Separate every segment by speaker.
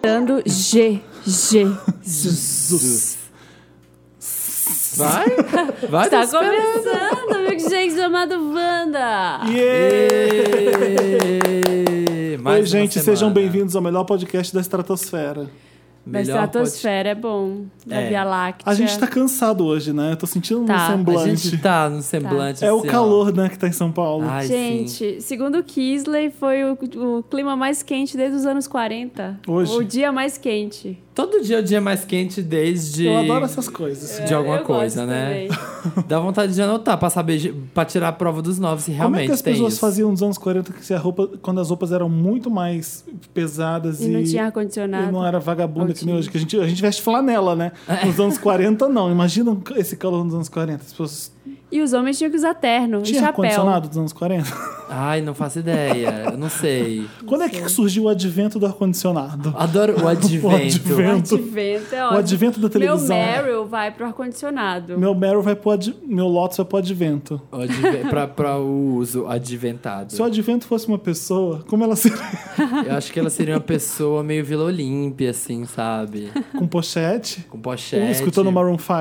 Speaker 1: falando G. Jesus.
Speaker 2: Vai, vai.
Speaker 1: Está
Speaker 2: Despe-
Speaker 1: Tá começando, meu gente chamado Wanda.
Speaker 2: Ê, mais
Speaker 3: Oi,
Speaker 2: uma
Speaker 3: gente,
Speaker 2: semana.
Speaker 3: sejam bem-vindos ao melhor podcast da Estratosfera.
Speaker 1: Da
Speaker 2: Melhor
Speaker 1: estratosfera é bom, da
Speaker 2: É.
Speaker 1: Via Láctea.
Speaker 3: A gente tá cansado hoje, né? Eu tô sentindo
Speaker 1: Tá.
Speaker 3: um
Speaker 2: podcast.
Speaker 3: semblante.
Speaker 2: A gente tá no semblante.
Speaker 3: É o
Speaker 2: assim, ó.
Speaker 3: calor, né, que tá em São Paulo.
Speaker 2: Ai, sim.
Speaker 1: Gente, segundo o Kisley, foi o, o clima mais quente desde os anos 40.
Speaker 3: Hoje.
Speaker 1: O dia mais quente.
Speaker 2: Todo dia é o dia mais quente desde.
Speaker 3: Eu adoro essas coisas. é
Speaker 2: De alguma
Speaker 1: eu
Speaker 2: coisa,
Speaker 1: gosto também.
Speaker 2: né? Dá vontade de anotar pra saber, pra tirar a prova dos nove se
Speaker 3: Como
Speaker 2: realmente
Speaker 3: é que as
Speaker 2: tem
Speaker 3: pessoas
Speaker 2: isso.
Speaker 3: faziam nos anos 40 que se a roupa, quando as roupas eram muito mais pesadas
Speaker 1: E
Speaker 3: e,
Speaker 1: não tinha
Speaker 3: e
Speaker 1: ar-condicionado.
Speaker 3: não era
Speaker 1: Não
Speaker 3: vagabunda que nem
Speaker 1: tinha.
Speaker 3: hoje, que a gente, a gente veste flanela, né?
Speaker 2: É.
Speaker 3: Nos anos 40, não. Imagina um esse calor nos anos 40. As pessoas
Speaker 1: E os homens tinham que usar terno e
Speaker 3: tinham
Speaker 1: Um chapéu.
Speaker 3: ar-condicionado nos anos 40?
Speaker 2: Ai, não faço ideia. Eu não sei.
Speaker 3: Quando é que surgiu o advento do ar-condicionado?
Speaker 2: Adoro o advento.
Speaker 3: advento.
Speaker 1: O advento é
Speaker 3: O
Speaker 1: ótimo.
Speaker 3: advento
Speaker 1: Meu
Speaker 3: da televisão.
Speaker 1: Meryl vai pro ar-condicionado.
Speaker 3: Meu Meryl vai pro ad... Meu Lotus vai pro advento.
Speaker 2: O adven- pra, pra o uso adventado.
Speaker 3: Se o advento fosse uma pessoa, como ela seria?
Speaker 2: Eu acho que ela seria uma pessoa meio Vila Olímpia, assim, sabe?
Speaker 3: Com pochete?
Speaker 2: Com pochete.
Speaker 3: Escutando Maroon 5.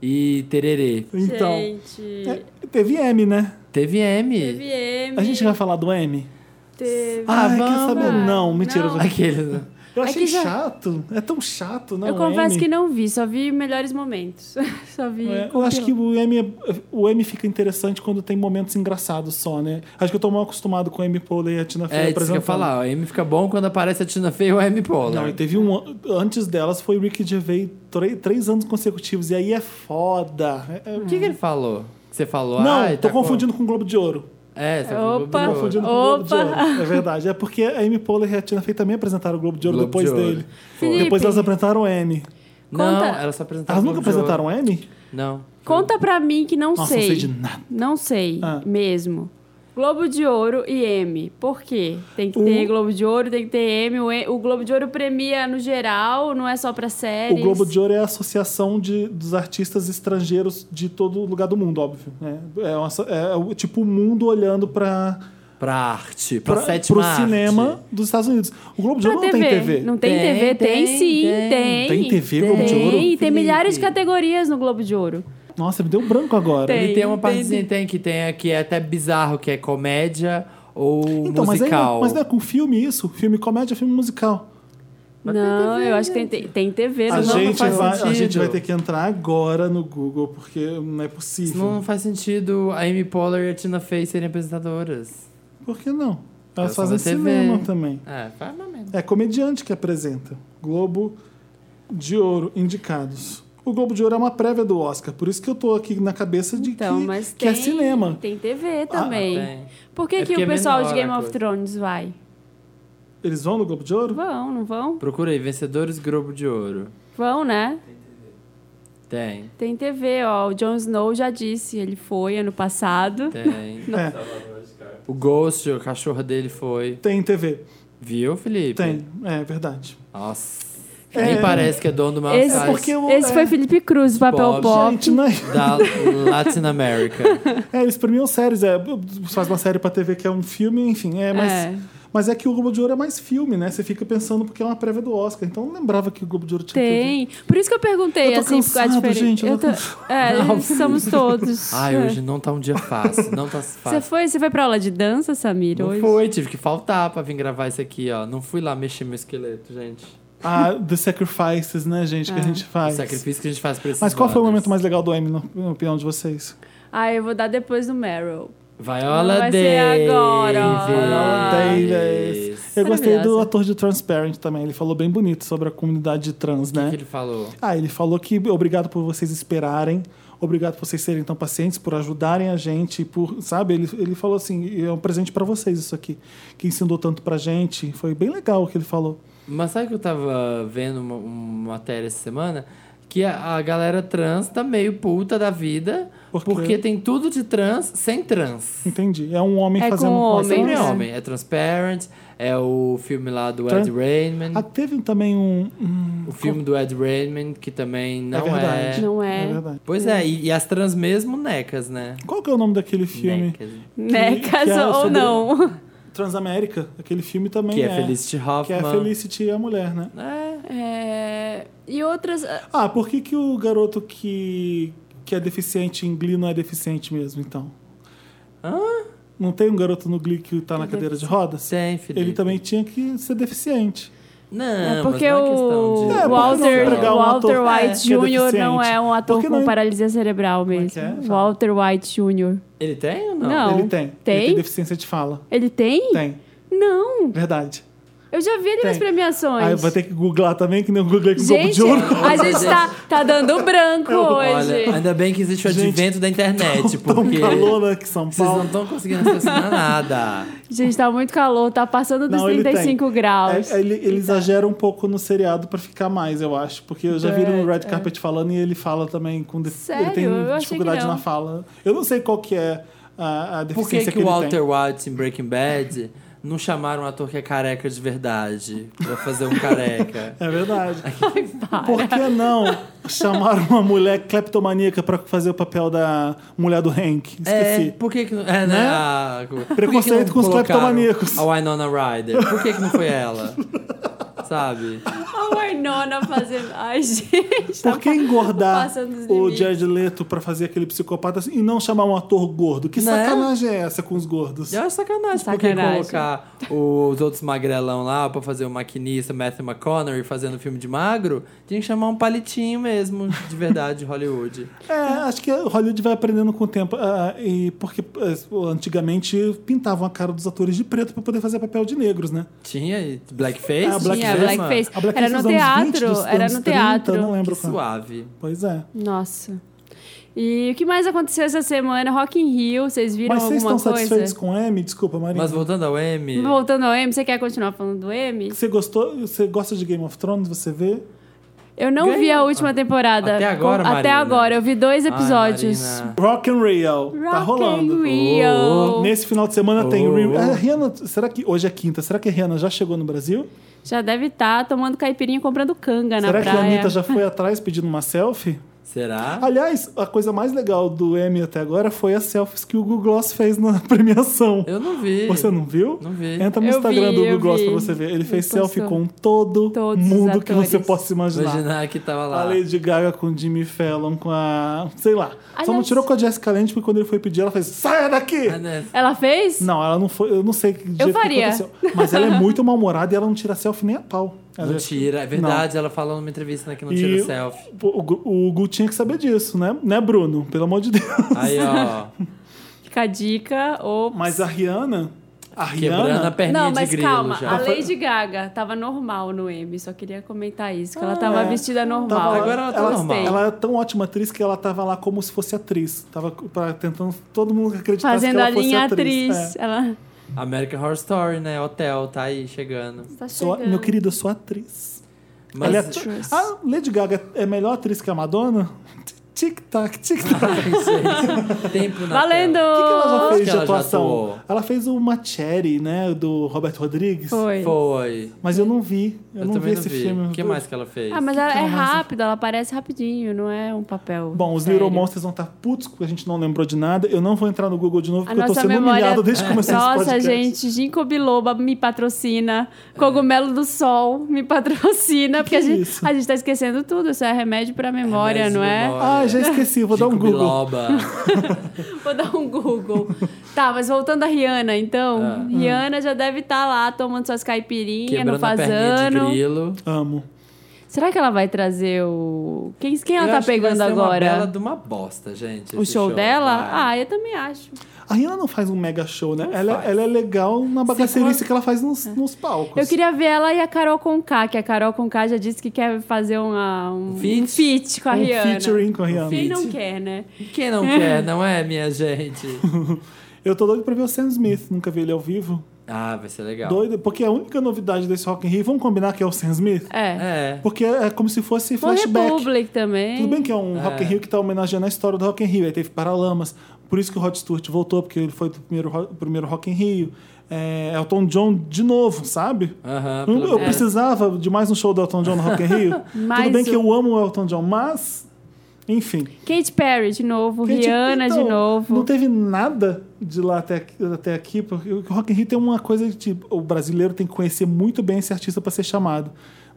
Speaker 2: E tererê.
Speaker 3: Então.
Speaker 1: Gente,
Speaker 3: é, teve M, né?
Speaker 2: Teve M.
Speaker 1: teve M,
Speaker 3: A gente vai falar do M?
Speaker 1: teve-
Speaker 3: Ah,
Speaker 2: Ah,
Speaker 3: quer
Speaker 2: vamos.
Speaker 3: saber? Não, mentira.
Speaker 1: Não.
Speaker 2: Aquele. né?
Speaker 3: Eu
Speaker 1: É
Speaker 3: achei
Speaker 1: que já-
Speaker 3: chato. É tão chato, não.
Speaker 1: eu confesso
Speaker 3: M.
Speaker 1: que não vi, só vi melhores momentos. só vi.
Speaker 3: É, eu
Speaker 1: compilado.
Speaker 3: acho que o M, é- o M fica interessante quando tem momentos engraçados só, né? Acho que eu tô mal acostumado com o M Paula e a Tina Fey
Speaker 2: É, isso que eu ia
Speaker 3: apresentando.
Speaker 2: falar. O M fica bom quando aparece a Tina Fey ou a M Polar.
Speaker 3: Não, e teve um. an- Antes delas foi o Ricky Gervais três, três anos consecutivos. E aí é foda. É- é-
Speaker 2: O que, que ele falou? Que Você falou,
Speaker 3: Não,
Speaker 2: ai,
Speaker 3: tô
Speaker 2: tá com-
Speaker 3: confundindo com o Globo de Ouro.
Speaker 2: É, você falou
Speaker 1: Opa.
Speaker 2: Globo de
Speaker 3: Confundindo
Speaker 2: Ouro.
Speaker 3: com o Globo de
Speaker 1: Opa!
Speaker 3: Ouro. É verdade. É porque a Amy Poehler e a Tina Fey também apresentaram o Globo de Ouro
Speaker 2: Globo
Speaker 3: depois
Speaker 2: de Ouro.
Speaker 3: dele.
Speaker 1: Felipe.
Speaker 3: Depois elas apresentaram o M.
Speaker 2: Não,
Speaker 1: Conta.
Speaker 2: ela só apresentou.
Speaker 3: Elas nunca apresentaram o M?
Speaker 2: Não.
Speaker 1: Conta pra mim que não
Speaker 3: Nossa,
Speaker 1: sei.
Speaker 3: não sei de nada.
Speaker 1: Não sei
Speaker 3: Ah.
Speaker 1: mesmo. Globo de Ouro e M. Por quê? Tem que
Speaker 3: O-
Speaker 1: ter Globo de Ouro, tem que ter M. O, E- o Globo de Ouro premia no geral, não é só pra séries.
Speaker 3: O Globo de Ouro é a associação de, dos artistas estrangeiros de todo lugar do mundo, óbvio. né? É, uma so- é o- tipo o mundo olhando para
Speaker 2: Pra arte, pra,
Speaker 3: para
Speaker 2: sétima
Speaker 3: o
Speaker 2: arte.
Speaker 3: cinema dos Estados Unidos. O Globo de
Speaker 1: Pra
Speaker 3: Ouro não tem TV.
Speaker 1: Não tem,
Speaker 2: Tem,
Speaker 1: TV? Tem,
Speaker 2: tem,
Speaker 1: sim,
Speaker 2: tem.
Speaker 1: tem.
Speaker 3: Tem TV Globo
Speaker 1: tem,
Speaker 3: de Ouro?
Speaker 1: Tem,
Speaker 2: Felipe.
Speaker 1: milhares de categorias no Globo de Ouro.
Speaker 3: Nossa, me deu um branco agora.
Speaker 1: Tem.
Speaker 2: E tem uma partezinha
Speaker 1: Entendi.
Speaker 2: tem que tem aqui é até bizarro, que é comédia ou
Speaker 3: Então, mas, aí,
Speaker 2: musical.
Speaker 3: mas não é com filme isso? Filme comédia, filme musical.
Speaker 1: não, eu acho que tem, tem TV no
Speaker 3: A
Speaker 1: Globo.
Speaker 2: não
Speaker 3: gente,
Speaker 2: faz
Speaker 3: vai, a
Speaker 2: sentido.
Speaker 3: gente vai ter que entrar agora no Google, porque não é possível.
Speaker 2: Senão não faz sentido a Amy Poehler e a Tina Fey serem apresentadoras.
Speaker 3: Por que não? Elas
Speaker 2: Elas são
Speaker 3: fazem
Speaker 2: da TV.
Speaker 3: cinema também.
Speaker 2: É, faz uma merda.
Speaker 3: É comediante que apresenta. Globo de Ouro, indicados. O Globo de Ouro é uma prévia do Oscar, por isso que eu tô aqui na cabeça de
Speaker 1: Então,
Speaker 3: que,
Speaker 1: mas
Speaker 3: que é
Speaker 1: tem-
Speaker 3: cinema. Ah,
Speaker 1: Tem TV também.
Speaker 2: tem.
Speaker 1: Por que,
Speaker 2: É
Speaker 1: que
Speaker 2: porque
Speaker 1: o
Speaker 2: é
Speaker 1: pessoal de
Speaker 2: menor
Speaker 1: Game
Speaker 2: a
Speaker 1: of
Speaker 2: coisa.
Speaker 1: Thrones vai?
Speaker 3: Eles vão no Globo de Ouro?
Speaker 1: Vão, não vão?
Speaker 2: Procura aí, vencedores Globo de Ouro.
Speaker 1: Vão, né?
Speaker 2: Tem,
Speaker 1: Tem TV, ó. O Jon Snow já disse, ele foi ano passado.
Speaker 2: tem.
Speaker 3: É,
Speaker 2: o Ghost, o cachorro dele foi.
Speaker 3: tem TV.
Speaker 2: Viu, Felipe?
Speaker 3: Tem, é verdade.
Speaker 2: Nossa.
Speaker 3: É.
Speaker 2: Nem parece que é dono do maior
Speaker 1: Esse,
Speaker 2: site
Speaker 3: é porque eu-
Speaker 1: esse
Speaker 3: é.
Speaker 1: foi Felipe Cruz, o papel
Speaker 2: Bob.
Speaker 1: pop.
Speaker 3: Gente, né?
Speaker 2: da Latin America.
Speaker 3: É, eles premiam séries. É, faz uma série pra TV que é um filme, enfim. É, mas,
Speaker 1: É.
Speaker 3: mas é que o Globo de Ouro é mais filme, né? Você fica pensando porque é uma prévia do Oscar. Então eu não lembrava que o Globo de Ouro tinha TV.
Speaker 1: Tem. Por isso que eu perguntei,
Speaker 3: Eu tô
Speaker 1: assim, qual a
Speaker 3: cansado,
Speaker 1: diferença.
Speaker 3: gente, eu tô
Speaker 1: É, estamos todos.
Speaker 2: Ai, hoje não tá um dia fácil. Não tá
Speaker 1: Você
Speaker 2: fácil.
Speaker 1: foi, você foi pra aula de dança, Samir,
Speaker 2: Não
Speaker 1: hoje?
Speaker 2: foi, tive que faltar pra vir gravar isso aqui, ó. Não fui lá mexer meu esqueleto, gente.
Speaker 3: Ah, The Sacrifices, né, gente,
Speaker 1: É.
Speaker 3: que a gente
Speaker 2: O
Speaker 3: faz.
Speaker 2: sacrifício que a gente faz pra esses
Speaker 3: Mas qual foi o
Speaker 2: brothers.
Speaker 3: momento mais legal do M, na na opinião de vocês?
Speaker 1: Ah, eu vou dar depois do Meryl.
Speaker 2: Viola
Speaker 1: Vai ser
Speaker 2: Davis.
Speaker 1: agora, ó. Viola
Speaker 3: Davis. Eu gostei do
Speaker 1: Ah, Maravilhosa.
Speaker 3: ator de Transparent também. Ele falou bem bonito sobre a comunidade de trans,
Speaker 2: O que
Speaker 3: né?
Speaker 2: ele falou?
Speaker 3: Ah, ele falou que obrigado por vocês esperarem, obrigado por vocês serem tão pacientes, por ajudarem a gente, por, sabe? Ele, ele falou assim, é um presente pra vocês isso aqui, que ensinou tanto pra gente. Foi bem legal o que ele falou.
Speaker 2: Mas sabe que eu tava vendo uma, uma matéria essa semana? Que a, a galera trans tá meio puta da vida.
Speaker 3: Por quê?
Speaker 2: porque tem tudo de trans sem trans.
Speaker 3: Entendi. É um homem
Speaker 1: É
Speaker 3: fazendo
Speaker 1: com
Speaker 3: uma
Speaker 1: homem,
Speaker 2: Sempre
Speaker 1: né?
Speaker 2: é
Speaker 3: coisa.
Speaker 2: homem. É Transparent, é o filme lá do
Speaker 3: Tran-
Speaker 2: Ed Raymond.
Speaker 3: Ah, teve também um... um-
Speaker 2: O filme do Ed Raymond, que também não é.
Speaker 3: verdade.
Speaker 1: Não é.
Speaker 3: É verdade.
Speaker 2: Pois é, e, e as trans mesmo necas, né?
Speaker 3: Qual que é o nome daquele filme?
Speaker 2: Necas.
Speaker 1: Né,
Speaker 3: Que- que
Speaker 1: caso
Speaker 3: é
Speaker 1: ou
Speaker 3: sobre-
Speaker 1: não.
Speaker 3: Transamérica, aquele filme também
Speaker 2: Que
Speaker 3: é.
Speaker 2: é Felicity Hoffman.
Speaker 3: Que é Felicity e a mulher, né?
Speaker 2: É.
Speaker 1: É, E outras.
Speaker 3: Ah, por que, que o garoto que, que é deficiente em Glee não é deficiente mesmo, então?
Speaker 2: Hã?
Speaker 3: Não tem um garoto no Glee que tá na cadeira de rodas?
Speaker 2: Tem, Felipe.
Speaker 3: Ele também tinha que ser deficiente.
Speaker 2: Não,
Speaker 1: É
Speaker 2: é
Speaker 1: porque
Speaker 2: mas não
Speaker 1: o
Speaker 2: é questão de...
Speaker 3: É, por que não
Speaker 1: Walter,
Speaker 3: empregar um
Speaker 1: Walter
Speaker 3: ator
Speaker 1: White
Speaker 3: que
Speaker 1: Jr.
Speaker 3: é
Speaker 1: não
Speaker 3: deficiente?
Speaker 1: é um ator
Speaker 3: Por que
Speaker 1: com
Speaker 3: não-
Speaker 1: paralisia cerebral
Speaker 3: é
Speaker 1: mesmo.
Speaker 3: que é?
Speaker 1: Walter White Jr.
Speaker 2: Ele tem ou não?
Speaker 1: Não.
Speaker 3: Ele tem. Ele
Speaker 1: Tem?
Speaker 3: tem deficiência de fala.
Speaker 1: Ele tem?
Speaker 3: Tem.
Speaker 1: Não.
Speaker 3: Verdade.
Speaker 1: Eu já vi ele nas
Speaker 3: Tem.
Speaker 1: premiações.
Speaker 3: Aí vai ter que googlar também, que nem eu googlei com o Globo
Speaker 1: Gente,
Speaker 3: de Ouro.
Speaker 1: a gente tá, tá dando branco hoje.
Speaker 2: Olha, ainda bem que existe o
Speaker 3: Gente,
Speaker 2: advento da internet,
Speaker 3: Tão
Speaker 2: porque
Speaker 3: calor aqui em São
Speaker 2: É tipo vocês não
Speaker 3: Paulo.
Speaker 2: estão conseguindo raciocinar nada.
Speaker 1: Gente, tá muito calor, tá passando dos
Speaker 3: Não, ele tem.
Speaker 1: 35 graus.
Speaker 3: É, ele ele exagera um pouco no seriado pra ficar mais, eu acho. Porque eu já vi ele no
Speaker 2: É,
Speaker 3: Red Carpet falando e ele fala também com. def-
Speaker 1: Sério?
Speaker 3: Ele tem
Speaker 1: Eu achei que
Speaker 3: dificuldade
Speaker 1: não.
Speaker 3: na fala. Eu não sei qual que é a, a
Speaker 2: Por que,
Speaker 3: deficiência
Speaker 2: que
Speaker 3: ele
Speaker 2: o Walter
Speaker 3: tem.
Speaker 2: White em Breaking Bad não chamaram um ator que é careca de verdade pra fazer um careca?
Speaker 3: É verdade. Por que não chamar uma mulher cleptomaníaca pra fazer o papel da mulher do Hank? Esqueci.
Speaker 2: É, por que que não... É, né?
Speaker 3: Né?
Speaker 2: Ah, por que que
Speaker 3: Preconceito
Speaker 2: não
Speaker 3: com os
Speaker 2: colocaram
Speaker 3: cleptomaníacos.
Speaker 2: A Winona Ryder. Por que que não foi ela? Sabe?
Speaker 1: A Winona fazendo. Ai, gente. tá-
Speaker 2: tá
Speaker 3: Por que engordar
Speaker 1: passando dos
Speaker 3: o
Speaker 1: limites.
Speaker 3: Jared Leto pra fazer aquele psicopata assim, e não chamar um ator gordo? Que
Speaker 2: Né?
Speaker 3: sacanagem é essa com os gordos?
Speaker 2: E é sacanagem,
Speaker 1: Sacanagem.
Speaker 2: porque colocar os outros magrelão lá pra fazer o maquinista Matthew McConaughey fazendo filme de magro, tinha que chamar um palitinho mesmo, de verdade, de Hollywood.
Speaker 3: É, acho que Hollywood vai aprendendo com o tempo. ah, e porque ah, antigamente pintavam a cara dos atores de preto pra poder fazer papel de negros, né?
Speaker 2: Tinha e blackface?
Speaker 3: Ah, blackface.
Speaker 1: Tinha
Speaker 2: Tinha, mano?
Speaker 1: blackface.
Speaker 3: A Black
Speaker 1: Era
Speaker 3: Kiss
Speaker 1: no
Speaker 3: dos anos 20,
Speaker 1: teatro,
Speaker 3: dos
Speaker 1: era
Speaker 3: anos
Speaker 1: no
Speaker 3: 30,
Speaker 1: teatro.
Speaker 3: Não
Speaker 2: Que
Speaker 3: lembro quando.
Speaker 2: suave.
Speaker 3: Pois é.
Speaker 1: Nossa. E o que mais aconteceu essa semana? Rock in Rio, vocês viram
Speaker 3: Mas vocês
Speaker 1: alguma
Speaker 3: estão satisfeitos
Speaker 1: coisa?
Speaker 3: com o M? Desculpa, Marina.
Speaker 2: Mas voltando ao M,
Speaker 1: Voltando ao M, você quer continuar falando do M?
Speaker 3: Você gostou? Você gosta de Game of Thrones? Você vê?
Speaker 1: Eu não
Speaker 2: Ganhou.
Speaker 1: vi a última temporada.
Speaker 2: Até agora,
Speaker 1: Com- Até
Speaker 2: Marina.
Speaker 1: agora, eu vi dois
Speaker 2: Ai,
Speaker 1: episódios.
Speaker 2: Marina.
Speaker 3: Rock and Rail. tá
Speaker 1: Rock
Speaker 3: rolando.
Speaker 1: in Rio.
Speaker 2: Oh,
Speaker 3: Nesse final de semana tem
Speaker 2: Oh.
Speaker 3: re- Ah, Rihanna, será que hoje é quinta? Será que a Rihanna já chegou no Brasil?
Speaker 1: Já deve estar tomando caipirinha e comprando canga
Speaker 3: será
Speaker 1: na
Speaker 3: que a
Speaker 1: praia.
Speaker 3: Anitta já foi atrás pedindo uma selfie? Ah,
Speaker 2: será?
Speaker 3: Aliás, a coisa mais legal do Emmy até agora foi as selfies que o Google Gloss fez na premiação.
Speaker 2: Eu não vi.
Speaker 3: Você não viu?
Speaker 2: Não vi.
Speaker 3: Entra no
Speaker 1: Eu
Speaker 3: Instagram
Speaker 1: vi,
Speaker 3: do
Speaker 1: eu
Speaker 3: Google Gloss pra
Speaker 1: vi.
Speaker 3: você ver. Ele fez
Speaker 1: Ele
Speaker 3: selfie
Speaker 1: postou.
Speaker 3: com todo
Speaker 1: Todos os
Speaker 3: mundo que você
Speaker 1: atores.
Speaker 3: possa imaginar.
Speaker 2: Imaginar que tava lá.
Speaker 3: A Lady Gaga com o Jimmy Fallon, com a. sei lá. Só não
Speaker 1: Aliás-
Speaker 3: tirou com a Jessica Lange, porque quando ele foi pedir, ela fez: saia daqui!
Speaker 2: Ah, né?
Speaker 1: Ela fez?
Speaker 3: Não, ela não foi. Eu não sei que jeito
Speaker 1: faria.
Speaker 3: que aconteceu. Mas ela é muito mal-humorada e ela não tira selfie nem a pau. Ela
Speaker 2: Não tira, é verdade, ela falou numa entrevista né, que não tira
Speaker 3: E
Speaker 2: selfie.
Speaker 3: O, o, o Gu tinha que saber disso, né? Né, Bruno? Pelo amor de Deus.
Speaker 2: Aí, ó,
Speaker 1: Fica a dica. Ou...
Speaker 3: Mas a Rihanna. A
Speaker 2: quebrando a
Speaker 3: Rihanna.
Speaker 2: perninha
Speaker 1: Não, mas
Speaker 2: de grilo
Speaker 1: calma.
Speaker 2: já.
Speaker 1: A Lady Gaga tava normal no M. Só queria comentar isso. Que ela tava
Speaker 3: é.
Speaker 1: vestida normal.
Speaker 3: Tava lá-
Speaker 2: Agora ela tá normal.
Speaker 3: Ela é tão ótima atriz que ela tava lá como se fosse atriz. Tava pra- tentando todo mundo acreditar que
Speaker 1: Fazendo
Speaker 3: ela
Speaker 1: a
Speaker 3: fosse
Speaker 1: linha
Speaker 3: atriz.
Speaker 1: atriz.
Speaker 3: É.
Speaker 1: Ela
Speaker 2: American Horror Story, né? Hotel, tá aí chegando.
Speaker 1: tá
Speaker 3: É. Sou-
Speaker 1: chegando.
Speaker 3: meu querido, eu sou atriz.
Speaker 2: Mas
Speaker 3: Ela é atu- a Lady Gaga é melhor atriz que a Madonna? Tic-tac, tic-tac.
Speaker 2: Ai, gente, tempo na
Speaker 1: Valendo!
Speaker 3: O que,
Speaker 2: tela.
Speaker 1: Oh.
Speaker 3: que ela já
Speaker 2: Acho
Speaker 3: fez
Speaker 2: que
Speaker 3: de
Speaker 2: ela já
Speaker 3: atuação?
Speaker 2: atuou.
Speaker 3: ela fez o Machete, né? Do Roberto Rodrigues.
Speaker 1: Foi.
Speaker 2: Foi.
Speaker 3: Mas eu não vi. Eu,
Speaker 2: Eu,
Speaker 3: não vi
Speaker 2: também não
Speaker 3: esse
Speaker 2: vi.
Speaker 3: filme.
Speaker 2: O que mais que ela fez?
Speaker 1: Ah, mas ela é
Speaker 3: Calma, mas-
Speaker 1: rápida, ela aparece rapidinho, não é um papel.
Speaker 3: Bom, os
Speaker 1: sério.
Speaker 3: Little Monsters vão estar putos porque a gente não lembrou de nada. Eu não vou entrar no Google de novo
Speaker 1: A
Speaker 3: porque eu tô
Speaker 1: nossa
Speaker 3: sendo
Speaker 1: memória. é
Speaker 3: humilhado desde que começou esse
Speaker 1: Nossa,
Speaker 3: podcast.
Speaker 1: gente, Ginkgo Biloba me patrocina. Cogumelo do Sol me patrocina. porque a,
Speaker 3: que é
Speaker 1: gente,
Speaker 3: isso?
Speaker 1: a gente tá esquecendo tudo. Isso é remédio pra memória,
Speaker 2: Remédio
Speaker 1: não
Speaker 2: de
Speaker 1: é?
Speaker 2: memória.
Speaker 3: Ah, já esqueci. Vou dar um
Speaker 2: Gico
Speaker 3: Google.
Speaker 2: Biloba.
Speaker 1: Vou dar um Google. tá, mas voltando a Rihanna, então.
Speaker 2: Ah.
Speaker 1: Rihanna já deve estar lá tomando suas caipirinhas no
Speaker 2: Quebrando a perninha de
Speaker 1: Fazano.
Speaker 2: grilo.
Speaker 3: Amo.
Speaker 1: Será que ela vai trazer o. Quem, quem ela
Speaker 2: Eu
Speaker 1: tá
Speaker 2: acho que vai
Speaker 1: pegando
Speaker 2: ser uma
Speaker 1: agora?
Speaker 2: bela de uma bosta, gente.
Speaker 1: O
Speaker 2: esse
Speaker 1: show, dela?
Speaker 2: vai.
Speaker 1: Ah, eu também acho.
Speaker 3: A Rihanna não faz um mega show, né? Ela,
Speaker 2: faz.
Speaker 3: ela é legal na bagacerice
Speaker 2: quando-
Speaker 3: que ela faz nos, nos palcos.
Speaker 1: É. Eu queria ver ela e a Carol Conká, que a Carol Conká já disse que quer fazer uma, um, um
Speaker 2: feat?
Speaker 1: feat? com a
Speaker 3: um
Speaker 1: Rihanna.
Speaker 3: featuring com a Rihanna.
Speaker 1: Quem
Speaker 2: feat.
Speaker 1: não quer, né?
Speaker 2: Quem não quer, não é, minha gente?
Speaker 3: Eu tô doido pra ver o Sam Smith. Nunca vi ele ao vivo.
Speaker 2: Ah, vai ser legal.
Speaker 3: Doido, porque a única novidade desse Rock in Rio, vamos combinar que é o Sam Smith?
Speaker 1: É.
Speaker 2: É.
Speaker 3: Porque é como se fosse
Speaker 1: One
Speaker 3: flashback.
Speaker 1: Republic também.
Speaker 3: Tudo bem que é um Rock in Rio que tá homenageando a história do Rock in Rio. Aí teve Paralamas. Por isso que o Rod Stewart voltou, porque ele foi do primeiro, ro- primeiro Rock in Rio. É, Elton John de novo, sabe?
Speaker 2: Aham,
Speaker 3: Eu-
Speaker 2: Ah, pelo
Speaker 3: eu
Speaker 2: menos.
Speaker 3: precisava de mais um show do Elton John no Rock in Rio. Tudo
Speaker 1: Mais
Speaker 3: bem que
Speaker 1: um.
Speaker 3: eu amo o Elton John, mas... Enfim.
Speaker 1: Kate Perry de novo,
Speaker 3: Gente,
Speaker 1: Rihanna
Speaker 3: então,
Speaker 1: de novo.
Speaker 3: Não teve nada de lá até, aqui- até aqui, porque o Rock in Rio tem uma coisa de tipo, o brasileiro tem que conhecer muito bem esse artista para ser chamado.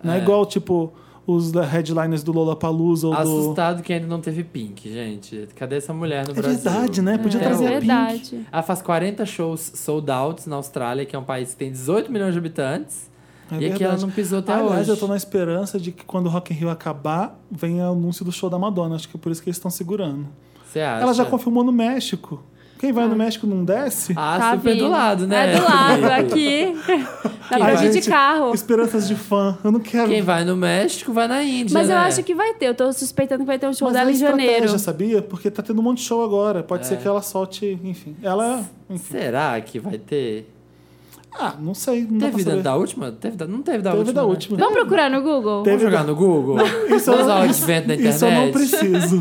Speaker 3: Não é, igual, tipo, os da- headliners do Lollapalooza ou do...
Speaker 2: Assustado que ainda não teve Pink, gente. Cadê essa mulher no
Speaker 3: É
Speaker 2: Brasil?
Speaker 3: verdade, né? Podia
Speaker 1: É,
Speaker 3: trazer a Pink.
Speaker 1: verdade.
Speaker 2: Ela faz 40 shows sold out na Austrália, que é um país que tem 18 milhões de habitantes.
Speaker 3: É
Speaker 2: e aqui ela
Speaker 3: verdade.
Speaker 2: não pisou até
Speaker 3: Aliás,
Speaker 2: hoje.
Speaker 3: eu tô na esperança de que quando o Rock in Rio acabar, venha o anúncio do show da Madonna. Acho que é por isso que eles estão segurando.
Speaker 2: Você acha?
Speaker 3: Ela já confirmou no México. Quem vai
Speaker 1: Ah.
Speaker 3: no México não desce?
Speaker 2: é. Ah,
Speaker 1: Tá
Speaker 2: super do
Speaker 1: vindo.
Speaker 2: lado, né?
Speaker 1: É do lado, aqui. Dá pra
Speaker 3: Ai,
Speaker 1: vir de
Speaker 3: gente,
Speaker 1: carro.
Speaker 3: Esperanças de fã. Eu não quero.
Speaker 2: Quem vai no México vai na Índia.
Speaker 1: Mas eu
Speaker 2: né?
Speaker 1: acho que vai ter. Eu tô suspeitando que vai ter um show
Speaker 3: Mas
Speaker 1: dela
Speaker 3: é
Speaker 1: em janeiro.
Speaker 3: estratégia, sabia? Porque tá tendo um monte de show agora.
Speaker 2: É.
Speaker 3: Pode ser que ela solte, enfim. Ela, enfim.
Speaker 2: Será que vai ter?
Speaker 3: Ah, não sei. Não dá pra
Speaker 2: teve
Speaker 3: saber.
Speaker 2: dentro da última? Teve da- Não teve da
Speaker 3: Teve
Speaker 2: última.
Speaker 3: da
Speaker 2: né?
Speaker 3: última.
Speaker 1: Vamos procurar no Google?
Speaker 3: Teve
Speaker 2: Vamos jogar
Speaker 3: da-
Speaker 2: no Google?
Speaker 3: Isso eu
Speaker 2: Vamos
Speaker 3: não-
Speaker 2: usar o advento da internet.
Speaker 3: Isso eu não preciso.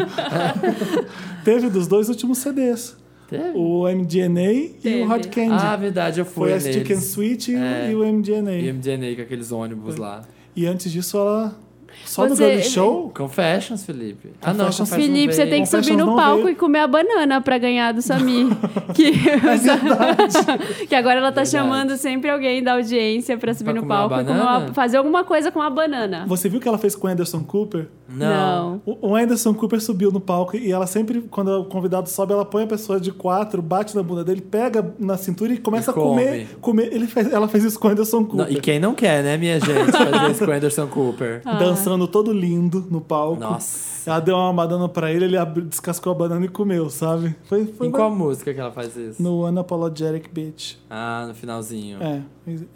Speaker 3: Teve dos dois últimos CDs.
Speaker 2: Teve?
Speaker 3: O MDNA e o
Speaker 1: Teve.
Speaker 3: Hard Candy.
Speaker 2: Ah, verdade, eu fui
Speaker 3: Foi a
Speaker 2: neles.
Speaker 3: Stick and Sweet e, o-
Speaker 2: É.
Speaker 3: e o MDNA.
Speaker 2: E MDNA com aqueles ônibus lá.
Speaker 3: E antes disso, ela só no
Speaker 1: Você-
Speaker 3: Grammy Show.
Speaker 2: Confessions, Felipe. Ah, não,
Speaker 3: Confessions.
Speaker 2: Confessions
Speaker 1: Felipe, você
Speaker 2: veio.
Speaker 1: tem que subir
Speaker 3: Confessions não
Speaker 1: no palco
Speaker 3: veio.
Speaker 1: e comer a banana pra ganhar do Samir. que...
Speaker 3: É
Speaker 1: que agora ela tá
Speaker 2: Verdade.
Speaker 1: chamando sempre alguém da audiência pra subir no
Speaker 2: Pra comer uma
Speaker 1: palco e comer
Speaker 2: banana?
Speaker 1: uma- fazer alguma coisa com a banana.
Speaker 3: Você viu o que ela fez com o Anderson Cooper?
Speaker 2: Não.
Speaker 3: O o Anderson Cooper subiu no palco e ela sempre, quando o convidado sobe, ela põe a pessoa de quatro, bate na bunda dele, pega na cintura e começa
Speaker 2: E
Speaker 3: a comer. comer. Ele fez- ela fez isso com o Anderson
Speaker 2: Não,
Speaker 3: Cooper. Ah,
Speaker 2: E quem não quer, né, minha gente? Fazer isso com o Anderson Cooper.
Speaker 3: Dançando todo lindo no palco.
Speaker 2: Nossa.
Speaker 3: Ela deu uma banana pra ele, ele abriu- descascou a banana e comeu, sabe? Foi, foi
Speaker 2: Em qual música que ela faz isso?
Speaker 3: no Unapologetic Bitch.
Speaker 2: Ah, no finalzinho.
Speaker 3: É,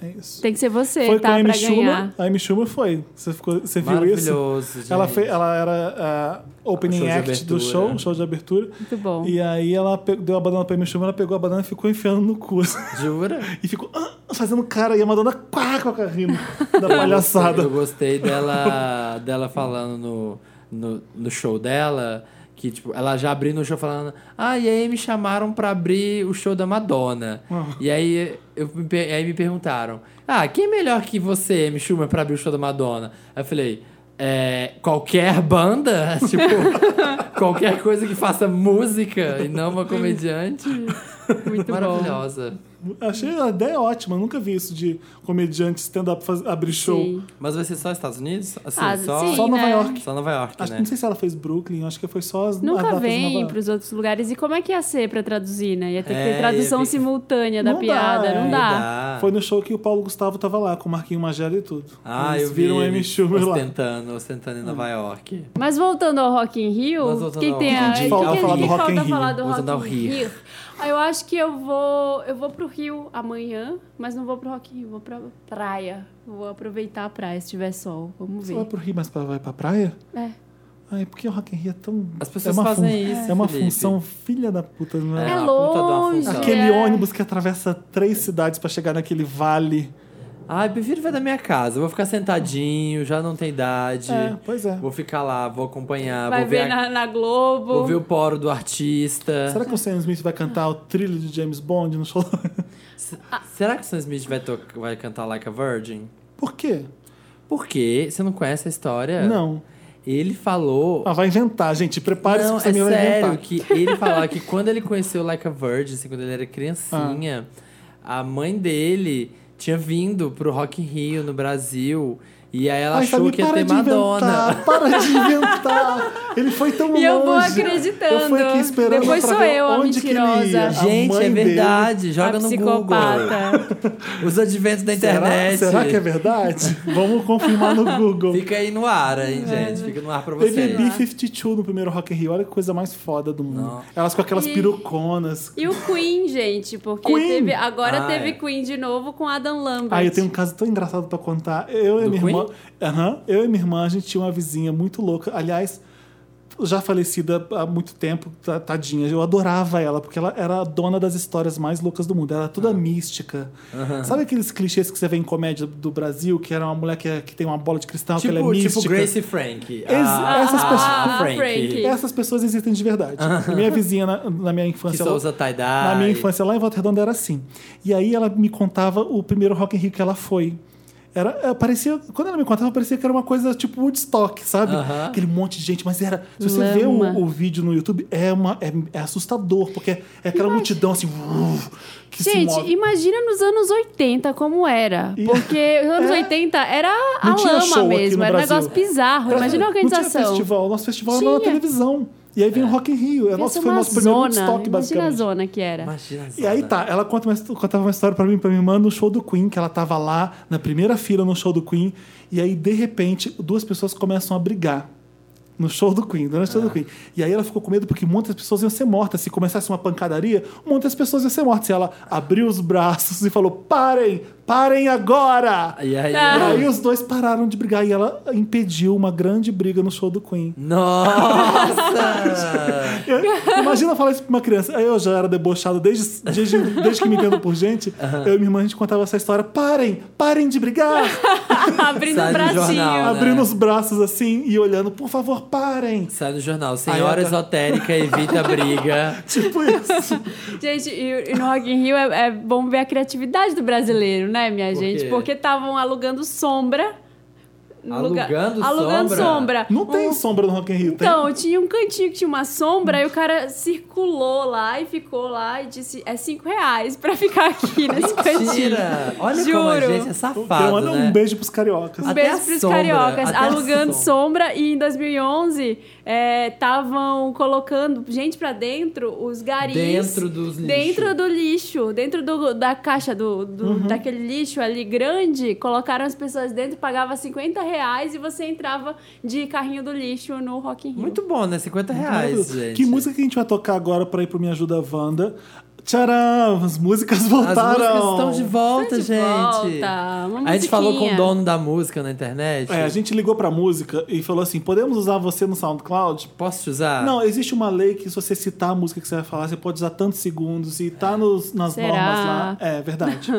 Speaker 3: é isso.
Speaker 1: Tem que ser você,
Speaker 3: foi
Speaker 1: tá?
Speaker 3: com a
Speaker 1: Pra
Speaker 3: Amy
Speaker 1: ganhar.
Speaker 3: Schumer. A Amy Schumer foi. Você, ficou, você viu isso?
Speaker 2: Maravilhoso, gente.
Speaker 3: Ela, fez, ela era a
Speaker 2: O show
Speaker 3: opening
Speaker 2: de
Speaker 3: act do
Speaker 2: abertura.
Speaker 3: show, o show de abertura.
Speaker 1: Muito bom.
Speaker 3: E aí ela pe- deu a banana pra Amy Schumer, ela pegou a banana e ficou enfiando no cu. assim.
Speaker 2: Jura?
Speaker 3: E ficou "Ah", fazendo cara. E a Madonna quá, quá, quá, rindo da palhaçada.
Speaker 2: Eu gostei dela, dela falando no, no, no show dela. Que, tipo, ela já abriu no show falando... Ah, e aí me chamaram pra abrir o show da Madonna. E aí, eu, me per- aí me perguntaram... Ah, quem é melhor que você, Amy Schumer, pra abrir o show da Madonna? Aí eu falei... É, qualquer banda, tipo, qualquer coisa que faça música e não uma comediante.
Speaker 1: Muito bom.
Speaker 2: Maravilhosa.
Speaker 3: Achei a ideia ótima. eu Nunca vi isso de comediante stand-up faz- abrir show.
Speaker 1: Sim.
Speaker 2: Mas vai ser só Estados Unidos? Assim,
Speaker 1: Ah,
Speaker 2: só,
Speaker 1: sim,
Speaker 3: Só Nova
Speaker 1: né?
Speaker 3: York.
Speaker 2: só Nova York,
Speaker 3: Acho,
Speaker 2: né?
Speaker 3: Não sei se ela fez Brooklyn, acho que foi só as as
Speaker 1: Nunca
Speaker 3: datas de Nova
Speaker 1: vem
Speaker 3: York.
Speaker 1: pros outros lugares. E como é que ia ser pra traduzir, né? Ia ter que
Speaker 2: É,
Speaker 1: ter
Speaker 2: ia
Speaker 1: tradução
Speaker 2: ter que-
Speaker 1: simultânea da
Speaker 3: Não dá,
Speaker 1: piada.
Speaker 3: é,
Speaker 1: não dá.
Speaker 2: Dá.
Speaker 3: Foi no show que o Paulo Gustavo tava lá, com o Marquinho Magela e tudo.
Speaker 2: Ah,
Speaker 3: Eles
Speaker 2: eu vi
Speaker 3: viram a Amy
Speaker 2: eles
Speaker 3: Schumer lá. Hum.
Speaker 2: Ostentando, ostentando em Nova York.
Speaker 1: Mas voltando ao Rock in
Speaker 2: Mas
Speaker 1: Rio,
Speaker 2: voltando
Speaker 1: quem
Speaker 2: ao
Speaker 1: tem a...
Speaker 2: Rock in
Speaker 1: que
Speaker 2: Rio.
Speaker 1: que a
Speaker 2: Falta falar
Speaker 1: gente
Speaker 2: do
Speaker 3: Rock
Speaker 1: falta
Speaker 3: in Rio.
Speaker 1: falar do
Speaker 2: Voltando
Speaker 1: Rock in
Speaker 2: ao Rio.
Speaker 1: Rio? Ah, Eu acho que eu vou, eu vou pro Rio amanhã, mas não vou pro Rock in Rio, vou pra praia. Vou aproveitar a praia se tiver sol. Vamos
Speaker 3: Você vai
Speaker 1: ver.
Speaker 3: pro Rio, mas pra- vai pra praia?
Speaker 1: É.
Speaker 3: Ai, porque o Rock in Rio é tão...
Speaker 2: As pessoas
Speaker 3: é uma
Speaker 2: fazem
Speaker 3: fun-
Speaker 2: isso,
Speaker 3: É uma
Speaker 2: Felipe.
Speaker 3: função filha da puta, não
Speaker 2: É
Speaker 3: é?
Speaker 1: É
Speaker 2: uma puta de uma
Speaker 1: longe.
Speaker 2: função.
Speaker 3: Aquele
Speaker 1: é.
Speaker 3: ônibus que atravessa três cidades pra chegar naquele vale.
Speaker 2: Ah, eu prefiro ver da minha casa. Eu Vou ficar sentadinho, já não tem idade.
Speaker 3: É, pois é.
Speaker 2: Vou ficar lá, vou acompanhar,
Speaker 1: Vai
Speaker 2: Ah, vou ver,
Speaker 1: ver
Speaker 2: a-
Speaker 1: na, na Globo.
Speaker 2: vou ver o poro do artista.
Speaker 3: Será que o Sam Smith vai cantar o trilho de James Bond no show?
Speaker 2: Se- Será que o Sam Smith vai, to- vai cantar Like a Virgin?
Speaker 3: Por quê?
Speaker 2: Por quê? Você não conhece a história?
Speaker 3: Não.
Speaker 2: Ele falou
Speaker 3: Ah, vai inventar, gente. Prepare-se que
Speaker 2: Não,
Speaker 3: o
Speaker 2: é
Speaker 3: Samir vai
Speaker 2: sério
Speaker 3: inventar.
Speaker 2: que ele falava que quando ele conheceu Like a Virgin, assim, quando ele era criancinha, a mãe dele tinha vindo pro Rock in Rio no Brasil e aí ela
Speaker 3: Ai,
Speaker 2: achou
Speaker 3: Samir,
Speaker 2: que ia
Speaker 3: para
Speaker 2: ter
Speaker 3: de
Speaker 2: Madonna.
Speaker 3: inventar. Para de inventar. Ele foi tão longe.
Speaker 1: E eu vou acreditando.
Speaker 3: Eu fui aqui esperando
Speaker 1: Depois
Speaker 3: pra
Speaker 1: sou
Speaker 3: ver
Speaker 1: eu a
Speaker 3: onde que ele
Speaker 1: mentirosa.
Speaker 3: ia. A
Speaker 2: Gente,
Speaker 3: mãe
Speaker 2: é
Speaker 3: dele-
Speaker 2: verdade. Joga
Speaker 1: a
Speaker 2: no Google.
Speaker 1: psicopata.
Speaker 2: Os adventos da internet.
Speaker 3: Será, será que é verdade? Vamos confirmar no Google.
Speaker 2: Fica aí no ar, hein,
Speaker 1: É.
Speaker 2: gente. Fica no ar pra
Speaker 3: Teve
Speaker 2: vocês.
Speaker 3: B-52 no primeiro Rock in Rio. Olha que coisa mais foda do mundo.
Speaker 2: Não.
Speaker 3: Elas com aquelas
Speaker 1: E-
Speaker 3: peruconas.
Speaker 1: E o Queen, gente, porque
Speaker 3: Queen?
Speaker 1: teve- agora
Speaker 2: Ah,
Speaker 1: teve
Speaker 2: é.
Speaker 1: Queen de novo com Adam Lambert.
Speaker 3: Ah, eu tenho um caso tão engraçado pra contar. Eu e
Speaker 2: Do
Speaker 3: minha irmã. Aham. eu e minha irmã, a gente tinha uma vizinha muito louca. Aliás, já falecida há muito tempo, ta- tadinha. Eu adorava ela, porque ela era a dona das histórias mais loucas do mundo. Ela era toda mística. Sabe aqueles clichês que você vê em comédia do Brasil, que era uma mulher que, é- que tem uma bola de cristal, que ela é
Speaker 2: Tipo, tipo
Speaker 3: mística?
Speaker 2: Grace Frank.
Speaker 3: Ex- essas
Speaker 2: a
Speaker 1: pessoas-
Speaker 2: Frank,
Speaker 1: Frank.
Speaker 3: Essas pessoas existem de verdade. A minha vizinha, na, na minha
Speaker 2: Que
Speaker 3: infância,
Speaker 2: só
Speaker 3: ela-
Speaker 2: usa tie-dye.
Speaker 3: Na minha infância lá em Volta Redonda era assim. E aí ela me contava o primeiro Rock in Rio que ela foi. Era, é, parecia, quando ela me contava, parecia que era uma coisa tipo Woodstock, sabe?
Speaker 2: Aham.
Speaker 3: Aquele monte de gente, mas era. Se você vê
Speaker 1: Lama.
Speaker 3: o, o vídeo no YouTube, é, uma, é, é assustador, porque é aquela multidão assim. uf, que se
Speaker 1: Gente,
Speaker 3: move.
Speaker 1: imagina nos anos 80 como era.
Speaker 3: E-
Speaker 1: Porque os anos
Speaker 3: É.
Speaker 1: 80 era a
Speaker 3: Não tinha show
Speaker 1: lama
Speaker 3: aqui
Speaker 1: mesmo,
Speaker 3: no
Speaker 1: era um
Speaker 3: Brasil.
Speaker 1: negócio bizarro. Imagina a
Speaker 3: Não tinha
Speaker 1: organização.
Speaker 3: festival. Nosso festival era na
Speaker 1: Tinha.
Speaker 3: televisão. E aí vem o Rock in Rio. É nosso,
Speaker 1: Pensa
Speaker 3: foi o
Speaker 1: uma
Speaker 3: nosso primeiro
Speaker 1: zona.
Speaker 3: Woodstock,
Speaker 1: Imagina a
Speaker 3: basicamente.
Speaker 1: zona que era.
Speaker 2: Imagina.
Speaker 3: E aí tá, ela conta uma, contava uma história pra mim, pra minha irmã, no show do Queen, que ela tava lá na primeira fila no show do Queen, e aí, de repente, duas pessoas começam a brigar. No show do Queen, durante o show do Queen. E aí ela ficou com medo porque muitas pessoas iam ser mortas. Se começasse uma pancadaria, muitas pessoas iam ser mortas. E ela abriu os braços e falou: parem, parem agora!
Speaker 2: E aí... né?
Speaker 3: E aí os dois pararam de brigar e ela impediu uma grande briga no show do Queen.
Speaker 2: Nossa!
Speaker 3: É, Imagina falar isso pra uma criança. Eu já era debochado desde, desde, desde que me entendo por gente. Eu e minha irmã, a gente contava essa história. Parem! Parem de brigar!
Speaker 1: Abrindo
Speaker 2: Sai
Speaker 1: o
Speaker 2: do jornal.
Speaker 1: bracinho.
Speaker 3: Abrindo
Speaker 2: né?
Speaker 3: os braços assim e olhando. Por favor, parem!
Speaker 2: Sai no jornal. Senhora
Speaker 3: Aí eu-
Speaker 2: esotérica evita briga.
Speaker 3: Tipo isso.
Speaker 1: Gente, e, e no Rock in Rio é, é bom ver a criatividade do brasileiro, né, minha
Speaker 2: Por
Speaker 1: gente?
Speaker 2: quê?
Speaker 1: Porque estavam alugando sombra. no lugar-
Speaker 2: Alugando
Speaker 1: alugando
Speaker 2: sombra?
Speaker 1: sombra.
Speaker 3: Não tem
Speaker 1: Um-
Speaker 3: sombra no Rock in Rio. tem?
Speaker 1: Então, tinha um cantinho que tinha uma sombra e o cara circulou lá e ficou lá e disse: é cinco reais pra ficar aqui nesse cantinho.
Speaker 2: Mentira! Olha como a
Speaker 1: Juro.
Speaker 2: gente é
Speaker 3: Eu
Speaker 2: safado,
Speaker 3: mando
Speaker 2: né?
Speaker 3: um beijo pros cariocas.
Speaker 1: Um
Speaker 2: Até a
Speaker 1: beijo pros
Speaker 2: sombra,
Speaker 1: cariocas,
Speaker 2: até a
Speaker 1: alugando
Speaker 2: sombra.
Speaker 1: sombra. E em 2011, estavam colocando gente pra dentro, os garis.
Speaker 2: Dentro dos lixos.
Speaker 1: Dentro do lixo, dentro do- da caixa do, do-
Speaker 2: Uhum.
Speaker 1: daquele lixo ali grande, colocaram as pessoas dentro, pagava 50 reais e você entrava de carrinho do lixo no Rock in Rio.
Speaker 2: Muito bom, né? 50 reais,
Speaker 3: Maravilhoso.
Speaker 2: gente.
Speaker 3: um Que música que a gente vai tocar agora pra ir pro Me Ajuda Wanda? Tcharam! As músicas
Speaker 2: As
Speaker 3: voltaram!
Speaker 2: músicas estão de volta,
Speaker 1: Tá de
Speaker 2: gente.
Speaker 1: volta, uma
Speaker 2: a gente falou com o
Speaker 1: musiquinha.
Speaker 2: dono da música na internet.
Speaker 3: É, a gente ligou pra música e falou assim: podemos usar você no SoundCloud?
Speaker 2: Posso te
Speaker 1: Ah.
Speaker 2: usar?
Speaker 3: Não, existe uma lei que se você citar a música que você vai falar, você pode usar tantos segundos e tá nos- nas
Speaker 1: Será?
Speaker 3: normas lá. É verdade.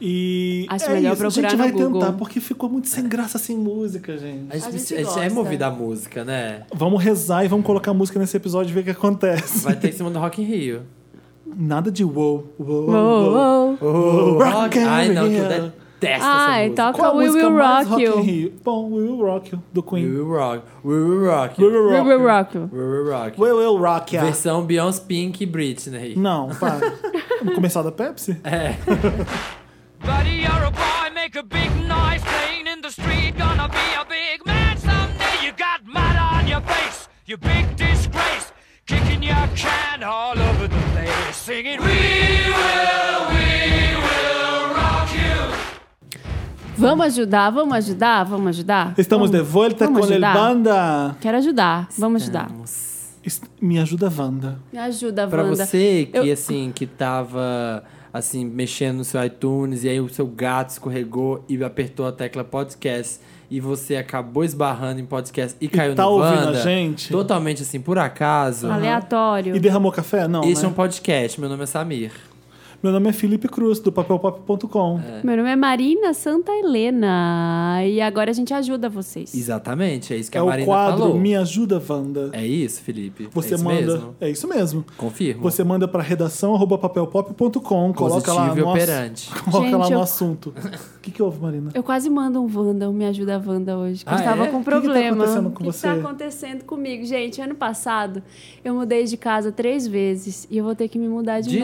Speaker 3: E
Speaker 1: Acho
Speaker 3: é
Speaker 1: melhor
Speaker 3: isso. a
Speaker 1: procurar
Speaker 3: gente
Speaker 1: no
Speaker 3: vai
Speaker 1: Google.
Speaker 3: tentar, porque ficou muito sem graça sem música, gente.
Speaker 2: A gente,
Speaker 1: A gente
Speaker 2: a gente é
Speaker 1: gosta.
Speaker 2: movido à música, né?
Speaker 3: Vamos rezar e vamos colocar música nesse episódio e ver o que acontece.
Speaker 2: Vai ter em cima do Rock in Rio.
Speaker 3: Nada de wow, wow,
Speaker 1: Uou,
Speaker 3: wow.
Speaker 1: uou.
Speaker 2: Oh,
Speaker 3: Rock
Speaker 2: rock.
Speaker 3: in
Speaker 2: Ai, não, que eu
Speaker 3: Rio.
Speaker 2: detesto
Speaker 1: Ai, tá
Speaker 2: essa
Speaker 1: toca
Speaker 2: música.
Speaker 3: Qual a
Speaker 1: We
Speaker 3: música
Speaker 1: Will Rock
Speaker 3: mais Rock in
Speaker 1: You.
Speaker 3: Rio? Bom, We Will Rock You, do
Speaker 2: We
Speaker 3: Queen.
Speaker 2: will rock, we will rock,
Speaker 3: We
Speaker 2: you.
Speaker 3: Will
Speaker 1: We
Speaker 3: Rock
Speaker 1: Will
Speaker 3: You.
Speaker 1: Rock You.
Speaker 2: we will rock.
Speaker 3: We
Speaker 2: you.
Speaker 3: Will Rock You.
Speaker 2: Versão Beyoncé, Pink e Britney.
Speaker 3: Tá. Não, para. Vamos começar da Pepsi?
Speaker 2: É.
Speaker 4: Buddy, you're a boy, make a big noise playing in the street. Gonna be a big man someday. You got mud on your face, you big disgrace. Kicking your can all over the place, singing, We will, we will rock you.
Speaker 1: Vamos ajudar, vamos ajudar, vamos ajudar?
Speaker 3: Estamos de
Speaker 1: Vamos.
Speaker 3: volta com
Speaker 1: Vamos
Speaker 3: el
Speaker 1: ajudar?
Speaker 3: banda.
Speaker 1: Quero ajudar, vamos ajudar.
Speaker 3: Est- Me ajuda, Wanda.
Speaker 1: Me ajuda,
Speaker 3: Tá
Speaker 2: Pra
Speaker 1: Wanda.
Speaker 2: você que,
Speaker 1: Eu-
Speaker 2: assim, que tava, assim, mexendo no seu iTunes e aí o seu gato escorregou e apertou a tecla podcast e você acabou esbarrando em podcast e, caiu
Speaker 3: tá
Speaker 2: no
Speaker 3: ouvindo
Speaker 2: Wanda,
Speaker 3: a gente?
Speaker 2: Totalmente, assim, por acaso.
Speaker 1: Aleatório.
Speaker 3: E derramou café? Não,
Speaker 2: Este é
Speaker 3: né?
Speaker 2: um podcast, meu nome é Samir.
Speaker 3: Meu nome é Felipe Cruz, do papelpop.com.
Speaker 1: Meu nome é Marina Santa Helena. E agora a gente ajuda vocês.
Speaker 2: Exatamente, é isso que
Speaker 3: É
Speaker 2: a
Speaker 3: o
Speaker 2: Marina
Speaker 3: quadro
Speaker 2: falou.
Speaker 3: Me Ajuda, Wanda.
Speaker 2: É isso, Felipe?
Speaker 3: Você
Speaker 2: é isso
Speaker 3: manda...
Speaker 2: mesmo?
Speaker 3: É isso mesmo.
Speaker 2: Confirmo.
Speaker 3: Você manda pra redação arroba papelpop.com. Coloca lá
Speaker 2: Positivo e
Speaker 3: no ass-
Speaker 2: operante.
Speaker 3: Coloca
Speaker 1: Gente,
Speaker 3: lá no
Speaker 1: eu-
Speaker 3: assunto. O que, que houve, Marina?
Speaker 1: Eu quase mando um Wanda, um Me Ajuda Wanda hoje, que
Speaker 2: Ah,
Speaker 1: eu estava
Speaker 2: é?
Speaker 1: com
Speaker 2: O
Speaker 3: que que tá
Speaker 1: problema.
Speaker 3: acontecendo com
Speaker 1: O que
Speaker 3: você?
Speaker 1: está acontecendo comigo? Gente, ano passado eu mudei de casa três vezes e eu vou ter que me mudar de,
Speaker 2: De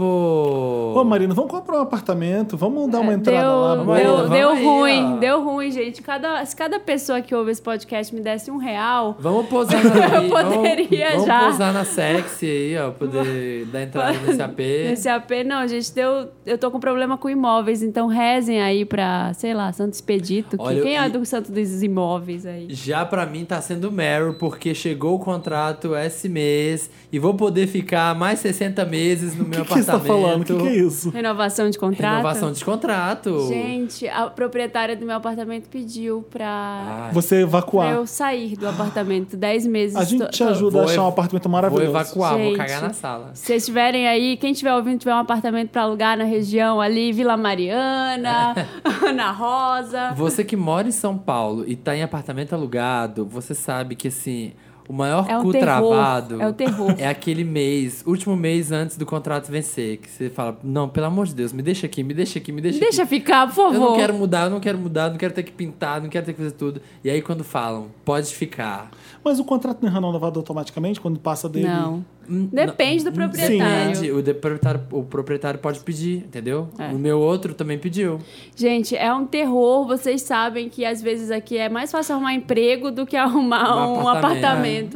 Speaker 2: novo!
Speaker 3: Ô, Marina, vamos comprar um apartamento? Vamos dar uma
Speaker 1: É,
Speaker 3: entrada lá.
Speaker 1: deu,
Speaker 2: Vamos aí,
Speaker 1: deu,
Speaker 2: vamos
Speaker 1: deu
Speaker 2: aí,
Speaker 1: ruim,
Speaker 2: ó.
Speaker 1: deu ruim, gente. Cada, se cada pessoa que ouve esse podcast me desse um real,
Speaker 2: Vamos posar na
Speaker 1: Eu poderia
Speaker 2: vamos,
Speaker 1: já.
Speaker 2: Vamos posar na sexy aí, ó. Poder dar entrada nesse AP.
Speaker 1: Nesse AP, não, gente, deu, eu tô com problema com imóveis, então rezem aí pra, sei lá, Santo Expedito. que-
Speaker 2: Olha,
Speaker 1: quem é
Speaker 2: e-
Speaker 1: do Santo dos Imóveis aí?
Speaker 2: Já pra mim tá sendo Meryl, porque chegou o contrato esse mês e vou poder ficar mais 60 meses no meu
Speaker 3: O que, que você tá
Speaker 2: apartamento.
Speaker 3: falando? O que, que é isso?
Speaker 1: Renovação de contrato?
Speaker 2: Renovação de contrato.
Speaker 1: Gente, a proprietária do meu apartamento pediu pra,
Speaker 2: Ai,
Speaker 3: Você
Speaker 1: pra
Speaker 3: evacuar.
Speaker 1: eu sair do apartamento. Dez meses.
Speaker 3: A
Speaker 1: tô-
Speaker 3: gente te
Speaker 1: tô-
Speaker 3: ajuda a
Speaker 2: Vou
Speaker 3: achar um
Speaker 2: ev-
Speaker 3: apartamento
Speaker 2: vou
Speaker 3: maravilhoso.
Speaker 2: evacuar, vou
Speaker 1: Gente.
Speaker 2: cagar na sala.
Speaker 1: Se vocês tiverem aí, quem tiver ouvindo, tiver um apartamento pra alugar na região ali, Vila Mariana, Ana Rosa.
Speaker 2: Você que mora em São Paulo e tá em apartamento alugado, você sabe que assim, O maior
Speaker 1: É o
Speaker 2: cu
Speaker 1: terror,
Speaker 2: travado
Speaker 1: é o terror.
Speaker 2: é aquele mês, último mês antes do contrato vencer, que você fala, não, pelo amor de Deus, me deixa aqui, me deixa aqui, me deixa,
Speaker 1: Deixa
Speaker 2: aqui.
Speaker 1: ficar, por favor.
Speaker 2: Eu não quero mudar, eu não quero mudar, eu não quero ter que pintar, não quero ter que fazer tudo. E aí quando falam, pode ficar.
Speaker 3: Mas o contrato não é renovado automaticamente quando passa dele?
Speaker 1: Não. Depende do proprietário.
Speaker 2: Hum, Depende, o, de- proprietário, o proprietário pode pedir, entendeu?
Speaker 1: É.
Speaker 2: O meu outro também pediu.
Speaker 1: Gente, é um terror. Vocês sabem que às vezes aqui é mais fácil arrumar emprego do que arrumar
Speaker 2: Um
Speaker 1: um
Speaker 2: apartamento.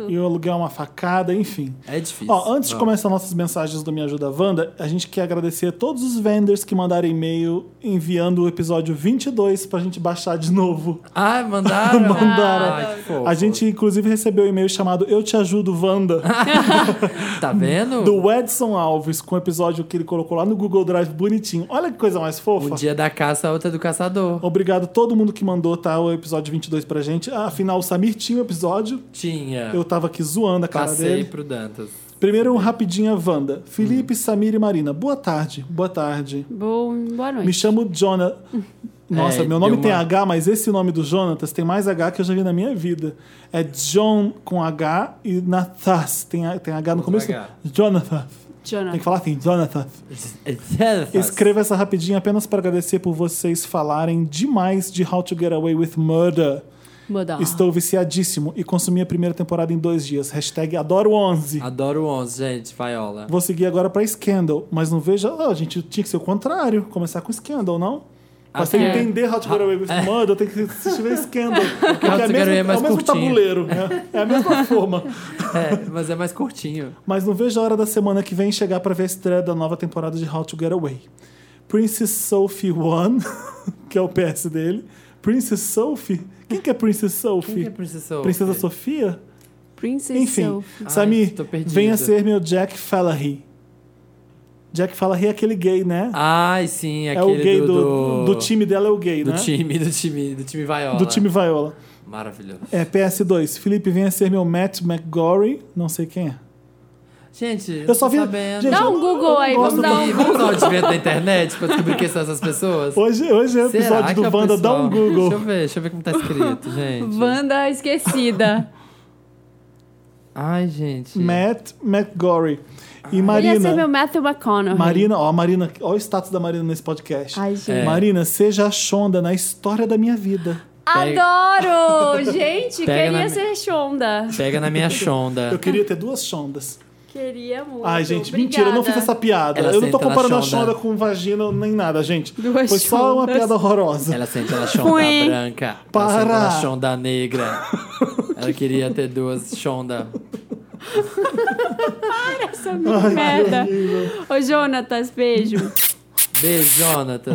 Speaker 1: apartamento.
Speaker 3: E o aluguel é uma facada, enfim.
Speaker 2: É difícil.
Speaker 3: Ó, antes de
Speaker 2: Vamos.
Speaker 3: começar nossas mensagens do Me Ajuda Wanda, a gente quer agradecer a todos os vendors que mandaram e-mail enviando o episódio 22 pra gente baixar de novo.
Speaker 2: Ah, mandaram?
Speaker 3: Mandaram.
Speaker 2: Ai, que fofo.
Speaker 3: A gente, inclusive, recebeu um e-mail chamado Eu Te Ajudo, Wanda,
Speaker 2: Tá vendo?
Speaker 3: do Edson Alves, com o episódio que ele colocou lá no Google Drive bonitinho. Olha que coisa mais fofa.
Speaker 2: Um dia da caça, a outra é do caçador.
Speaker 3: Obrigado a todo mundo que mandou tá, o episódio 22 pra gente. Ah, Afinal, o Samir tinha o episódio.
Speaker 2: Tinha.
Speaker 3: Eu tava aqui zoando a cara
Speaker 2: É. Passei
Speaker 3: dele.
Speaker 2: pro Dantas.
Speaker 3: Primeiro, um rapidinha, Wanda. Felipe, Samir e Marina. Boa tarde. Boa tarde.
Speaker 1: Bom, boa noite.
Speaker 3: Me chamo Jonathan. Nossa,
Speaker 2: É,
Speaker 3: meu nome
Speaker 2: deu
Speaker 3: tem
Speaker 2: uma-
Speaker 3: H, mas esse nome do Jonatas tem mais H que eu já vi na minha vida. É John com H e Nathas. Tem, A- tem H no
Speaker 2: Outro
Speaker 3: começo?
Speaker 2: H.
Speaker 3: Jonathan.
Speaker 2: Ah.
Speaker 1: Jonathan.
Speaker 3: Tem que falar assim, Jonathan. Escreva essa rapidinho apenas para agradecer por vocês falarem demais de How to Get Away with Murder.
Speaker 2: Ah.
Speaker 1: Mudar.
Speaker 3: Estou viciadíssimo e consumi a primeira temporada em dois dias. Hashtag adoro 11.
Speaker 2: Adoro o 11, gente. Vaiola.
Speaker 3: Vou seguir agora pra Scandal, mas não vejo. Ah, gente, tinha que ser o contrário. Começar com Scandal, não? Pra
Speaker 2: Ah,
Speaker 3: você
Speaker 2: é.
Speaker 3: entender How to Get Away with Murder, tem que assistir a Scandal. Porque
Speaker 2: How
Speaker 3: é,
Speaker 2: to
Speaker 3: a
Speaker 2: Get
Speaker 3: mesma,
Speaker 2: Away é mais
Speaker 3: é o mesmo
Speaker 2: curtinho.
Speaker 3: tabuleiro, né? É a mesma forma.
Speaker 2: É, mas é mais curtinho.
Speaker 3: Mas não vejo a hora da semana que vem chegar pra ver a estreia da nova temporada de How to Get Away. Princess Sophie One, que é o PS dele. Princess Sophie? Quem que é Princess Sophie?
Speaker 2: Quem que é Princesa Sophia?
Speaker 3: Princesa Sofia?
Speaker 1: Princess
Speaker 3: Enfim,
Speaker 1: Sophie.
Speaker 3: Samir,
Speaker 2: tô perdido.
Speaker 3: venha ser meu Jack Fallahy. Jack Fallahy é aquele gay, né?
Speaker 2: Ai, sim.
Speaker 3: é o
Speaker 2: Ah, Aquele
Speaker 3: gay do,
Speaker 2: do,
Speaker 3: do time dela, é o gay,
Speaker 2: Do
Speaker 3: né?
Speaker 2: time, do time, do time Vaiola.
Speaker 3: Do time Viola.
Speaker 2: Maravilhoso.
Speaker 3: É, PS2. Felipe, venha ser meu Matt McGorry. Não sei quem é.
Speaker 2: Gente,
Speaker 3: Eu só vi.
Speaker 2: sabendo.
Speaker 3: Gente,
Speaker 1: Dá
Speaker 3: eu
Speaker 1: um
Speaker 3: não-
Speaker 1: Google
Speaker 3: eu
Speaker 1: aí,
Speaker 3: gosto
Speaker 1: vamos
Speaker 3: do-
Speaker 1: dar um-
Speaker 2: E vamos dar um advento na internet pra descobrir quem são essas pessoas?
Speaker 3: Hoje, hoje é o
Speaker 2: Será
Speaker 3: episódio do
Speaker 2: que o
Speaker 3: Wanda. Dá
Speaker 2: pessoal-
Speaker 3: um
Speaker 2: Deixa eu
Speaker 3: Google.
Speaker 2: ver, deixa eu ver como tá escrito, gente.
Speaker 1: Wanda esquecida.
Speaker 2: Ai, gente.
Speaker 3: Matt McGorry. E
Speaker 1: Ah, Ele ia ser meu
Speaker 3: Marina.
Speaker 1: Matthew McConaughey.
Speaker 3: Marina, ó, a Marina, ó o status da Marina nesse podcast.
Speaker 1: Ai, gente.
Speaker 2: É.
Speaker 3: Marina, seja a Shonda na história da minha vida.
Speaker 2: Pega-
Speaker 1: Adoro! Gente,
Speaker 2: Pega
Speaker 1: queria
Speaker 2: na-
Speaker 1: ser Shonda.
Speaker 2: Pega na minha
Speaker 3: Eu
Speaker 2: chonda.
Speaker 3: queria ter duas Shondas.
Speaker 1: Queria muito.
Speaker 3: Ai, gente, mentira, eu não fiz essa piada.
Speaker 2: Ela
Speaker 3: eu não tô
Speaker 2: senta na
Speaker 3: comparando a
Speaker 2: Shonda.
Speaker 3: Shonda com vagina nem nada, gente.
Speaker 1: Duas
Speaker 3: Foi só uma
Speaker 1: Shondas.
Speaker 3: piada horrorosa.
Speaker 2: Ela sente na chonda
Speaker 1: Fui.
Speaker 2: branca.
Speaker 3: Para.
Speaker 2: Ela sente na chonda negra. Ela queria ter duas chonda.
Speaker 1: Essa merda. Ô, Jonatas, beijo.
Speaker 2: Beijo, Jonathan.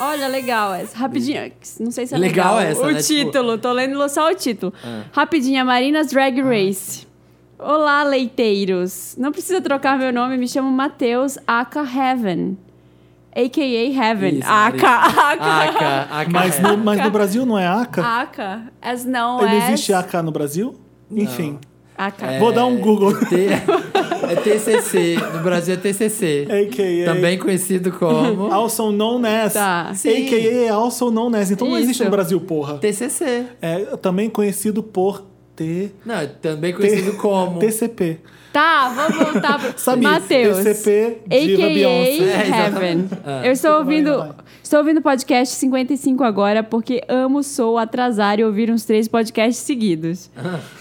Speaker 1: Ó, olha, legal essa. Rapidinha. Não sei se é legal.
Speaker 2: Legal essa,
Speaker 1: O
Speaker 2: né? Tipo-
Speaker 1: título, tô lendo só o título. Rapidinha, Marinas Drag Race. Olá, leiteiros. Não precisa trocar meu nome, me chamo Matheus Aka Heaven. A.K.A. Heaven.
Speaker 2: Isso,
Speaker 1: Aka,
Speaker 2: Marisa.
Speaker 1: Aka.
Speaker 2: Aca, aca.
Speaker 3: Mas
Speaker 2: é.
Speaker 3: no, mas no Brasil não é ACA?
Speaker 1: Aka. As Ah, não é.
Speaker 3: Ele
Speaker 1: as-
Speaker 3: existe AK no Brasil? Enfim.
Speaker 1: Aka.
Speaker 2: É,
Speaker 3: Vou dar um Google.
Speaker 2: T- é TCC. No Brasil é TCC.
Speaker 3: AKA.
Speaker 2: Também conhecido como
Speaker 3: Also known as.
Speaker 1: Tá.
Speaker 2: Sim.
Speaker 3: AKA é also known as. Então não
Speaker 1: Isso.
Speaker 3: existe no Brasil, porra.
Speaker 2: TCC.
Speaker 3: É também conhecido por T.
Speaker 2: Não, é também conhecido como.
Speaker 3: TCP.
Speaker 1: Tá, vamos voltar pro
Speaker 3: Sabe?
Speaker 1: Matheus.
Speaker 3: TCP, Diva Beyoncé.
Speaker 1: AKA
Speaker 2: É,
Speaker 1: Heaven. Eu estou ouvindo,
Speaker 3: Vai, vai.
Speaker 1: estou ouvindo o podcast 55 agora porque amo, sou, atrasar e ouvir uns três podcasts seguidos.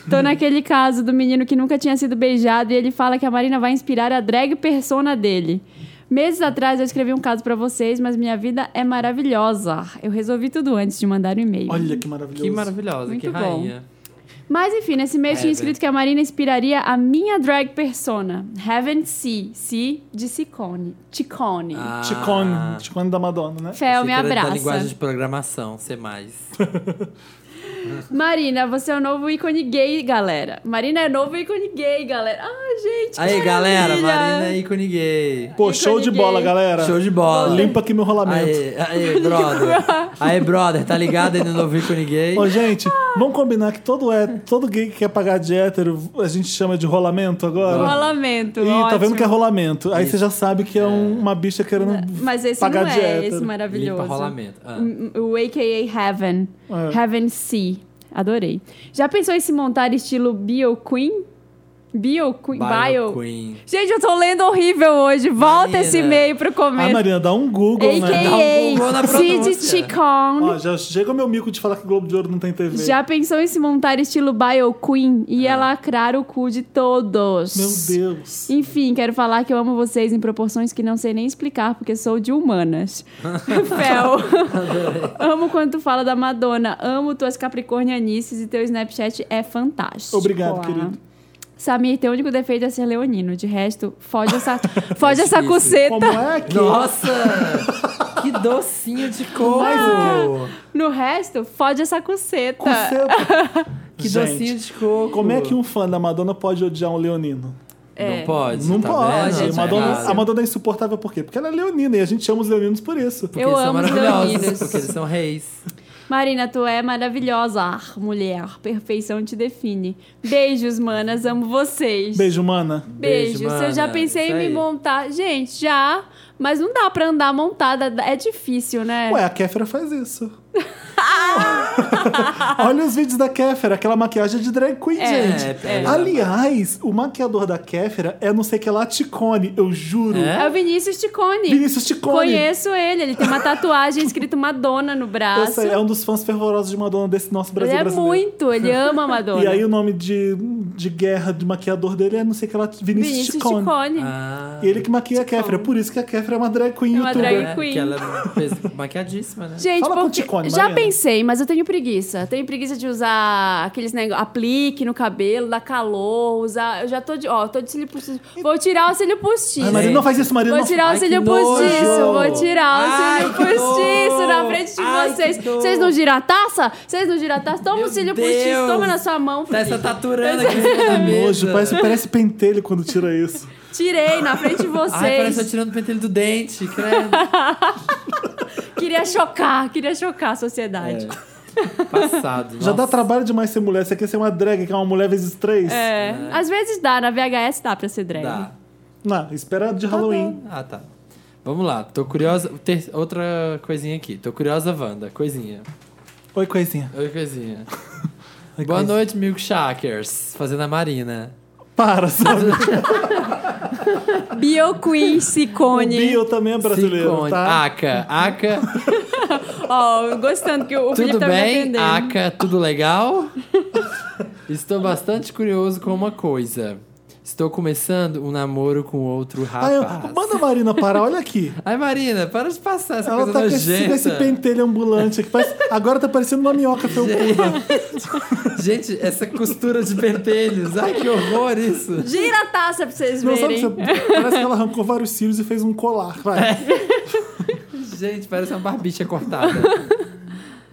Speaker 1: Tô naquele caso do menino que nunca tinha sido beijado e ele fala que a Marina vai inspirar a drag persona dele. Meses atrás eu escrevi um caso pra vocês, mas minha vida é maravilhosa. Eu resolvi tudo antes de mandar o e-mail.
Speaker 3: Olha que maravilhoso.
Speaker 2: Que maravilhosa,
Speaker 1: Muito
Speaker 2: que
Speaker 1: bom.
Speaker 2: rainha.
Speaker 1: Mas enfim, nesse mês tinha
Speaker 2: Heaven.
Speaker 1: escrito que a Marina inspiraria a minha drag persona, Heaven C, C de Ciccone, Ciccone.
Speaker 2: Ah,
Speaker 3: Chicone. Chicone da Madonna, né?
Speaker 1: Fel, É,
Speaker 2: achei
Speaker 1: me
Speaker 2: que era Da
Speaker 1: abraça.
Speaker 2: linguagem de programação, C.
Speaker 1: Marina, você é o novo ícone gay, galera. Marina é novo ícone gay, galera. Ah, gente, que
Speaker 2: Aí, galera,
Speaker 1: maravilha.
Speaker 2: Marina é ícone gay.
Speaker 3: Pô,
Speaker 1: Ícone
Speaker 3: show de
Speaker 1: gay.
Speaker 3: bola, galera.
Speaker 2: Show de bola.
Speaker 3: Limpa aqui meu rolamento.
Speaker 2: Aê, aê, brother. Aê, brother, tá ligado aí no novo ícone gay?
Speaker 3: Ô, gente, vamos combinar que todo, é, todo gay que quer pagar de hétero, a gente chama de rolamento agora?
Speaker 1: Um Rolamento,
Speaker 3: E
Speaker 1: ótimo.
Speaker 3: tá vendo que é rolamento. Aí você já sabe que é um- uma bicha querendo
Speaker 1: Mas esse
Speaker 3: pagar
Speaker 1: não
Speaker 3: de
Speaker 1: é,
Speaker 3: hétero.
Speaker 1: esse maravilhoso.
Speaker 2: Limpa rolamento. Ah.
Speaker 1: O AKA Heaven,
Speaker 3: É.
Speaker 1: Heaven C. Adorei. Já pensou em se montar estilo Bio Queen? Bio Queen? Bio.
Speaker 2: Queen.
Speaker 1: Gente, eu tô lendo horrível hoje. Volta
Speaker 2: Marina.
Speaker 1: esse e-mail pro
Speaker 3: Ah,
Speaker 1: começo.
Speaker 3: Marina, dá um Google, né?
Speaker 2: Dá um Google na
Speaker 1: A.K.A. Cid
Speaker 2: pronúncia.
Speaker 1: Chicon.
Speaker 3: Ó, já chega o meu mico de falar que Globo de Ouro não tem TV.
Speaker 1: Já pensou em se montar estilo Bio Queen? Ia lacrar o cu de todos.
Speaker 3: É. Meu Deus.
Speaker 1: Enfim, quero falar que eu amo vocês em proporções que não sei nem explicar, porque sou de humanas. Fel. amo quando tu fala da Madonna. Amo tuas capricornianices e teu Snapchat é fantástico.
Speaker 3: Obrigado, querido.
Speaker 1: Samir, teu único defeito é ser leonino. De resto, foge essa, foge essa
Speaker 2: Difícil.
Speaker 3: Como
Speaker 1: coceta.
Speaker 3: é que...
Speaker 2: Nossa! que docinho de coco!
Speaker 1: No resto, foge essa coceta.
Speaker 3: Caceta.
Speaker 2: Que
Speaker 3: Gente,
Speaker 2: docinho de coco!
Speaker 3: Como é que um fã da Madonna pode odiar um leonino?
Speaker 1: É.
Speaker 2: Não pode.
Speaker 3: não
Speaker 2: tá
Speaker 3: pode.
Speaker 2: Vendo?
Speaker 3: A Madonna,
Speaker 2: Errado.
Speaker 3: a Madonna é insuportável por quê? Porque ela é leonina e a gente chama os leoninos por isso.
Speaker 2: Porque
Speaker 1: Eu
Speaker 2: eles são
Speaker 1: amo os
Speaker 2: maravilhosos.
Speaker 1: leoninos.
Speaker 2: Porque eles são reis.
Speaker 1: Marina, tu é maravilhosa, ah, mulher. Perfeição te define. Beijos, manas. Amo vocês.
Speaker 3: Beijo, mana.
Speaker 1: Beijo.
Speaker 2: Beijo,
Speaker 1: Se eu já
Speaker 2: mana.
Speaker 1: pensei
Speaker 2: Isso
Speaker 1: em me
Speaker 2: aí.
Speaker 1: montar. Gente, já. Mas não dá pra andar montada. É difícil, né?
Speaker 3: Ué, a Kéfera faz isso. Olha os vídeos da Kéfera, aquela maquiagem de drag queen,
Speaker 1: É,
Speaker 3: gente.
Speaker 2: é.
Speaker 3: Aliás, o maquiador da Kéfera é não sei que lá, Ticone, eu juro.
Speaker 2: É?
Speaker 1: É o Vinícius Ticone.
Speaker 3: Vinícius Ticone.
Speaker 1: Conheço ele. Ele tem uma tatuagem escrito Madonna no
Speaker 3: Eu
Speaker 1: braço.
Speaker 3: sei, é um dos fãs fervorosos de Madonna desse nosso
Speaker 1: ele
Speaker 3: Brasil
Speaker 1: é
Speaker 3: brasileiro.
Speaker 1: muito. Ele ama a Madonna.
Speaker 3: E aí o nome de, de guerra de maquiador dele é não sei que lá, Vinícius,
Speaker 1: Vinícius
Speaker 3: Ticone.
Speaker 1: Ticone.
Speaker 2: Ah,
Speaker 3: E ele que maquia a Kéfera, por isso que a Kéfera é uma drag queen
Speaker 1: É uma
Speaker 3: youtuber.
Speaker 1: drag
Speaker 2: é,
Speaker 1: Queen.
Speaker 2: Que ela é fez- maquiadíssima, né?
Speaker 1: Gente,
Speaker 3: Fala com o
Speaker 1: porque
Speaker 3: Ticone,
Speaker 1: já
Speaker 3: Mariana.
Speaker 1: pensei, mas eu tenho preguiça. Tenho preguiça de usar aqueles negócios, aplique no cabelo, dá calor, usar. Eu já tô de. Ó, tô de cílio postiço. Vou tirar o cílio postiço.
Speaker 3: Ai, Marina, não faz isso, Marina.
Speaker 1: Vou
Speaker 3: não-
Speaker 1: tirar
Speaker 2: Ai,
Speaker 1: o cílio
Speaker 2: que nojo!
Speaker 1: postiço, vou tirar
Speaker 2: Ai,
Speaker 1: o cílio
Speaker 2: que
Speaker 1: postiço
Speaker 2: dor!
Speaker 1: na frente de
Speaker 2: Ai, que
Speaker 1: vocês.
Speaker 2: dor!
Speaker 1: Vocês não giram a taça? Vocês não giram a taça? Toma
Speaker 2: Meu
Speaker 1: o cílio
Speaker 2: Deus!
Speaker 1: postiço, toma na sua mão,
Speaker 2: Tá
Speaker 1: filho.
Speaker 2: essa taturana aqui em cima da
Speaker 3: Nojo,
Speaker 2: mesa.
Speaker 3: parece, parece pentelho quando tira isso.
Speaker 1: Tirei na frente de vocês.
Speaker 2: Ai, parece que eu tô tirando o pentelho do dente, credo.
Speaker 1: Queria chocar, queria chocar a sociedade.
Speaker 2: É. Passado.
Speaker 3: Já dá
Speaker 2: nossa.
Speaker 3: trabalho demais ser mulher. Você quer ser uma drag, que é uma mulher vezes três?
Speaker 1: É. Às vezes dá, na VHS dá pra ser drag.
Speaker 2: Dá.
Speaker 3: Não, espera de Halloween.
Speaker 2: Ah, tá. Vamos lá, tô curiosa. ter- Outra coisinha aqui. Tô curiosa, Wanda. Coisinha.
Speaker 3: Oi, coisinha.
Speaker 2: Oi, coisinha. Boa
Speaker 3: Oi, coisinha.
Speaker 2: noite, milkshakers. Fazendo a Marina.
Speaker 3: Para, sabe?
Speaker 1: Bio Queen
Speaker 3: O
Speaker 1: Sicone.
Speaker 3: Bio também é brasileiro,
Speaker 2: Silicone.
Speaker 3: tá?
Speaker 2: Aca, Aca,
Speaker 1: Ó, gostando que o Felipe
Speaker 2: tudo
Speaker 1: tá me
Speaker 2: bem?
Speaker 1: atendendo.
Speaker 2: Aca, tudo legal? Estou bastante curioso com uma coisa. Estou começando um namoro com outro
Speaker 3: Ai, eu-
Speaker 2: rapaz.
Speaker 3: manda a Marina parar, olha aqui.
Speaker 2: Ai, Marina, para de passar essa
Speaker 3: Ela
Speaker 2: coisa
Speaker 3: tá com esse,
Speaker 2: nojenta.
Speaker 3: com esse pentelho ambulante aqui. Parece, agora tá parecendo uma minhoca felpuda.
Speaker 2: Gente, essa costura de pentelhos. Ai, que horror isso.
Speaker 1: Gira a taça pra vocês
Speaker 3: Não sabe,
Speaker 1: verem.
Speaker 3: você, parece que ela arrancou vários cílios e fez um colar.
Speaker 2: É.
Speaker 3: Vai.
Speaker 2: Gente, parece uma barbicha cortada.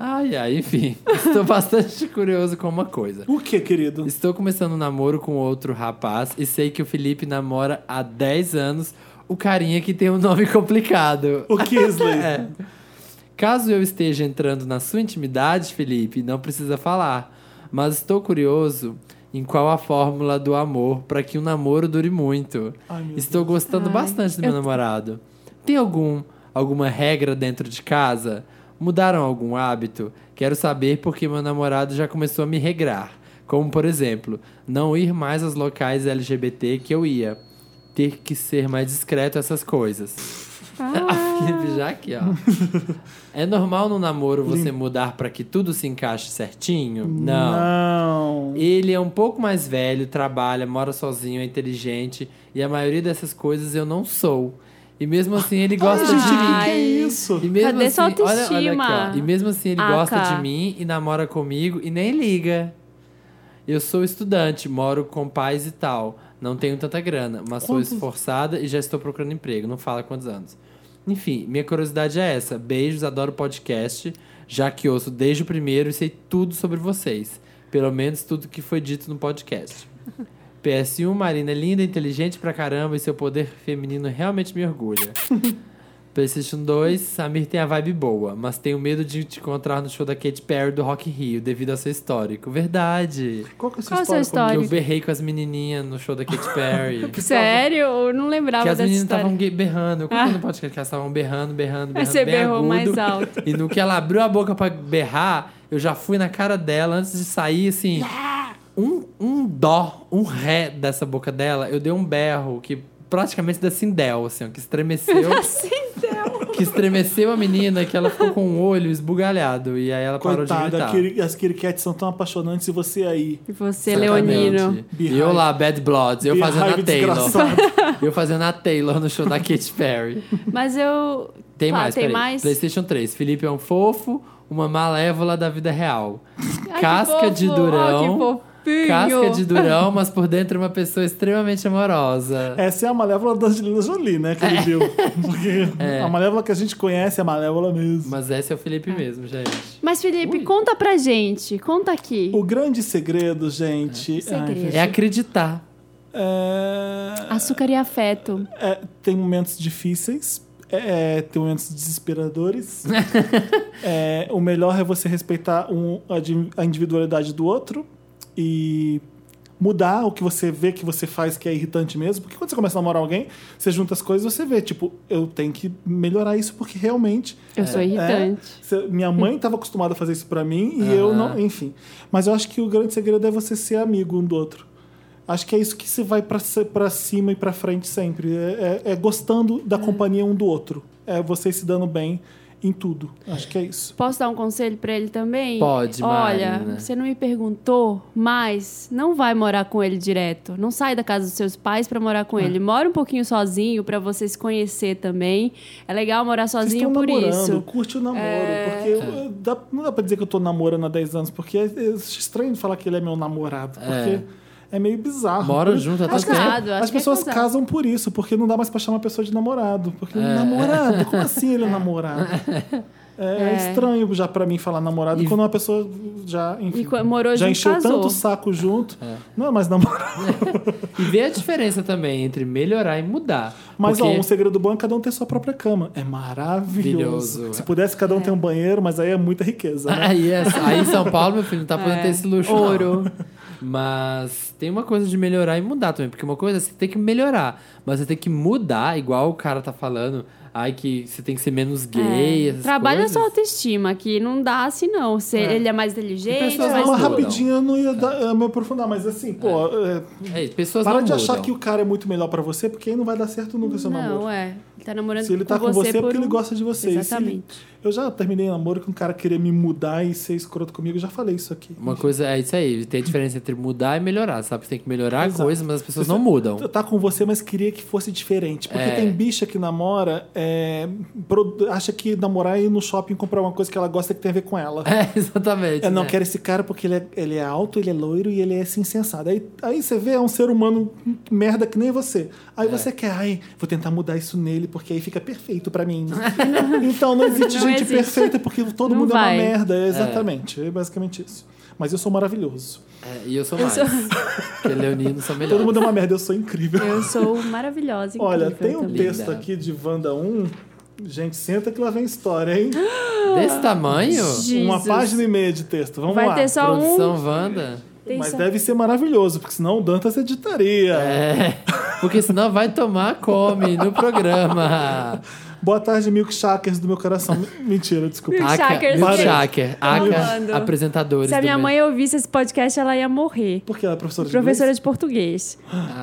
Speaker 2: Ai, ai, enfim. Estou bastante curioso com uma coisa.
Speaker 3: O que, querido?
Speaker 2: Estou começando um namoro com outro rapaz e sei que o Felipe namora há 10 anos o carinha que tem um nome complicado.
Speaker 3: O Kisley.
Speaker 2: É. Caso eu esteja entrando na sua intimidade, Felipe, não precisa falar. Mas estou curioso em qual a fórmula do amor para que o namoro dure muito.
Speaker 3: Ai, meu
Speaker 2: estou gostando
Speaker 1: Ai,
Speaker 2: bastante do meu namorado. Tem algum alguma regra dentro de casa? Mudaram algum hábito? Quero saber porque meu namorado já começou a me regrar. Como, por exemplo, não ir mais aos locais LGBT que eu ia. Ter que ser mais discreto essas coisas. A Felipe já aqui, ó. É normal no namoro você mudar pra que tudo se encaixe certinho? Não.
Speaker 3: Não.
Speaker 2: Ele é um pouco mais velho, trabalha, mora sozinho, é inteligente e a maioria dessas coisas eu não sou. E mesmo assim ele gosta
Speaker 3: Ai, gente,
Speaker 2: de mim.
Speaker 3: o que, que é
Speaker 1: Ai.
Speaker 3: isso?
Speaker 2: E mesmo
Speaker 1: Cadê
Speaker 2: assim,
Speaker 1: sua
Speaker 2: olha- olha aqui, ó.
Speaker 1: autoestima?
Speaker 2: E mesmo assim ele
Speaker 1: Ah,
Speaker 2: gosta
Speaker 1: tá.
Speaker 2: de mim e namora comigo e nem liga. Eu sou estudante, moro com pais e tal. Não tenho tanta grana, mas sou
Speaker 3: Quantos-
Speaker 2: esforçada e já estou procurando emprego. Não fala quantos anos. Enfim, minha curiosidade é essa. Beijos, adoro podcast, já que ouço desde o primeiro e sei tudo sobre vocês. Pelo menos tudo que foi dito no podcast. PS1, Marina é linda, inteligente pra caramba e seu poder feminino realmente me orgulha. PlayStation 2, Samir tem a vibe boa, mas tenho medo de te encontrar no show da Katy Perry do Rock in Rio devido ao seu histórico. Verdade.
Speaker 3: Qual que é a sua
Speaker 1: Qual a sua
Speaker 3: história?
Speaker 1: história?
Speaker 2: Que eu berrei com as menininhas no show da Katy Perry.
Speaker 1: Sério? Eu não
Speaker 2: que
Speaker 1: lembrava
Speaker 2: as
Speaker 1: dessa
Speaker 2: meninas
Speaker 1: história.
Speaker 2: estavam berrando. Eu contei no podcast que elas estavam berrando, berrando,
Speaker 1: Aí
Speaker 2: berrando.
Speaker 1: você
Speaker 2: bem
Speaker 1: berrou
Speaker 2: agudo.
Speaker 1: mais alto.
Speaker 2: E no que ela abriu a boca pra berrar, Eu já fui na cara dela antes de sair, assim. Um, um dó, um ré dessa boca dela, eu dei um berro que praticamente da Sindel, assim, ó, que estremeceu.
Speaker 1: Sindel.
Speaker 2: que estremeceu a menina, que ela ficou com o olho esbugalhado. E aí ela parou de
Speaker 3: Coitada,
Speaker 2: gritar.
Speaker 3: aquele- as Kitty Cats são tão apaixonantes e você aí.
Speaker 1: E você,
Speaker 2: Exatamente.
Speaker 1: Leonino.
Speaker 2: E eu lá, Bad Bloods, eu fazendo a
Speaker 3: raiva
Speaker 2: Taylor.
Speaker 3: desgraçada.
Speaker 2: Eu fazendo a Taylor no show da Katy Perry.
Speaker 1: Mas eu.
Speaker 2: Tem
Speaker 1: Tá,
Speaker 2: mais,
Speaker 1: tem
Speaker 2: peraí.
Speaker 1: mais.
Speaker 2: PlayStation 3. Felipe é um fofo, uma malévola da vida real.
Speaker 1: Ai, que
Speaker 2: casca de
Speaker 1: fofo.
Speaker 2: durão.
Speaker 1: Ó, que fofinho.
Speaker 2: casca de durão, mas por dentro uma pessoa extremamente amorosa.
Speaker 3: Essa é a malévola da Angelina Jolie, né? Que ele viu. Porque A malévola que a gente conhece é a malévola mesmo.
Speaker 2: Mas esse é o Felipe mesmo, gente.
Speaker 1: Mas, Felipe, conta pra gente. Conta aqui.
Speaker 3: O grande segredo, gente.
Speaker 1: Segredo.
Speaker 3: gente,
Speaker 2: É acreditar.
Speaker 3: é-
Speaker 1: Açúcar e afeto.
Speaker 3: é, tem momentos difíceis, é, tem momentos desesperadores. É, o melhor é você respeitar um- a, di- a individualidade do outro e mudar o que você vê que você faz que é irritante mesmo. Porque quando você começa a namorar alguém, você junta as coisas e você vê, tipo, eu tenho que melhorar isso porque realmente
Speaker 1: Eu sou irritante.
Speaker 3: é, se- minha mãe estava acostumada a fazer isso pra mim e eu não, enfim. Mas eu acho que o grande segredo é você ser amigo um do outro. Acho que é isso que você vai pra c- pra cima e pra frente sempre. É, é- é gostando da companhia um do outro. É vocês se dando bem em tudo. Acho que é isso.
Speaker 1: Posso dar um conselho pra ele também?
Speaker 2: Pode,
Speaker 1: Olha,
Speaker 2: Marina.
Speaker 1: você não me perguntou, mas não vai morar com ele direto. Não sai da casa dos seus pais pra morar
Speaker 3: Ah.
Speaker 1: com ele. Mora um pouquinho sozinho pra você se conhecer também. É legal morar
Speaker 3: Vocês
Speaker 1: sozinho
Speaker 3: estão
Speaker 1: por
Speaker 3: namorando,
Speaker 1: isso. É.
Speaker 3: curte o namoro. Porque eu- eu- dá- não dá pra dizer que eu tô namorando há 10 anos, porque é, é estranho falar que ele é meu namorado.
Speaker 2: É.
Speaker 3: Porque é, meio bizarro.
Speaker 2: Moram
Speaker 3: Por-
Speaker 2: junto há
Speaker 1: Uhum. Acho
Speaker 2: tanto
Speaker 1: que
Speaker 2: tempo.
Speaker 1: errado, acho
Speaker 3: As
Speaker 1: que é
Speaker 3: pessoas
Speaker 1: casado.
Speaker 3: casam por isso, porque não dá mais pra chamar a pessoa de namorado. Porque
Speaker 2: É.
Speaker 3: namorado, como assim ele é namorado? É, é estranho já pra mim falar namorado quando uma pessoa já, enfim,
Speaker 1: E co- morou
Speaker 3: já
Speaker 1: junto,
Speaker 3: encheu
Speaker 1: casou.
Speaker 3: tanto o saco junto. Não é mais namorado.
Speaker 2: E ver a diferença também entre melhorar e mudar.
Speaker 3: Mas
Speaker 2: Porque
Speaker 3: ó, um segredo bom é cada um ter sua própria cama. É maravilhoso.
Speaker 2: Maravilhoso.
Speaker 3: Se pudesse, cada um ter um banheiro, mas aí é muita riqueza, né?
Speaker 2: Aí, é- aí em São Paulo, meu filho, não tá podendo
Speaker 1: É,
Speaker 2: ter esse luxo.
Speaker 1: ouro.
Speaker 2: Não. Mas tem uma coisa de melhorar e mudar também. Porque uma coisa é você ter que melhorar. Mas você tem que mudar, igual o cara tá falando. Ai, que você tem que ser menos gay. essas
Speaker 1: É. Trabalha
Speaker 2: coisas.
Speaker 1: sua autoestima, que não dá assim, não. Se Ele é mais inteligente,
Speaker 2: pessoas
Speaker 3: É,
Speaker 1: mais
Speaker 2: não É.
Speaker 3: uma
Speaker 2: mudam.
Speaker 3: rapidinha eu não ia, dar, eu ia me aprofundar, mas assim, pô, é,
Speaker 2: É, pessoas
Speaker 3: para
Speaker 2: não
Speaker 3: de
Speaker 2: mudam.
Speaker 3: achar que o cara é muito melhor pra você, porque aí não vai dar certo nunca seu namoro.
Speaker 1: Não, é. Ele tá namorando
Speaker 3: Se ele tá com você, é porque
Speaker 1: por
Speaker 3: ele
Speaker 1: um-
Speaker 3: gosta de você. E se ele-
Speaker 1: Exatamente.
Speaker 3: Eu já terminei namoro que um cara queria me mudar e ser escroto comigo, eu já falei isso aqui.
Speaker 2: Uma coisa é isso aí. Tem a diferença entre mudar e melhorar, sabe? Você tem que melhorar a
Speaker 3: Exato.
Speaker 2: coisa, mas as pessoas não mudam.
Speaker 3: Eu Tá com você, mas queria que fosse diferente. Porque
Speaker 2: É.
Speaker 3: tem bicha que namora, é, pro- acha que namorar é ir no shopping comprar uma coisa que ela gosta que tem a ver com ela.
Speaker 2: É, exatamente.
Speaker 3: Eu não
Speaker 2: né?
Speaker 3: quero esse cara porque ele é, ele é alto, ele é loiro e ele é assim, sensado. Aí, aí você vê, é um ser humano merda que nem você.
Speaker 1: É.
Speaker 3: Aí você quer, ai, vou tentar mudar isso nele porque aí fica perfeito pra mim. então não existe
Speaker 1: Não
Speaker 3: gente
Speaker 1: existe.
Speaker 3: perfeita porque todo
Speaker 1: Não
Speaker 3: mundo é
Speaker 1: vai.
Speaker 3: uma merda. É, Exatamente, é. basicamente isso. Mas eu sou maravilhoso.
Speaker 2: É, e eu sou mais. Porque leonino são melhores.
Speaker 3: Todo mundo é uma merda, eu sou incrível.
Speaker 1: Eu sou maravilhosa.
Speaker 3: Olha,
Speaker 1: incrível
Speaker 3: tem um
Speaker 1: também.
Speaker 3: texto
Speaker 2: Linda.
Speaker 3: aqui de Wanda 1. Gente, senta que lá vem história, hein?
Speaker 2: Desse tamanho,
Speaker 1: Jesus.
Speaker 3: Uma página e meia de texto. Vamos
Speaker 1: Vai
Speaker 3: lá.
Speaker 1: ter só um.
Speaker 2: produção Wanda.
Speaker 1: Tem
Speaker 3: Mas
Speaker 1: só-
Speaker 3: deve ser maravilhoso, porque senão o Dantas editaria.
Speaker 2: É, porque senão vai tomar come no programa.
Speaker 3: Boa tarde, milkshakers do meu coração. Mentira, desculpa.
Speaker 1: Milkshakers,
Speaker 2: Aca-
Speaker 1: gente.
Speaker 2: Milkshaker,
Speaker 1: amando.
Speaker 2: Aca, apresentadores
Speaker 1: Se a
Speaker 2: do
Speaker 1: minha
Speaker 2: meu-
Speaker 1: mãe ouvisse esse podcast, ela ia morrer.
Speaker 3: Porque ela é professora de
Speaker 1: Professora de português.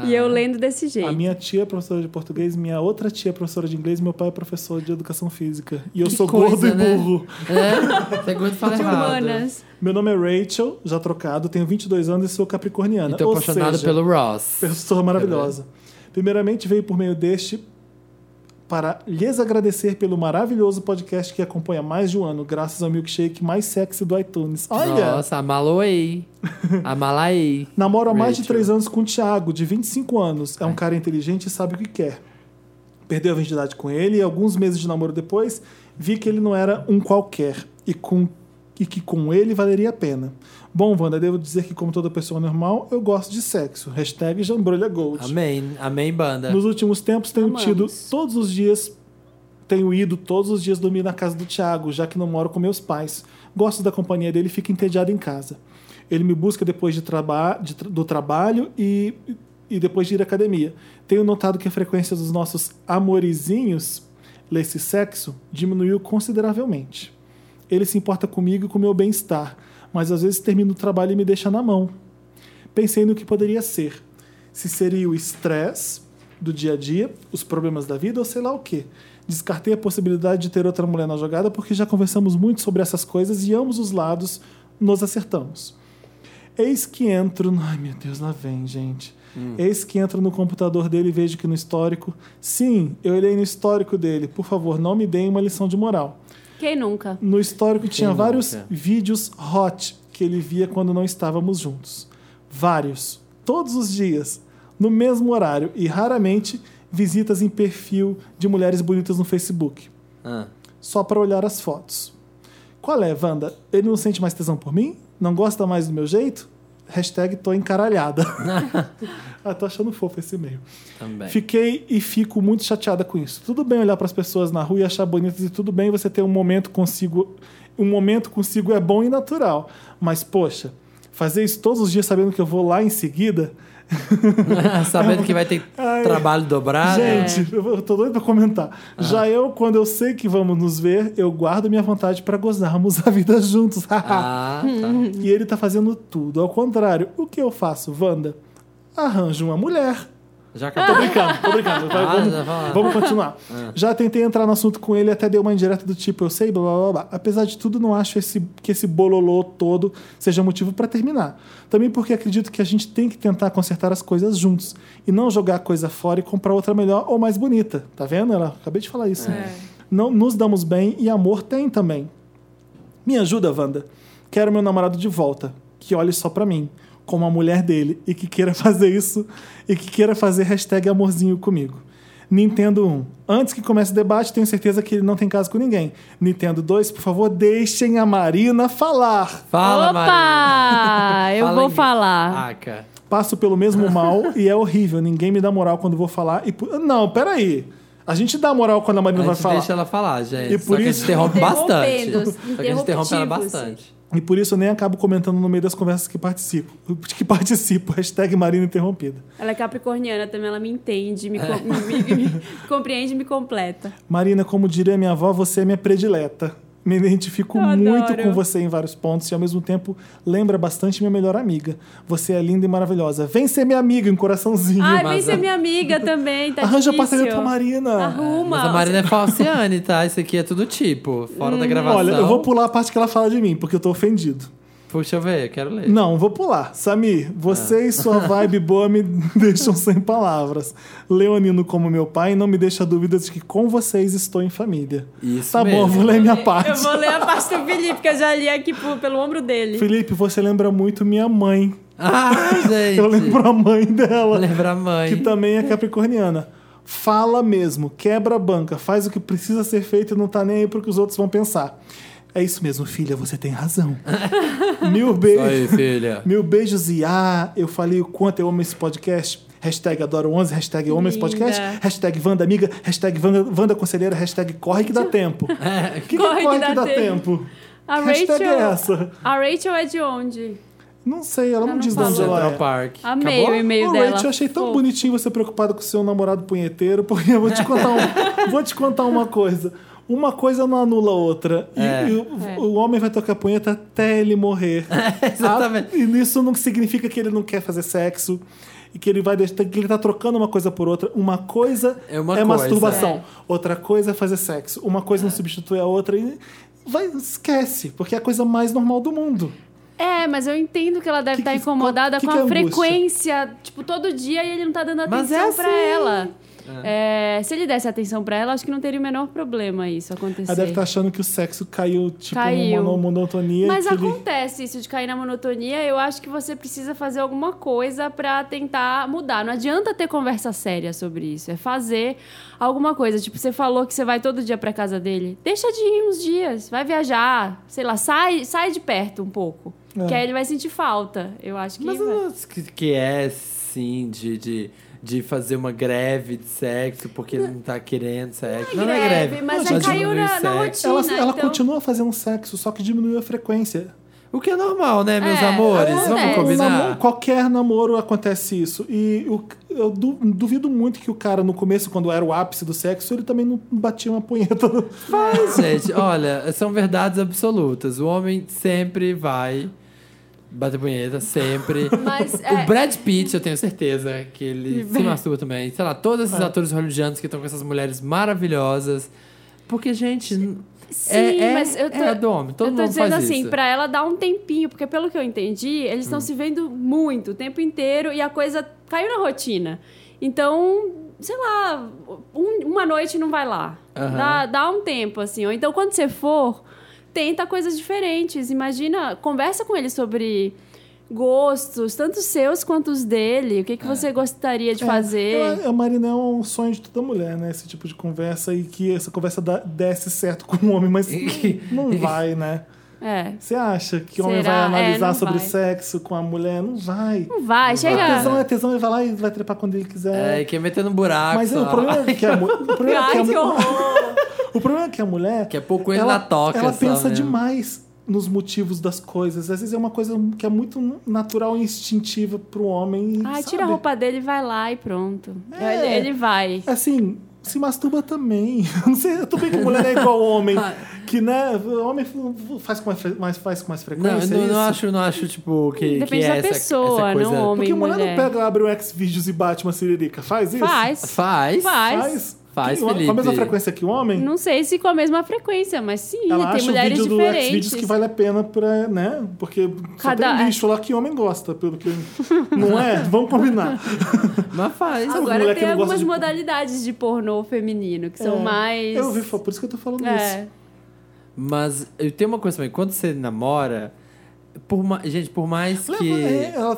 Speaker 1: E eu lendo desse
Speaker 3: inglês. A
Speaker 1: jeito.
Speaker 3: minha tia é professora de português, minha outra tia é professora de inglês, meu pai é professor de educação física. E eu
Speaker 2: Que
Speaker 3: sou gordo
Speaker 2: coisa,
Speaker 3: e
Speaker 2: né?
Speaker 3: burro.
Speaker 2: É, você aguenta falar
Speaker 1: De
Speaker 2: errado.
Speaker 1: humanas.
Speaker 3: Meu nome é Rachel, já trocado, tenho 22 anos e sou capricorniana.
Speaker 2: E tô
Speaker 3: Ou
Speaker 2: apaixonado
Speaker 3: seja,
Speaker 2: pelo É Ross.
Speaker 3: Pessoa maravilhosa. Primeiramente, veio por meio deste para lhes agradecer pelo maravilhoso podcast que acompanha mais de um ano, graças ao milkshake mais sexy do iTunes. Olha!
Speaker 2: Nossa, amaloei. Amalaei.
Speaker 3: Namoro há mais de
Speaker 2: Rachel.
Speaker 3: três anos com o Thiago, de 25 anos. É um cara inteligente e sabe o que quer. Perdeu a virgindade com ele e alguns meses de namoro depois, vi que ele não era um qualquer e, com- e que com ele valeria a pena. Bom, Wanda, devo dizer que como toda pessoa normal, eu gosto de sexo. Hashtag Jambrolha Gold.
Speaker 2: Amém. Amém, banda.
Speaker 3: Nos últimos tempos tenho
Speaker 1: Amamos.
Speaker 3: tido todos os dias tenho ido todos os dias dormir na casa do Thiago, já que não moro com meus pais. Gosto da companhia dele e fico entediado em casa. Ele me busca depois de traba de tra- do trabalho e, e depois de ir à academia. Tenho notado que a frequência dos nossos amorizinhos, lesse sexo, diminuiu consideravelmente. Ele se importa comigo e com meu bem-estar. mas às vezes termina o trabalho e me deixa na mão. Pensei no que poderia ser. Se seria o estresse do dia a dia, os problemas da vida ou sei lá o quê. Descartei a possibilidade de ter outra mulher na jogada porque já conversamos muito sobre essas coisas e ambos os lados nos acertamos. Eis que entro. Ai meu Deus, lá vem, gente. Eis que entro no computador dele e vejo que no histórico. Sim, eu olhei no histórico dele. Por favor, não me deem uma lição de moral.
Speaker 1: Quem nunca?
Speaker 3: No histórico tinha
Speaker 2: nunca?
Speaker 3: vários vídeos hot que ele via quando não estávamos juntos. Vários. Todos os dias. No mesmo horário. E raramente visitas em perfil de mulheres bonitas no Facebook.
Speaker 2: Ah.
Speaker 3: Só para olhar as fotos. Qual é, Wanda? Ele não sente mais tesão por mim? Não gosta mais do meu jeito? Hashtag tô encaralhada. ah, tô achando fofo esse e-mail.
Speaker 2: Também.
Speaker 3: Fiquei e fico muito chateada com isso. Tudo bem olhar para as pessoas na rua e achar bonitas e tudo bem você ter um momento consigo, um momento consigo é bom e natural. Mas poxa, fazer isso todos os dias sabendo que eu vou lá em seguida,
Speaker 2: Sabendo que vai ter
Speaker 3: Ai.
Speaker 2: trabalho dobrado.
Speaker 3: gente, eu tô doido para comentar. Já eu, quando eu sei que vamos nos ver, eu guardo minha vontade para gozarmos a vida juntos.
Speaker 2: Ah, tá.
Speaker 3: E ele tá fazendo tudo ao contrário. O que eu faço, Wanda? Arranjo uma mulher.
Speaker 2: Já acabou.
Speaker 3: brincando, tô brincando. Vai,
Speaker 2: Ah,
Speaker 3: vamos,
Speaker 2: já vai lá. É.
Speaker 3: vamos continuar. Já tentei entrar no assunto com ele, até dei uma indireta do tipo, eu sei, blá blá blá. blá. Apesar de tudo, não acho esse, que esse bololô todo seja motivo pra terminar. Também porque acredito que a gente tem que tentar consertar as coisas juntos e não jogar a coisa fora e comprar outra melhor ou mais bonita. Tá vendo? Ela acabei de falar isso. né? Não nos damos bem e amor tem também. Me ajuda, Wanda. Quero meu namorado de volta, que olhe só pra mim, como a mulher dele, e que queira fazer isso, e que queira fazer hashtag amorzinho comigo. Nintendo 1. Antes que comece o debate, tenho certeza que ele não tem caso com ninguém. Nintendo 2, por favor, deixem a Marina falar.
Speaker 2: Fala, Maria.
Speaker 1: Opa! Eu
Speaker 2: Fala
Speaker 1: vou
Speaker 2: em-
Speaker 3: Ah.
Speaker 1: falar.
Speaker 2: Aca.
Speaker 3: Passo pelo mesmo mal e é horrível. Ninguém me dá moral quando vou falar. E... pu- Não, peraí. A gente dá moral quando a
Speaker 2: A
Speaker 3: Marina vai
Speaker 2: gente
Speaker 3: falar.
Speaker 2: deixa ela falar, gente.
Speaker 3: E
Speaker 2: Só
Speaker 3: por
Speaker 2: que a gente
Speaker 3: isso-
Speaker 2: interrompe bastante.
Speaker 1: Interrompendo,
Speaker 2: Só que a gente interrompe ela
Speaker 1: interruptivos.
Speaker 2: bastante.
Speaker 3: E por isso eu nem acabo comentando no meio das conversas que participo. Que participo. Hashtag Marina Interrompida.
Speaker 1: Ela é capricorniana também, ela me entende,
Speaker 3: É.
Speaker 1: me, co- me- me compreende e me completa.
Speaker 3: Marina, como diria minha avó, você é minha predileta. Me identifico
Speaker 1: Eu
Speaker 3: muito
Speaker 1: adoro.
Speaker 3: com você em vários pontos e, ao mesmo tempo, lembra bastante minha melhor amiga. Você é linda e maravilhosa. Vem ser minha amiga, um coraçãozinho.
Speaker 1: Ai, Ah, vem
Speaker 2: mas
Speaker 1: ser
Speaker 2: a-
Speaker 1: minha amiga também, tá
Speaker 3: é- Arranja
Speaker 1: difícil.
Speaker 3: parceiro pra Marina.
Speaker 1: Arruma.
Speaker 2: Mas a Marina é falciane, tá? Isso aqui é tudo tipo. Fora
Speaker 1: Hum.
Speaker 2: da gravação.
Speaker 3: Olha, eu vou pular a parte que ela fala de mim, porque eu tô ofendido.
Speaker 2: Puxa, eu ver, eu quero ler.
Speaker 3: Não, vou pular. Samir,
Speaker 2: Ah.
Speaker 3: você e sua vibe boa me deixam sem palavras. Leonino, como meu pai, não me deixa dúvidas de que com vocês estou em família.
Speaker 2: Isso
Speaker 3: tá bom,
Speaker 2: mesmo.
Speaker 3: eu vou ler minha parte.
Speaker 1: Eu vou ler a parte do Felipe, que eu já li aqui pro- pelo ombro dele.
Speaker 3: Felipe, você lembra muito minha mãe.
Speaker 2: Ah, gente.
Speaker 3: Eu lembro a mãe dela.
Speaker 2: Lembra a mãe.
Speaker 3: que também é capricorniana. Fala mesmo, quebra a banca, faz o que precisa ser feito e não tá nem aí pro que os outros vão pensar. É isso mesmo, filha, você tem razão. Mil
Speaker 2: Aí,
Speaker 3: beijos.
Speaker 2: filha.
Speaker 3: Mil beijos e ah, eu falei o quanto eu amo esse podcast. Hashtag adoro 11, hashtag eu amo esse podcast,
Speaker 1: Linda.
Speaker 3: hashtag Wanda amiga, hashtag Wanda, Wanda conselheira, hashtag corre que dá tempo.
Speaker 2: É,
Speaker 3: O que, que é corre que dá tempo?
Speaker 1: A
Speaker 3: Que hashtag
Speaker 1: Rachel,
Speaker 3: é essa?
Speaker 1: A Rachel é de onde?
Speaker 3: Não sei, ela não,
Speaker 1: não
Speaker 3: diz de
Speaker 1: falou.
Speaker 3: onde ela é.
Speaker 2: Central Park.
Speaker 1: Amei
Speaker 2: Acabou?
Speaker 1: o e-mail
Speaker 3: Ô,
Speaker 1: dela.
Speaker 3: Rach, eu achei tão
Speaker 1: Pô.
Speaker 3: bonitinho você preocupado com o seu namorado punheteiro, porque eu vou te contar, um- vou te contar uma coisa. Uma coisa não anula a outra. E,
Speaker 2: É. É,
Speaker 3: e o, o homem vai tocar punheta até ele morrer.
Speaker 2: exatamente.
Speaker 3: A- e isso não significa que ele não quer fazer sexo. E que ele vai deixar, que ele tá trocando uma coisa por outra. Uma coisa
Speaker 2: É
Speaker 3: é,
Speaker 2: uma coisa.
Speaker 3: masturbação, outra coisa é fazer sexo. Uma coisa não substitui a outra. E vai, esquece, porque é a coisa mais normal do mundo.
Speaker 1: É, mas eu entendo que ela deve
Speaker 3: Que
Speaker 1: estar
Speaker 3: que-
Speaker 1: incomodada
Speaker 3: que
Speaker 1: com
Speaker 3: que
Speaker 1: a
Speaker 3: é angústia?
Speaker 1: frequência, tipo, todo dia e ele não tá dando atenção
Speaker 2: Mas é assim.
Speaker 1: pra ela. É, se ele desse atenção pra ela, acho que não teria o menor problema isso acontecer.
Speaker 3: Ela deve tá estar achando que o sexo caiu, tipo,
Speaker 1: Caiu.
Speaker 3: numa monotonia. e
Speaker 1: Mas
Speaker 3: que ele-
Speaker 1: acontece isso de cair na monotonia. Eu acho que você precisa fazer alguma coisa pra tentar mudar. Não adianta ter conversa séria sobre isso. É fazer alguma coisa. Tipo, você falou que você vai todo dia pra casa dele. Deixa de ir uns dias. Vai viajar. Sei lá, sai, sai de perto um pouco.
Speaker 3: É.
Speaker 1: Que aí ele vai sentir falta. Eu acho que.
Speaker 2: Mas
Speaker 1: vai.
Speaker 2: eu acho que, que é sim de, de, de fazer uma greve de sexo porque não tá querendo sexo. Não, é greve.
Speaker 1: mas
Speaker 2: é
Speaker 1: já caiu na, na rotina.
Speaker 3: Ela, ela
Speaker 1: então-
Speaker 3: continua fazendo sexo, só que diminuiu a frequência.
Speaker 2: O que é normal, né, meus
Speaker 1: É,
Speaker 2: amores? Vamos
Speaker 1: acontece.
Speaker 3: Um
Speaker 2: combinar.
Speaker 3: namoro- qualquer namoro acontece isso. E o- eu du- duvido muito que o cara, no começo, quando era o ápice do sexo, ele também não batia uma punheta.
Speaker 2: Faz, gente. Olha, são verdades absolutas. O homem sempre vai Bater punheta sempre.
Speaker 1: Mas,
Speaker 2: O
Speaker 1: é-
Speaker 2: Brad Pitt, eu tenho certeza que ele se masturba também. Sei lá, todos
Speaker 1: Ah.
Speaker 2: esses atores hollywoodianos que estão com essas mulheres maravilhosas. Porque, gente,
Speaker 1: Sim,
Speaker 2: é, é,
Speaker 1: mas eu tô.
Speaker 2: é dom, todo
Speaker 1: eu tô
Speaker 2: mundo
Speaker 1: dizendo
Speaker 2: faz
Speaker 1: assim,
Speaker 2: isso. Hum.
Speaker 1: pra ela dar um tempinho, porque pelo que eu entendi, eles estão se vendo muito o tempo inteiro e a coisa caiu na rotina. Então, sei lá, um- uma noite não vai lá.
Speaker 2: Aham.
Speaker 1: Dá, dá um tempo, assim. Ou então, quando você for, tenta coisas diferentes. Imagina, conversa com ele sobre gostos, tanto seus quanto os dele. O que,
Speaker 2: É.
Speaker 1: que você gostaria de fazer?
Speaker 3: Eu- A Marina é um sonho de toda mulher, né? Esse tipo de conversa e que essa conversa dá- desse certo com o homem, mas não vai, né?
Speaker 1: É.
Speaker 3: Você acha que o homem vai
Speaker 1: Será? É,
Speaker 3: analisar
Speaker 1: não
Speaker 3: sobre
Speaker 1: vai.
Speaker 3: sexo com a mulher? Não vai.
Speaker 1: Não vai,
Speaker 3: A
Speaker 1: chega.
Speaker 3: tesão é tesão, ele vai lá e vai trepar quando ele quiser.
Speaker 2: É, e quer meter no buraco.
Speaker 3: Mas
Speaker 2: sei
Speaker 3: o
Speaker 2: lá.
Speaker 3: problema é que a, mu- o problema é
Speaker 1: Ai,
Speaker 3: que a mu-
Speaker 1: que horror!
Speaker 3: o problema é que a mulher.
Speaker 2: Que é pouco ele na toca,
Speaker 3: Ela
Speaker 2: só
Speaker 3: pensa
Speaker 2: mesmo.
Speaker 3: demais nos motivos das coisas. Às vezes é uma coisa que é muito natural e instintiva pro homem. e,
Speaker 1: Ai,
Speaker 3: sabe?
Speaker 1: tira a roupa dele, vai lá e pronto.
Speaker 3: É.
Speaker 1: Ele, ele vai.
Speaker 3: Assim, se masturba também. Não sei, eu tô bem que mulher é igual homem. que, né? Homem faz com mais, fre- mais- faz com mais
Speaker 2: Não,
Speaker 3: frequência.
Speaker 2: eu não,
Speaker 3: é isso?
Speaker 2: não acho, não acho, tipo, que,
Speaker 1: Depende
Speaker 2: que é
Speaker 1: da
Speaker 2: essa,
Speaker 1: pessoa,
Speaker 2: essa coisa.
Speaker 1: não homem.
Speaker 3: Porque mulher,
Speaker 1: mulher.
Speaker 3: não pega, abre o X-Videos e bate uma siririca. Faz isso?
Speaker 1: Faz. Faz.
Speaker 2: Faz.
Speaker 3: Faz?
Speaker 2: Faz,
Speaker 3: Que- Com a
Speaker 2: Felipe.
Speaker 3: mesma frequência que o homem?
Speaker 1: Não sei se com a mesma frequência, mas sim,
Speaker 3: Ela
Speaker 1: tem
Speaker 3: acha
Speaker 1: mulheres
Speaker 3: o vídeo do
Speaker 1: diferentes.
Speaker 3: Xvideos que vale a pena pra, né? Porque
Speaker 1: Cada- é.
Speaker 3: só tem lixo lá que homem gosta, pelo que... eu- Não é? Vamos combinar.
Speaker 2: Mas faz.
Speaker 3: Sabe
Speaker 1: Agora
Speaker 3: mulher né, que
Speaker 1: tem
Speaker 3: não gosta
Speaker 1: algumas
Speaker 3: de-
Speaker 1: modalidades de pornô feminino que são
Speaker 3: É.
Speaker 1: mais.
Speaker 3: Eu ouvi, falar, por isso que eu tô falando
Speaker 1: É.
Speaker 3: isso.
Speaker 2: Mas eu tenho uma coisa também, quando você namora, por ma... gente, por mais
Speaker 3: Leva-
Speaker 2: que.
Speaker 3: é, ela-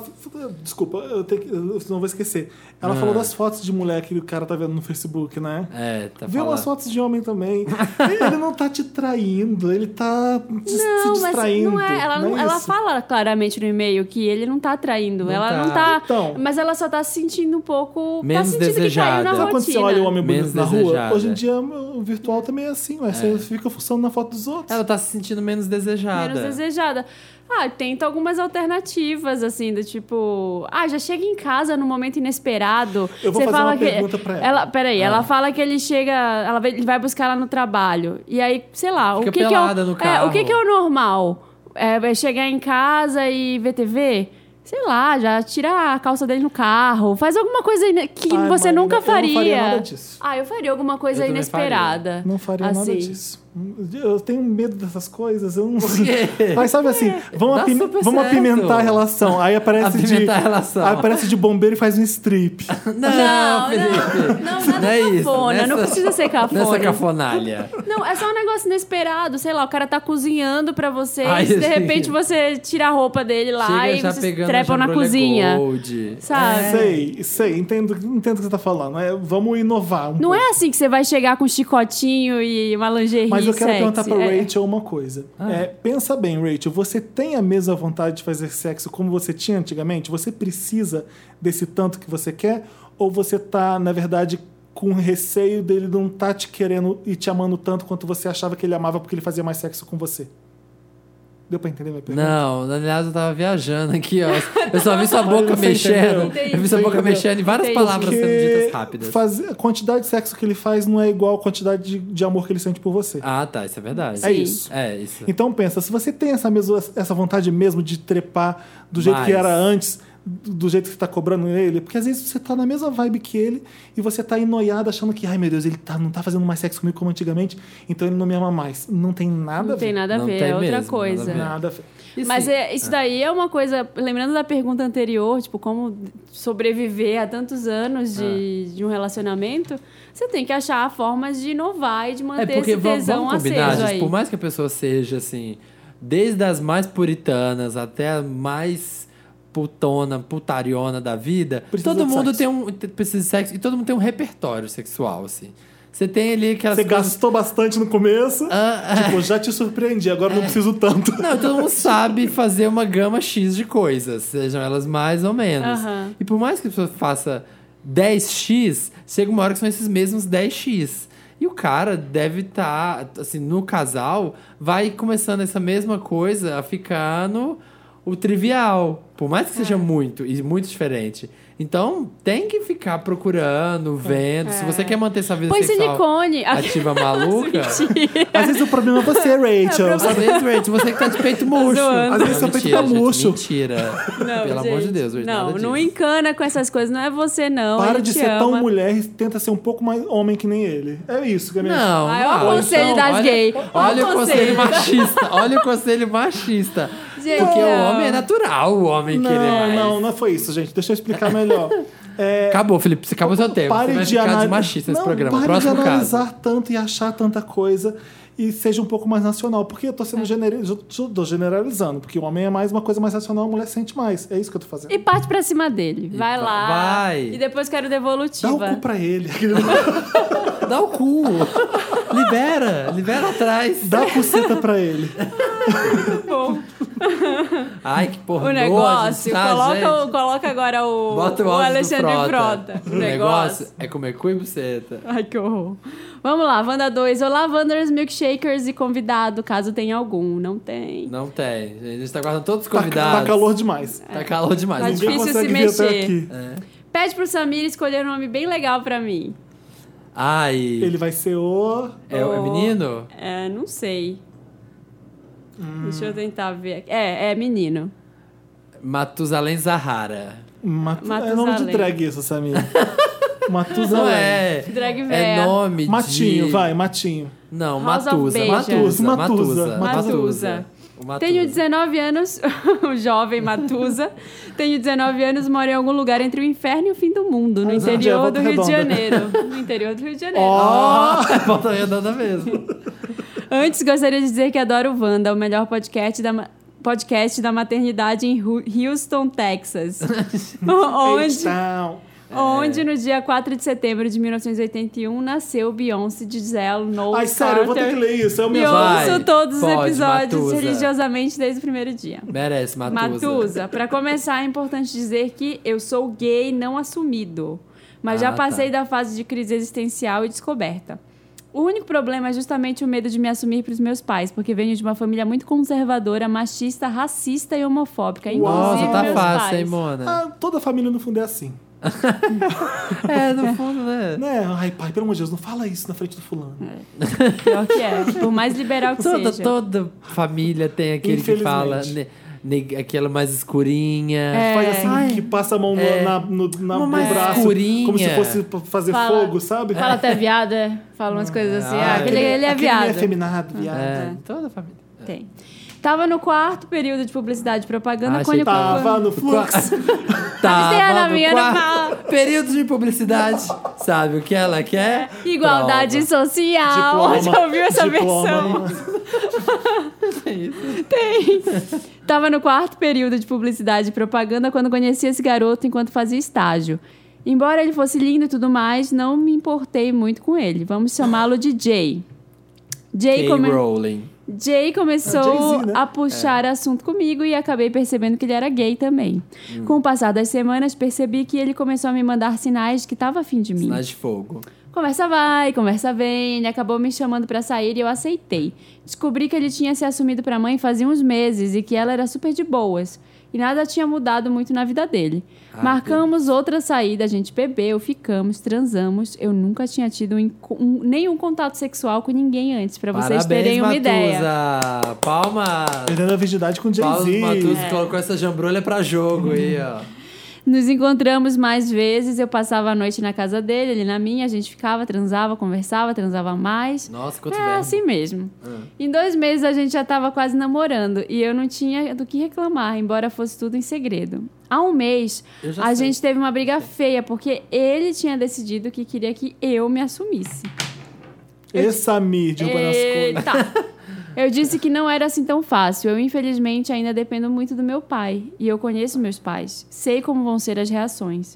Speaker 3: desculpa, eu, tenho que- eu não vou esquecer. Ela
Speaker 2: Ah.
Speaker 3: falou das fotos de mulher que o cara tá vendo no Facebook, né?
Speaker 2: É, tá
Speaker 3: Vê umas
Speaker 2: falando.
Speaker 3: fotos de homem também. ele ele não tá te traindo, ele tá te-
Speaker 1: Não,
Speaker 3: se
Speaker 1: mas
Speaker 3: distraindo.
Speaker 1: não é. Ela, não- ela
Speaker 3: isso?
Speaker 1: fala claramente no e-mail que ele não tá traindo. ela
Speaker 2: tá.
Speaker 1: não tá.
Speaker 3: Então.
Speaker 1: mas ela só tá se sentindo um pouco.
Speaker 2: Menos
Speaker 1: tá sentindo que caiu
Speaker 2: desejada.
Speaker 1: na
Speaker 3: Sabe quando você
Speaker 1: rotina.
Speaker 3: olha o homem
Speaker 2: Menos
Speaker 3: bonito na rua?
Speaker 2: desejada.
Speaker 3: Hoje em dia o virtual também é assim, ué. Você fica forçando na foto dos outros.
Speaker 1: É,
Speaker 2: Ela tá se sentindo menos desejada.
Speaker 1: Menos desejada. Ah, tenta algumas alternativas, assim, do tipo. Ah, já chega em casa num momento inesperado.
Speaker 3: Eu vou
Speaker 1: Você
Speaker 3: fazer
Speaker 1: fala
Speaker 3: uma
Speaker 1: que
Speaker 3: pergunta pra ela. Ah.
Speaker 1: Peraí, ela fala que ele chega. Ela vai- ele vai buscar ela no trabalho. E aí, sei lá,
Speaker 2: Fica
Speaker 1: o que, que é o.
Speaker 2: pelada no
Speaker 1: é,
Speaker 2: carro.
Speaker 1: o que, que é o normal? É, vai chegar em casa e ver TV? Sei lá, já tira a calça dele no carro. Faz alguma coisa ine- que
Speaker 3: Ai,
Speaker 1: você
Speaker 3: Marina,
Speaker 1: nunca
Speaker 3: eu não faria
Speaker 1: faria.
Speaker 3: nada disso.
Speaker 1: Ah, eu faria alguma coisa
Speaker 2: Eu também
Speaker 1: inesperada.
Speaker 3: Não faria nada
Speaker 1: assim.
Speaker 3: disso. Eu tenho medo dessas coisas. Eu não
Speaker 2: quê?
Speaker 3: Mas sabe
Speaker 1: É,
Speaker 3: assim, vamos,
Speaker 2: Dá
Speaker 3: api-
Speaker 2: super
Speaker 3: vamos
Speaker 2: certo.
Speaker 3: apimentar a relação. Aí aparece de.
Speaker 2: Apimentar a relação.
Speaker 3: Aí aparece de bombeiro e faz um strip.
Speaker 2: Não,
Speaker 1: Não,
Speaker 2: Ah, Felipe.
Speaker 1: não, não, nada
Speaker 2: é
Speaker 1: cafona,
Speaker 2: isso.
Speaker 1: não precisa ser cafona.
Speaker 2: Nessa cafonalha.
Speaker 1: Não, é só um negócio inesperado, sei lá, o cara tá cozinhando pra você
Speaker 2: Ai,
Speaker 1: e de
Speaker 2: sim.
Speaker 1: repente você tira a roupa dele lá
Speaker 2: Chega
Speaker 1: e
Speaker 2: já É,
Speaker 1: vocês
Speaker 2: pegando
Speaker 1: trepam
Speaker 2: a
Speaker 1: na
Speaker 2: Chevrolet
Speaker 1: cozinha.
Speaker 2: Gold.
Speaker 1: Sabe?
Speaker 3: É. Sei, sei, entendo, entendo o que você tá falando. É, vamos inovar um
Speaker 1: Não
Speaker 3: pouco.
Speaker 1: é assim que você vai chegar com um chicotinho e uma lingerie
Speaker 3: Mas eu quero
Speaker 1: sexy.
Speaker 3: perguntar pra
Speaker 1: É.
Speaker 3: Rachel uma coisa.
Speaker 2: Ah.
Speaker 3: É, pensa bem, Rachel, você tem a mesma vontade de fazer sexo como você tinha antigamente? Você precisa desse tanto que você quer? Ou você tá, na verdade, com receio dele não tá te querendo e te amando tanto quanto você achava que ele amava porque ele fazia mais sexo com você? Deu pra entender minha pergunta?
Speaker 2: Não, aliás, eu tava viajando aqui, ó. Eu só vi sua boca
Speaker 3: Mas você
Speaker 2: mexendo.
Speaker 3: entendeu.
Speaker 2: Eu vi sua
Speaker 3: Você
Speaker 2: boca
Speaker 3: entendeu.
Speaker 2: mexendo e várias
Speaker 1: Entendi.
Speaker 2: palavras sendo ditas
Speaker 3: Porque
Speaker 2: rápidas.
Speaker 3: fazer- a quantidade de sexo que ele faz não é igual à quantidade de, de amor que ele sente por você.
Speaker 2: Ah, tá, isso é verdade.
Speaker 3: É isso.
Speaker 2: É isso.
Speaker 3: Então pensa, se você tem essa, mesma, essa vontade mesmo de trepar do jeito que
Speaker 2: Mas-
Speaker 3: era antes, do jeito que você tá cobrando ele, porque às vezes você tá na mesma vibe que ele e você tá enoiado achando que, ai meu Deus, ele tá, não tá fazendo mais sexo comigo como antigamente, então ele não me ama mais. Não tem nada a
Speaker 1: Não
Speaker 3: ver.
Speaker 1: tem nada a
Speaker 2: Não
Speaker 1: ver,
Speaker 2: tem
Speaker 1: é outra
Speaker 2: mesmo,
Speaker 1: coisa.
Speaker 3: Nada
Speaker 2: nada a ver.
Speaker 3: a ver.
Speaker 2: E
Speaker 1: Mas
Speaker 2: sim,
Speaker 1: é, isso daí é uma coisa, lembrando da pergunta anterior, tipo, como sobreviver a tantos anos de,
Speaker 2: É.
Speaker 1: de um relacionamento, você tem que achar formas de inovar e de
Speaker 2: É
Speaker 1: manter
Speaker 2: porque
Speaker 1: esse
Speaker 2: vamos,
Speaker 1: tesão
Speaker 2: vamos combinar,
Speaker 1: aceso
Speaker 2: gente,
Speaker 1: aí.
Speaker 2: por mais que a pessoa seja assim, desde as mais puritanas até a mais putona, putariona da vida,
Speaker 3: Precisa
Speaker 2: todo
Speaker 3: de
Speaker 2: mundo
Speaker 3: sexo.
Speaker 2: tem um te- precisa de sexo e todo mundo tem um repertório sexual assim. Você tem ali aquelas
Speaker 3: Você
Speaker 2: coisas-
Speaker 3: gastou bastante no começo,
Speaker 2: Ah, É.
Speaker 3: tipo, já te surpreendi, agora não preciso tanto.
Speaker 2: Não, todo mundo sabe fazer uma gama X de coisas, sejam elas mais ou menos.
Speaker 1: Aham.
Speaker 2: E por mais que a pessoa faça 10x, chega uma hora que são esses mesmos 10x. E o cara deve estar, assim, no casal, vai começando essa mesma coisa a ficar no o trivial. Por mais que seja muito e muito diferente. Então, tem que ficar procurando, vendo. Se você quer manter essa vida
Speaker 1: Põe
Speaker 2: sexual
Speaker 1: silicone.
Speaker 2: ativa maluca...
Speaker 1: Mentira.
Speaker 3: Às vezes o problema é você, Rachel.
Speaker 2: Às vezes, Rachel, você que tá de peito murcho.
Speaker 1: zoando.
Speaker 3: Às vezes seu peito
Speaker 2: mentira,
Speaker 3: tá
Speaker 2: gente,
Speaker 3: murcho.
Speaker 2: Mentira.
Speaker 1: Não,
Speaker 2: Pelo amor de
Speaker 1: gente.
Speaker 2: Deus, é Rachel,
Speaker 1: Não,
Speaker 2: nada
Speaker 1: não
Speaker 2: disso.
Speaker 1: encana com essas coisas. Não é você, não.
Speaker 3: Para
Speaker 1: Ele
Speaker 3: de
Speaker 1: te
Speaker 3: ser tão
Speaker 1: ama.
Speaker 3: mulher e tenta ser um pouco mais homem que nem ele. É isso, Gabriel.
Speaker 2: Não,
Speaker 1: Ah, olha
Speaker 2: não.
Speaker 1: o conselho das
Speaker 2: olha,
Speaker 1: gay.
Speaker 2: Olha
Speaker 1: Olha
Speaker 2: o
Speaker 1: o
Speaker 2: conselho
Speaker 1: conselho.
Speaker 2: machista. Olha o conselho machista.
Speaker 1: Gente,
Speaker 2: Porque o
Speaker 1: não.
Speaker 2: homem é natural, o homem querer
Speaker 3: Não,
Speaker 2: mais.
Speaker 3: não, não foi isso, gente. Deixa eu explicar melhor. É,
Speaker 2: Acabou, Felipe. Você acabou seu tempo.
Speaker 3: pare
Speaker 2: você vai
Speaker 3: de
Speaker 2: ficar
Speaker 3: analisar.
Speaker 2: de machista nesse
Speaker 3: não,
Speaker 2: programa.
Speaker 3: Pare
Speaker 2: Próximo
Speaker 3: de
Speaker 2: caso.
Speaker 3: analisar tanto e achar tanta coisa e seja um pouco mais nacional. Porque eu tô
Speaker 2: É.
Speaker 3: sendo generi... eu tô generalizando, porque o homem é mais uma coisa mais nacional, a mulher sente mais. É isso que eu tô fazendo.
Speaker 1: E parte pra cima dele. Vai
Speaker 2: va-
Speaker 1: lá.
Speaker 2: vai.
Speaker 1: E depois quero
Speaker 3: Dá o cu
Speaker 1: devolutiva.
Speaker 3: pra ele.
Speaker 2: Dá o cu. libera. Libera atrás.
Speaker 3: Dá a cuceta pra ele. Tá,
Speaker 2: Ai, que porra.
Speaker 1: Tá
Speaker 2: tá,
Speaker 1: O negócio. Coloca, o, coloca agora o,
Speaker 2: Bota o,
Speaker 1: o
Speaker 2: áudio do
Speaker 1: Alexandre
Speaker 2: Frota.
Speaker 1: Frota.
Speaker 2: O negócio é comer cu e buceta.
Speaker 1: Ai, que horror. Vamos lá, Wanda 2. Olá, Wanderers, Milkshakers e convidado, caso tenha algum. Não tem.
Speaker 2: Não tem. A gente tá guardando todos os
Speaker 3: Tá,
Speaker 2: convidados.
Speaker 3: tá calor demais.
Speaker 2: Tá calor demais.
Speaker 1: Tá
Speaker 2: Ninguém-
Speaker 1: difícil se
Speaker 3: vir até
Speaker 1: mexer.
Speaker 2: É
Speaker 3: aqui.
Speaker 1: Pede pro Samir escolher um nome bem legal pra mim.
Speaker 2: Ai.
Speaker 3: Ele vai ser o.
Speaker 2: É, o- é
Speaker 1: Oh.
Speaker 2: menino?
Speaker 1: É, não sei.
Speaker 3: Hum.
Speaker 1: Deixa eu tentar ver. aqui. É, é menino.
Speaker 2: Matusalém Zahara.
Speaker 3: Matu... É
Speaker 1: Matusalém.
Speaker 3: nome de drag isso, Samir.
Speaker 2: Não
Speaker 3: Matusalém.
Speaker 2: é.
Speaker 1: Drag
Speaker 2: É
Speaker 1: véia.
Speaker 2: nome
Speaker 3: Matinho,
Speaker 2: de...
Speaker 3: vai, Matinho.
Speaker 2: Não,
Speaker 1: House of
Speaker 2: Matusa.
Speaker 1: Beija.
Speaker 2: Matusa.
Speaker 3: Matusa,
Speaker 2: Matusa.
Speaker 3: Matusa.
Speaker 2: Matusa.
Speaker 1: Matusa.
Speaker 2: O Matusa.
Speaker 1: Tenho 19 anos, o jovem Matusa. Tenho 19 anos, moro em algum lugar entre o inferno e o fim do mundo, no
Speaker 3: Ah, já é
Speaker 1: interior do
Speaker 3: Volta
Speaker 1: Rio de
Speaker 3: Redonda.
Speaker 1: Janeiro. No interior do Rio de Janeiro.
Speaker 2: Ó, é volta redonda mesmo.
Speaker 1: Antes, gostaria de dizer que adoro o Wanda, o melhor podcast da, ma- podcast da maternidade em Hu- Houston, Texas. onde,
Speaker 3: Então,
Speaker 1: onde, no dia 4 de setembro de 1981, nasceu Beyoncé Giselle Knowles
Speaker 3: Ai, sério, eu vou ter
Speaker 1: Carter.
Speaker 3: que ler isso. É o
Speaker 1: E
Speaker 3: meu.
Speaker 1: eu
Speaker 2: Vai,
Speaker 1: ouço todos os
Speaker 2: pode,
Speaker 1: episódios
Speaker 2: Matusa.
Speaker 1: religiosamente desde o primeiro dia.
Speaker 2: Merece, Matusa.
Speaker 1: Matusa, pra começar é importante dizer que eu sou gay não assumido, mas
Speaker 2: Ah,
Speaker 1: já
Speaker 2: tá.
Speaker 1: passei da fase de crise existencial e descoberta. O único problema é justamente o medo de me assumir pros meus pais, porque venho de uma família muito conservadora, machista, racista e homofóbica.
Speaker 2: Nossa,
Speaker 1: inclusive
Speaker 2: tá
Speaker 1: meus
Speaker 2: fácil,
Speaker 1: pais.
Speaker 2: hein, Mona?
Speaker 3: Ah, toda família no fundo é assim.
Speaker 2: É, no fundo, né?
Speaker 3: Né? Ai, pai, pelo amor de Deus, não fala isso na frente do fulano.
Speaker 1: Pior que é, por mais liberal que
Speaker 2: Toda,
Speaker 1: seja.
Speaker 2: toda família tem aquele que
Speaker 3: Infelizmente.
Speaker 2: fala... ne- ne- aquela mais escurinha.
Speaker 1: É.
Speaker 3: Faz assim, que passa a mão no,
Speaker 2: É.
Speaker 3: na- no- na-
Speaker 2: Uma
Speaker 3: no
Speaker 2: mais
Speaker 3: braço.
Speaker 2: escurinha.
Speaker 3: Como se fosse pra fazer
Speaker 1: Fala-
Speaker 3: fogo, sabe?
Speaker 1: Fala até viado, é? Fala umas coisas assim.
Speaker 2: Ah,
Speaker 1: Ah, aquele, ele é
Speaker 3: Aquele
Speaker 1: viado.
Speaker 3: efeminado, viado.
Speaker 2: É, toda família.
Speaker 1: Tem. Tava no quarto período de publicidade e propaganda
Speaker 2: Ah,
Speaker 1: quando eu
Speaker 2: achei
Speaker 3: Tava no fluxo.
Speaker 1: Cristiana, é
Speaker 2: Tava no
Speaker 1: minha
Speaker 2: Tá, quarto período de publicidade. Sabe o que ela quer?
Speaker 1: Igualdade
Speaker 2: Prova.
Speaker 1: social.
Speaker 3: Diploma,
Speaker 1: Já ouviu essa versão?
Speaker 3: diploma.
Speaker 1: Tava no quarto período de publicidade e propaganda quando conheci esse garoto enquanto fazia estágio. Embora ele fosse lindo e tudo mais, não me importei muito com ele. Vamos chamá-lo de Jay. Jay,
Speaker 2: K.
Speaker 1: come-
Speaker 2: Rowling.
Speaker 1: Jay começou
Speaker 3: Jay-Z, né?
Speaker 1: a puxar assunto comigo e acabei percebendo que ele era gay também. Com o passar das semanas, percebi que ele começou a me mandar sinais de que estava afim de mim.
Speaker 2: Sinais de fogo.
Speaker 1: Conversa vai, conversa vem. Ele acabou me chamando pra sair e eu aceitei. Descobri que ele tinha se assumido pra mãe fazia uns meses e que ela era super de boas. E nada tinha mudado muito na vida dele.
Speaker 2: Ah,
Speaker 1: Marcamos outra saída, a gente bebeu, ficamos, transamos. Eu nunca tinha tido um enco- um- nenhum contato sexual com ninguém antes, pra vocês
Speaker 2: Parabéns,
Speaker 1: terem uma
Speaker 2: Matusa.
Speaker 1: ideia. É.
Speaker 2: Palmas.
Speaker 3: Perdendo a é virgindade com
Speaker 2: Paulo Matuso
Speaker 3: Jay-Z.
Speaker 2: colocou essa jambrolha pra jogo aí, ó.
Speaker 1: Nos encontramos mais vezes, eu passava a noite na casa dele, ele na minha, a gente ficava, transava, conversava, transava mais.
Speaker 2: Nossa, quanto
Speaker 1: é
Speaker 2: verbo.
Speaker 1: assim mesmo.
Speaker 2: Ah.
Speaker 1: Em dois meses a gente já estava quase namorando e eu não tinha do que reclamar, embora fosse tudo em segredo. Há um mês
Speaker 2: Eu já
Speaker 1: a
Speaker 2: sei.
Speaker 1: gente teve uma briga feia porque ele tinha decidido que queria que eu me assumisse.
Speaker 3: E Samir de Ubanasco.
Speaker 1: Eita! Eu disse que não era assim tão fácil. Eu, infelizmente, ainda dependo muito do meu pai. E eu conheço meus pais. Sei como vão ser as reações.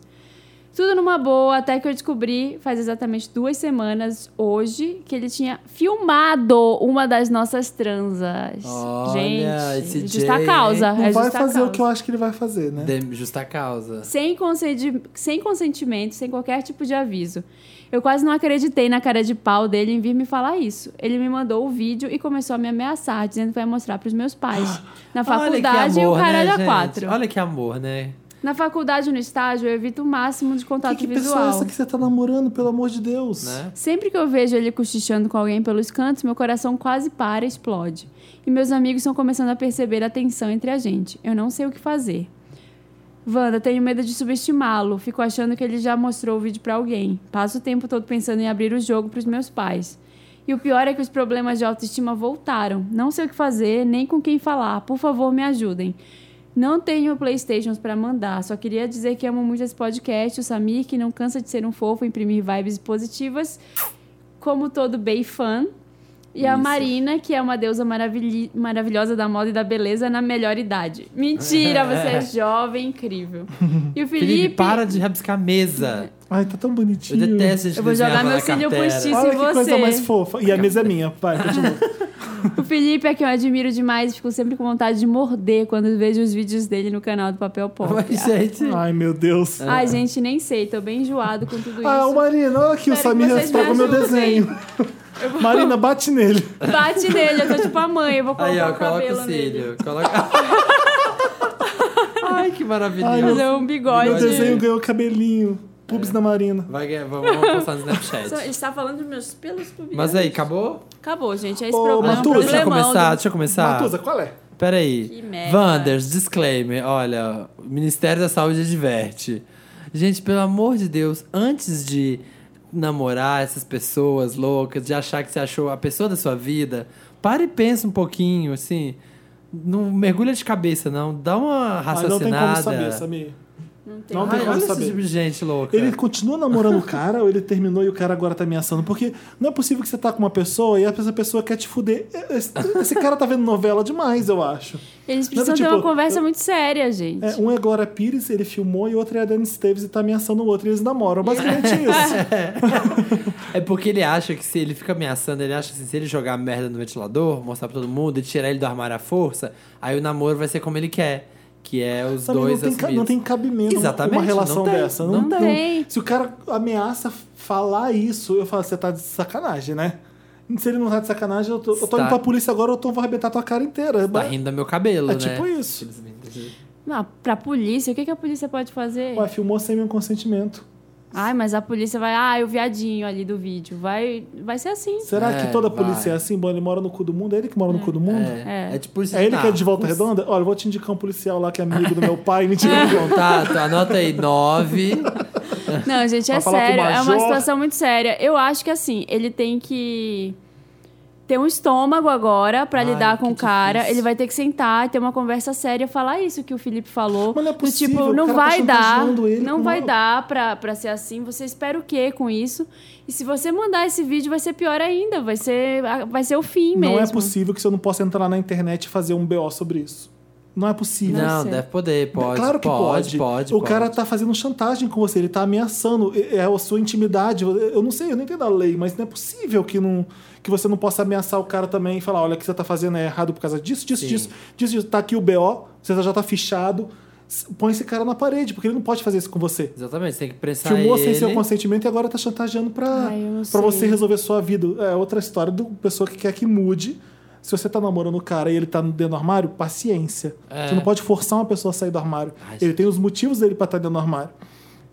Speaker 1: Tudo numa boa, até que eu descobri, faz exatamente duas semanas, hoje, que ele tinha filmado uma das nossas transas.
Speaker 2: Olha, esse
Speaker 1: Gente, justa
Speaker 2: Jay,
Speaker 1: causa.
Speaker 3: Não
Speaker 1: é
Speaker 3: vai
Speaker 1: justa
Speaker 3: fazer
Speaker 1: causa.
Speaker 3: o que eu acho que ele vai fazer, né?
Speaker 2: De justa causa.
Speaker 1: Sem, consenti- sem consentimento, sem qualquer tipo de aviso. Eu quase não acreditei na cara de pau dele em vir me falar isso. Ele me mandou o vídeo e começou a me ameaçar, dizendo que vai mostrar pros meus pais. Na
Speaker 2: Olha que
Speaker 1: faculdade e o
Speaker 2: amor,
Speaker 1: caralho
Speaker 2: né,
Speaker 1: a quatro.
Speaker 2: gente? Olha que amor, né?
Speaker 1: Na faculdade, no estágio, eu evito o máximo de
Speaker 3: Que,
Speaker 1: contato
Speaker 3: que pessoa é
Speaker 1: visual.
Speaker 3: essa que você tá namorando, pelo amor de Deus?
Speaker 2: né?
Speaker 1: Sempre que eu vejo ele cochichando com alguém pelos cantos, meu coração quase para e explode. E meus amigos estão começando a perceber a tensão entre a gente. Eu não sei o que fazer. Wanda, tenho medo de subestimá-lo. Fico achando que ele já mostrou o vídeo pra alguém. Passo o tempo todo pensando em abrir o jogo pros meus pais. E o pior é que os problemas de autoestima voltaram. Não sei o que fazer, nem com quem falar. Por favor, me ajudem. Não tenho Playstations pra mandar. Só queria dizer que amo muito esse podcast. O Samir, que não cansa de ser um fofo, imprimir vibes positivas, como todo bem fã. E a
Speaker 2: Isso.
Speaker 1: Marina, que é uma deusa maravili- maravilhosa da moda e da beleza na melhor idade. Mentira, você é jovem, incrível. E o Felipe.
Speaker 2: Felipe, para de rabiscar a mesa.
Speaker 3: Ai, tá tão
Speaker 2: Eu
Speaker 3: bonitinho.
Speaker 2: detesto tipo
Speaker 1: Eu vou jogar meu cílio postiço.
Speaker 3: Olha que
Speaker 1: Isso,
Speaker 3: coisa
Speaker 1: você.
Speaker 3: mais fofa. E a mesa é minha. Vai, continua.
Speaker 1: O Felipe é que eu admiro demais. Fico sempre com vontade de morder quando vejo os vídeos dele no canal do Papel Pop.
Speaker 2: Mas, gente,
Speaker 3: Ai, meu Deus.
Speaker 1: Ai, gente, nem sei. Tô bem enjoado com tudo isso.
Speaker 2: é
Speaker 3: Ah, o Marina, olha aqui, o
Speaker 1: Espero que
Speaker 3: Samir
Speaker 1: vocês
Speaker 3: estragou
Speaker 1: me
Speaker 3: meu
Speaker 1: ajudem.
Speaker 3: desenho. Marina, bate nele.
Speaker 1: Bate nele, eu tô tipo a mãe. Eu vou colocar
Speaker 2: aí, ó,
Speaker 1: o
Speaker 2: coloca
Speaker 1: cabelo
Speaker 2: o
Speaker 1: nele.
Speaker 2: cílio. Coloca... Ai, que
Speaker 3: Ai,
Speaker 2: maravilhoso.
Speaker 1: Fazer um bigode.
Speaker 3: Meu
Speaker 2: Bigode.
Speaker 3: desenho ganhou cabelinho. Pubs na Marina.
Speaker 2: Vai, ganhar- vamos, vamos postar no
Speaker 1: Só- Ele
Speaker 2: Snapchat.
Speaker 1: está tá falando dos meus pelos pubianos.
Speaker 2: Mas aí, acabou?
Speaker 1: Acabou, gente. É esse
Speaker 3: Ô,
Speaker 1: problema.
Speaker 3: Matuza,
Speaker 1: problemão
Speaker 2: Deixa eu começar,
Speaker 1: do-
Speaker 2: deixa eu começar.
Speaker 3: Matuza, qual é?
Speaker 2: Peraí.
Speaker 1: Que merda.
Speaker 2: Wanders, disclaimer. Olha, o Ministério da Saúde adverte. Gente, pelo amor de Deus, antes de namorar essas pessoas loucas, de achar que você achou a pessoa da sua vida, para e pensa um pouquinho, assim. Não mergulha de cabeça, não. Dá uma
Speaker 3: Ah, não tem como
Speaker 2: raciocinada.
Speaker 3: saber, Samir.
Speaker 1: Não tem.
Speaker 3: Não tem
Speaker 2: Ai,
Speaker 3: como
Speaker 2: olha esse
Speaker 3: saber.
Speaker 2: tipo de gente louca.
Speaker 3: Ele continua namorando o cara ou ele terminou e o cara agora tá ameaçando? Porque não é possível que você tá com uma pessoa e essa pessoa quer te fuder. É, Esse, esse cara tá vendo novela demais, eu acho.
Speaker 1: Eles precisam
Speaker 3: Não,
Speaker 1: ter uma
Speaker 3: tipo,
Speaker 1: conversa muito séria, gente.
Speaker 3: É, um é Glória Pires, ele filmou, e o outro é a Dani Esteves e tá ameaçando o outro. E eles namoram. Basicamente isso.
Speaker 2: É porque ele acha que se ele fica ameaçando, ele acha que se ele jogar merda no ventilador, mostrar pra todo mundo e tirar ele do armário à força, aí o namoro vai ser como ele quer. Que é os
Speaker 3: Sabe, não,
Speaker 2: dois
Speaker 3: tem, ca-
Speaker 2: assumidos.
Speaker 3: não tem cabimento uma-
Speaker 2: Exatamente,
Speaker 3: uma relação
Speaker 2: não tem,
Speaker 3: dessa.
Speaker 2: não
Speaker 1: tem. tem.
Speaker 3: Se o cara ameaça falar isso, eu falo, você tá de sacanagem, né? Se ele não tá de sacanagem, eu tô, eu tô
Speaker 2: Tá.
Speaker 3: indo pra polícia agora, eu tô, vou arrebentar tua cara inteira.
Speaker 2: Tá
Speaker 3: Mas-
Speaker 2: rindo do meu cabelo,
Speaker 3: É
Speaker 2: né?
Speaker 3: tipo isso.
Speaker 1: Não, pra polícia, o que, que a polícia pode fazer?
Speaker 3: Ué, filmou sem meu consentimento.
Speaker 1: Ai, mas a polícia vai. Ai, o viadinho ali do vídeo. Vai, vai ser assim.
Speaker 3: Será
Speaker 2: É,
Speaker 3: que toda
Speaker 2: vai.
Speaker 3: polícia é assim? Bom, ele mora no cu do mundo, é ele que mora no cu do mundo? É,
Speaker 2: É,
Speaker 1: É.
Speaker 2: é tipo isso.
Speaker 3: ele que é de
Speaker 2: Narcos.
Speaker 3: volta redonda? Olha, eu vou te indicar um policial lá que é amigo do meu pai, me
Speaker 2: É.
Speaker 3: um tira do conta.
Speaker 2: Contato, anota aí, nove.
Speaker 1: Não, gente, é
Speaker 3: Vai falar com o
Speaker 1: sério. É uma
Speaker 3: major?
Speaker 1: situação muito séria. Eu acho que assim, ele tem que ter um estômago agora pra
Speaker 2: Ai,
Speaker 1: lidar com
Speaker 2: que
Speaker 1: o cara.
Speaker 2: difícil.
Speaker 1: Ele vai ter que sentar e ter uma conversa séria, falar isso que o Felipe falou.
Speaker 3: Mas não é
Speaker 1: Do
Speaker 3: possível,
Speaker 1: tipo,
Speaker 3: o
Speaker 1: não
Speaker 3: cara tá
Speaker 1: vai dar.
Speaker 3: chantageando ele
Speaker 1: Não
Speaker 3: com
Speaker 1: vai
Speaker 3: uma-
Speaker 1: dar pra, pra ser assim. Você espera o quê com isso? E se você mandar esse vídeo, vai ser pior ainda. Vai ser, vai ser o fim
Speaker 3: Não
Speaker 1: mesmo.
Speaker 3: é possível que você não possa entrar na internet e fazer um BO sobre isso. Não é possível.
Speaker 2: Não,
Speaker 1: sei.
Speaker 2: deve poder, pode.
Speaker 3: claro que pode.
Speaker 2: Pode, pode.
Speaker 3: o
Speaker 2: pode.
Speaker 3: cara tá fazendo chantagem com você, ele tá ameaçando. É é a sua intimidade. Eu não sei, eu não entendo a lei, mas não é possível que, não, que você não possa ameaçar o cara também e falar: olha, o que você tá fazendo é errado por causa disso, disso,
Speaker 2: Sim.
Speaker 3: disso, disso, disso. Tá aqui o BO, você já tá fichado. S- Põe esse cara na parede, porque ele não pode fazer isso com você.
Speaker 2: Exatamente, você tem que prensar
Speaker 3: Tá Filmou
Speaker 2: ele.
Speaker 3: sem seu consentimento e agora tá chantageando pra,
Speaker 1: Ai, eu não
Speaker 3: pra
Speaker 1: sei.
Speaker 3: você resolver sua vida. É outra história de uma pessoa que quer que mude. Se você tá namorando o cara e ele tá dentro do armário, paciência.
Speaker 2: É.
Speaker 3: Você não pode forçar uma pessoa a sair do armário.
Speaker 2: Ai,
Speaker 3: ele
Speaker 2: gente.
Speaker 3: tem os motivos dele pra estar dentro do armário.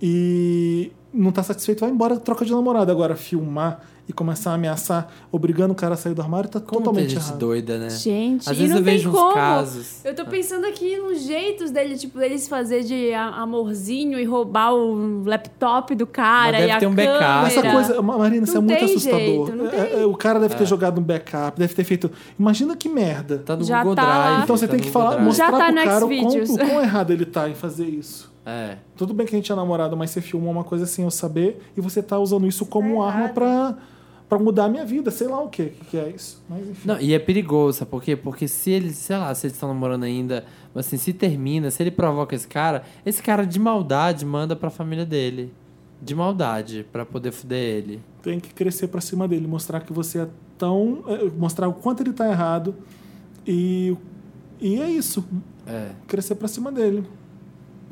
Speaker 3: E não tá satisfeito, vai embora, troca de namorado. Agora, filmar e começar a ameaçar, obrigando o cara a sair do armário, tá
Speaker 2: Como tem
Speaker 3: totalmente
Speaker 2: gente
Speaker 3: errado.
Speaker 2: doida, né?
Speaker 1: Gente,
Speaker 2: Às
Speaker 1: e
Speaker 2: vezes
Speaker 1: não
Speaker 2: eu
Speaker 1: tem
Speaker 2: vejo uns
Speaker 1: como.
Speaker 2: casos. É.
Speaker 1: Eu tô pensando aqui nos jeitos dele, tipo, deles fazer de a- amorzinho e roubar o laptop do cara
Speaker 2: Mas deve
Speaker 1: e a
Speaker 2: ter um backup.
Speaker 1: câmera.
Speaker 3: Essa coisa, Ma- Marina, isso é
Speaker 1: Não
Speaker 3: muito
Speaker 1: tem
Speaker 3: assustador.
Speaker 1: jeito, não
Speaker 3: É, é, O cara deve ter jogado um backup, deve ter feito. Imagina que merda.
Speaker 2: Tá no
Speaker 1: Já
Speaker 2: Google
Speaker 1: tá lá.
Speaker 2: Drive.
Speaker 3: Então você
Speaker 2: tá
Speaker 3: tem
Speaker 2: no
Speaker 3: que
Speaker 2: Google
Speaker 3: falar,
Speaker 2: Drive.
Speaker 3: mostrar
Speaker 1: Já tá
Speaker 3: pro
Speaker 1: no
Speaker 3: cara o quão,
Speaker 1: Xvideos.
Speaker 3: o quão errado ele tá em fazer isso.
Speaker 2: É.
Speaker 3: Tudo bem que a gente é namorado, mas você filmou uma coisa sem eu saber e você tá usando isso como arma pra, pra mudar a minha vida. Sei lá o que que é isso. Mas enfim.
Speaker 2: Não, e é perigoso, sabe por quê? Porque se eles, sei lá, se eles estão namorando ainda, mas assim, se termina, se ele provoca esse cara, esse cara de maldade manda pra família dele. De maldade, pra poder fuder ele.
Speaker 3: Tem que crescer pra cima dele, mostrar que você é tão. eh, mostrar o quanto ele tá errado e, e é isso.
Speaker 2: É.
Speaker 3: Crescer pra cima dele.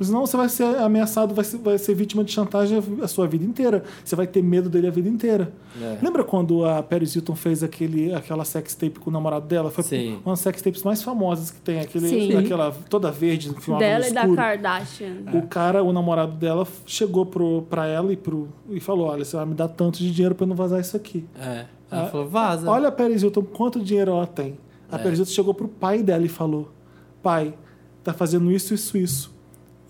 Speaker 3: Senão você vai ser ameaçado, vai ser, vai ser vítima de chantagem a sua vida inteira. Você vai ter medo dele a vida inteira.
Speaker 2: É.
Speaker 3: Lembra quando a Paris Hilton fez aquele, aquela sextape com o namorado dela? Foi
Speaker 2: Sim.
Speaker 3: uma das sextapes mais famosas que tem. Aquele,
Speaker 1: Sim.
Speaker 3: aquela toda verde, filmada
Speaker 5: Dela
Speaker 3: no
Speaker 5: e da
Speaker 3: escuro.
Speaker 5: Kardashian.
Speaker 3: O cara, o namorado dela, chegou pro, pra ela e, pro, e falou: Olha, você vai me dar tanto de dinheiro pra eu não vazar isso aqui.
Speaker 2: É. Ela
Speaker 3: Ah,
Speaker 2: falou, vaza.
Speaker 3: Olha a Paris Hilton, quanto dinheiro ela tem. A Paris Hilton chegou pro pai dela e falou: Pai, tá fazendo isso, isso, isso.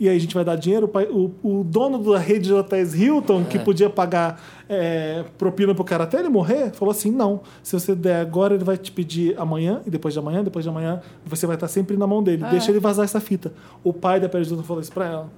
Speaker 3: E aí a gente vai dar dinheiro. O, pai- o- o dono da rede de hotéis Hilton, que podia pagar é, propina pro cara até ele morrer, falou assim: Não, se você der agora, ele vai te pedir amanhã, e depois de amanhã, depois de amanhã, você vai estar sempre na mão dele. Deixa ele vazar essa fita. O pai da Paris Hilton falou isso pra ela.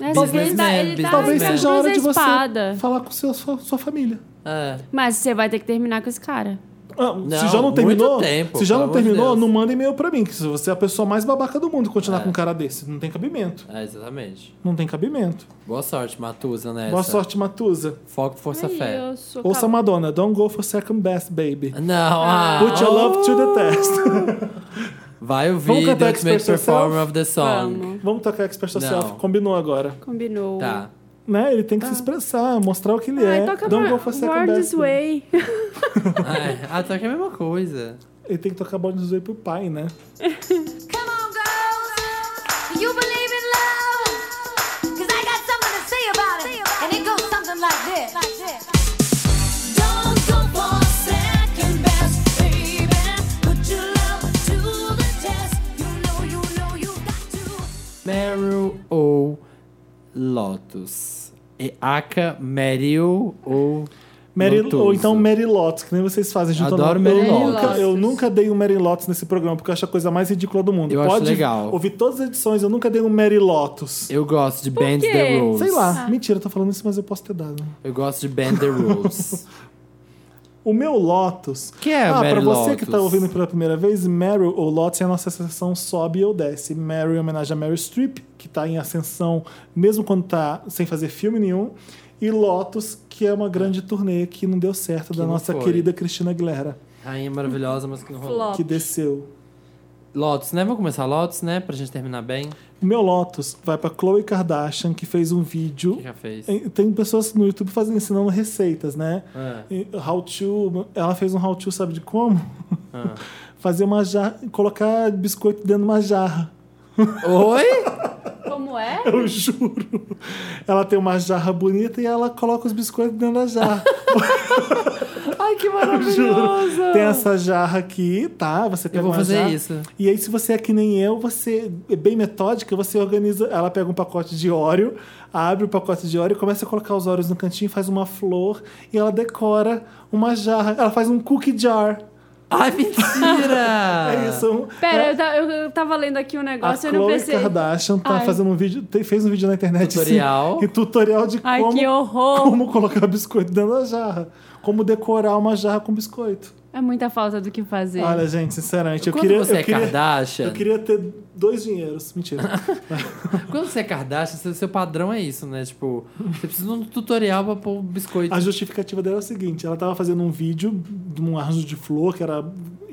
Speaker 1: É,
Speaker 2: Business
Speaker 1: porque ele tá,
Speaker 2: man,
Speaker 1: ele tá
Speaker 2: business
Speaker 3: Talvez
Speaker 2: man.
Speaker 1: entre
Speaker 3: seja a hora
Speaker 1: a
Speaker 3: de você
Speaker 1: espada.
Speaker 3: falar com seu, sua, sua família.
Speaker 2: É.
Speaker 1: Mas você vai ter que terminar com esse cara.
Speaker 3: Ah, se
Speaker 2: Não,
Speaker 3: já não
Speaker 2: muito
Speaker 3: terminou,
Speaker 2: tempo,
Speaker 3: se já
Speaker 2: pelo
Speaker 3: não
Speaker 2: amor de
Speaker 3: terminou,
Speaker 2: Deus.
Speaker 3: não manda e-mail pra mim, que se você é a pessoa mais babaca do mundo e continuar
Speaker 2: É.
Speaker 3: com um cara desse, não tem cabimento.
Speaker 2: É, exatamente.
Speaker 3: Não tem cabimento.
Speaker 2: Boa sorte, Matusa, nessa.
Speaker 3: Boa sorte, Matusa.
Speaker 2: Foco, força,
Speaker 5: Ai,
Speaker 2: fé.
Speaker 5: eu sou
Speaker 3: Ouça
Speaker 5: cab-
Speaker 3: Madonna, don't go for second best, baby.
Speaker 2: Não, ah,
Speaker 3: Put your love to
Speaker 5: Oh.
Speaker 3: the test.
Speaker 2: vai
Speaker 3: Vamos
Speaker 2: ouvir
Speaker 3: cantar
Speaker 2: The
Speaker 3: Expert
Speaker 2: Ultimate
Speaker 3: Yourself?
Speaker 2: Performer of the Song.
Speaker 5: Vamos.
Speaker 3: Vamos tocar Expert Yourself,
Speaker 2: Não.
Speaker 3: combinou agora.
Speaker 5: Combinou.
Speaker 2: Tá.
Speaker 3: Né? Ele tem
Speaker 5: Ah.
Speaker 3: que se expressar, mostrar o que ele
Speaker 5: Ai,
Speaker 3: é.
Speaker 5: toca
Speaker 3: Don't
Speaker 5: Born-
Speaker 3: go for second
Speaker 5: Ah, então Born
Speaker 3: best.
Speaker 5: This Way.
Speaker 2: É, Ah, tá que é a mesma coisa.
Speaker 3: baby. Ele tem que tocar Born This Way pro pai, né?
Speaker 6: Come on, girls. You believe in love? Cause I got something to say about it. and it goes something like this. Don't go for second best, baby. Put your love to the test. You know, you know, you got to.
Speaker 2: Meryl ou Lotus? E Aka Meryl ou
Speaker 3: Mary,
Speaker 2: Lotus?
Speaker 3: ou então Mary Lotus, que nem vocês fazem juntando.
Speaker 2: Adoro
Speaker 3: eu,
Speaker 2: Mary
Speaker 3: nunca,
Speaker 5: Lotus.
Speaker 3: eu nunca dei um Mary Lotus nesse programa, porque eu acho a coisa mais ridícula do mundo.
Speaker 2: Eu acho
Speaker 3: Pode
Speaker 2: legal.
Speaker 3: ouvir todas as edições, eu nunca dei um Mary Lotus.
Speaker 2: Eu gosto de Bend
Speaker 1: quê?
Speaker 2: the Rules.
Speaker 3: Sei lá, mentira, eu tô falando isso, mas eu posso ter dado.
Speaker 2: Eu gosto de Bend the Rules.
Speaker 3: O meu Lotus.
Speaker 2: Que é
Speaker 3: Ah,
Speaker 2: Mary
Speaker 3: pra você
Speaker 2: Lotus?
Speaker 3: que tá ouvindo pela primeira vez, Meryl ou Lotus é a nossa sessão sobe ou desce. Meryl em homenagem a Meryl Streep, que tá em ascensão mesmo quando tá sem fazer filme nenhum. E Lotus, que é uma grande turnê que não deu certo da
Speaker 2: não
Speaker 3: nossa
Speaker 2: foi.
Speaker 3: querida Cristina Aguilera,
Speaker 2: Rainha maravilhosa, mas que não rolou.
Speaker 5: Flop.
Speaker 3: que desceu.
Speaker 2: Lotus, né? Vamos começar Lotus, né? Pra gente terminar bem.
Speaker 3: O meu Lotus vai pra Chloe Kardashian, que fez um vídeo.
Speaker 2: O que já fez?
Speaker 3: Tem- Tem pessoas no YouTube fazendo, ensinando receitas, né?
Speaker 2: Ah.
Speaker 3: E How to. Ela fez um how to, sabe de como? Ah. Fazer uma jarra. Colocar biscoito dentro de uma jarra.
Speaker 2: Oi?
Speaker 5: Como é?
Speaker 3: Eu juro. Ela tem uma jarra bonita e ela coloca os biscoitos dentro da jarra.
Speaker 2: Ai, que maravilhoso!
Speaker 3: tem essa jarra aqui, tá? Você pega
Speaker 2: vou
Speaker 3: uma
Speaker 2: fazer
Speaker 3: jarra.
Speaker 2: isso.
Speaker 3: E aí, se você é que nem eu, você é bem metódica, você organiza. Ela pega um pacote de óleo, abre o pacote de óleo, começa a colocar os óleos no cantinho, faz uma flor e ela decora uma jarra. Ela faz um cookie jar.
Speaker 2: Ai, mentira!
Speaker 3: É isso. um-
Speaker 5: Pera,
Speaker 3: é-
Speaker 5: eu, ta- eu- eu tava lendo aqui um
Speaker 3: A
Speaker 5: negócio e eu não
Speaker 3: Chloe
Speaker 5: pensei.
Speaker 3: Kardashian tá
Speaker 5: Ai.
Speaker 3: fazendo um vídeo, te- fez um vídeo na internet
Speaker 2: Tutorial.
Speaker 3: assim, e tutorial de
Speaker 1: Ai,
Speaker 3: como
Speaker 1: que horror!
Speaker 3: como colocar biscoito dentro da jarra. Como decorar uma jarra com biscoito.
Speaker 1: É muita falta do que fazer.
Speaker 3: Olha, gente, sinceramente, eu
Speaker 2: Quando
Speaker 3: queria.
Speaker 2: você
Speaker 3: eu
Speaker 2: é
Speaker 3: queria,
Speaker 2: Kardashian,
Speaker 3: Eu queria ter dois dinheiros. Mentira.
Speaker 2: quando você é Kardashian, seu, seu padrão é isso, né? Tipo, você precisa de um tutorial pra pôr o biscoito.
Speaker 3: A justificativa dela é o seguinte: ela tava fazendo um vídeo de um arranjo de flor que era.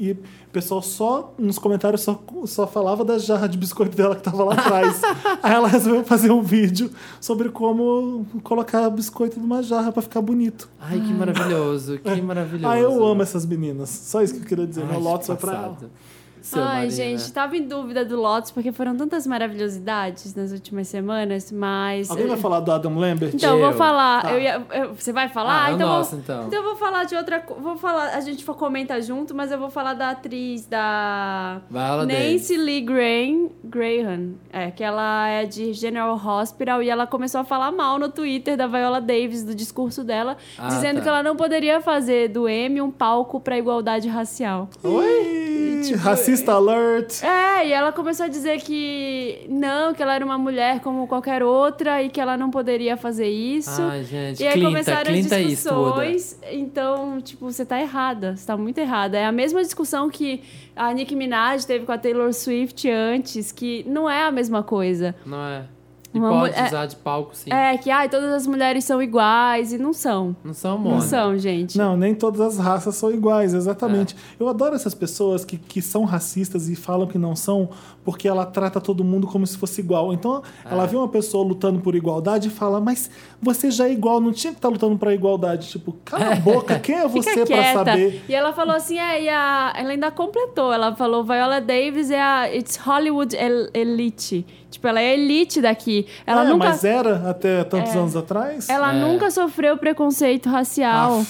Speaker 3: E o pessoal só, nos comentários, só, só falava da jarra de biscoito dela que tava lá atrás. Aí ela resolveu fazer um vídeo sobre como colocar biscoito numa jarra pra ficar bonito.
Speaker 2: Ai, que maravilhoso, que maravilhoso.
Speaker 3: Ah,
Speaker 2: né?
Speaker 3: eu amo essas meninas. Só isso que eu queria dizer.
Speaker 2: Ai,
Speaker 3: Meu
Speaker 2: que
Speaker 3: Lotus vai pra ela.
Speaker 2: passado. Seu,
Speaker 1: Ai,
Speaker 2: Marina.
Speaker 1: gente, tava em dúvida do Lotus, porque foram tantas maravilhosidades nas últimas semanas, mas.
Speaker 3: Alguém vai falar do Adam Lambert?
Speaker 1: Então, eu vou
Speaker 2: Eu.
Speaker 1: falar.
Speaker 3: Tá.
Speaker 1: Eu ia- eu- você vai falar?
Speaker 2: Ah, é o
Speaker 1: então,
Speaker 2: nosso,
Speaker 1: vou,
Speaker 2: então.
Speaker 1: eu vou falar de outra. co- Vou falar. A gente for comenta junto, mas eu vou falar da atriz da.
Speaker 2: Viola
Speaker 1: Nancy Lee Graham, Graham, é, que ela é de General Hospital e ela começou a falar mal no Twitter da Viola Davis, do discurso dela,
Speaker 2: Ah,
Speaker 1: dizendo
Speaker 2: tá.
Speaker 1: que ela não poderia fazer do M um palco pra igualdade racial.
Speaker 3: Oi!
Speaker 2: tipo,
Speaker 3: Racista alert!
Speaker 1: É, e ela começou a dizer que não, que ela era uma mulher como qualquer outra e que ela não poderia fazer isso.
Speaker 2: Ai, gente,
Speaker 1: E aí
Speaker 2: Clinta,
Speaker 1: começaram
Speaker 2: Clinta é
Speaker 1: as
Speaker 2: Eastwood.
Speaker 1: discussões. Então, tipo, você tá errada, você tá muito errada. É a mesma discussão que a Nicki Minaj teve com a Taylor Swift antes, que não é a mesma coisa.
Speaker 2: Não é? E
Speaker 1: Uma
Speaker 2: pode
Speaker 1: mu- é-
Speaker 2: usar de palco, sim.
Speaker 1: É, que ai, todas as mulheres são iguais e não são.
Speaker 2: Não são
Speaker 1: Não
Speaker 2: monas.
Speaker 1: são, gente.
Speaker 3: Não, nem todas as raças são iguais, exatamente.
Speaker 1: É.
Speaker 3: Eu adoro essas pessoas que, que são racistas e falam que não são porque ela trata todo mundo como se fosse igual. Então,
Speaker 1: É.
Speaker 3: ela vê uma pessoa lutando por igualdade e fala, mas você já é igual, não tinha que estar lutando pra igualdade. Tipo, cala a boca, quem é você
Speaker 1: Fica
Speaker 3: pra
Speaker 1: quieta.
Speaker 3: saber?
Speaker 1: E ela falou assim, é, e a, ela ainda completou. Ela falou, Viola Davis é a It's Hollywood el- Elite. Tipo, ela é elite daqui. Ela
Speaker 3: É,
Speaker 1: nunca... É.
Speaker 3: Mas era até tantos anos atrás?
Speaker 1: Ela
Speaker 2: É.
Speaker 1: nunca sofreu preconceito racial.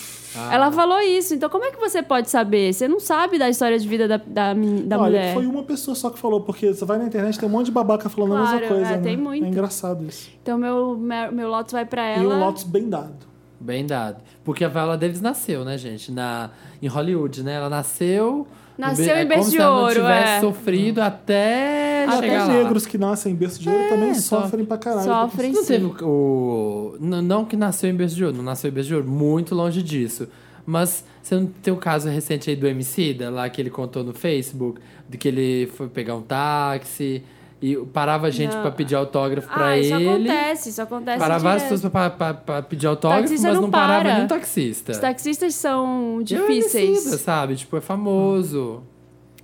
Speaker 1: Ela falou isso. Então, como é que você pode saber? Você não sabe da história de vida da, da, men- da
Speaker 3: Olha,
Speaker 1: mulher.
Speaker 3: foi um uma pessoa só que falou, porque você vai na internet tem um monte de babaca falando a mesma
Speaker 1: Claro,
Speaker 3: coisa.
Speaker 1: é,
Speaker 3: né?
Speaker 1: tem muito.
Speaker 3: É engraçado isso.
Speaker 1: Então, meu, meu, meu Lotus vai pra
Speaker 3: E
Speaker 1: ela.
Speaker 3: o Lotus bem dado.
Speaker 2: Bem dado. Porque a Viola Davis nasceu, né, gente? Na, em Hollywood, né? Ela nasceu.
Speaker 1: Nasceu
Speaker 2: no Be-
Speaker 1: em
Speaker 2: é
Speaker 1: berço
Speaker 2: como
Speaker 1: de
Speaker 2: se ela
Speaker 1: ouro,
Speaker 2: não tivesse
Speaker 1: é.
Speaker 2: sofrido até,
Speaker 3: Até
Speaker 2: chegar lá.
Speaker 3: negros que nascem em berço de ouro também
Speaker 2: só-
Speaker 3: sofrem pra caralho.
Speaker 1: É, Sofrem
Speaker 2: Não
Speaker 1: sim.
Speaker 2: teve o- o. n- Não que nasceu em berço de ouro, não nasceu em berço de ouro, muito longe disso. Mas você não tem o caso recente aí do MC, lá que ele contou no Facebook, de que ele foi pegar um táxi e parava gente
Speaker 1: Não.
Speaker 2: pra pedir autógrafo pra
Speaker 1: Ah, isso
Speaker 2: ele.
Speaker 1: acontece, isso acontece
Speaker 2: Parava várias
Speaker 1: direto.
Speaker 2: pessoas pra, pra- pra pedir autógrafo,
Speaker 1: Taxista
Speaker 2: mas
Speaker 1: não
Speaker 2: não, parava
Speaker 1: para. tá
Speaker 2: nenhum taxista.
Speaker 1: Os taxistas são
Speaker 2: E é o Emicida,
Speaker 1: difíceis.
Speaker 2: sabe? Tipo, é famoso.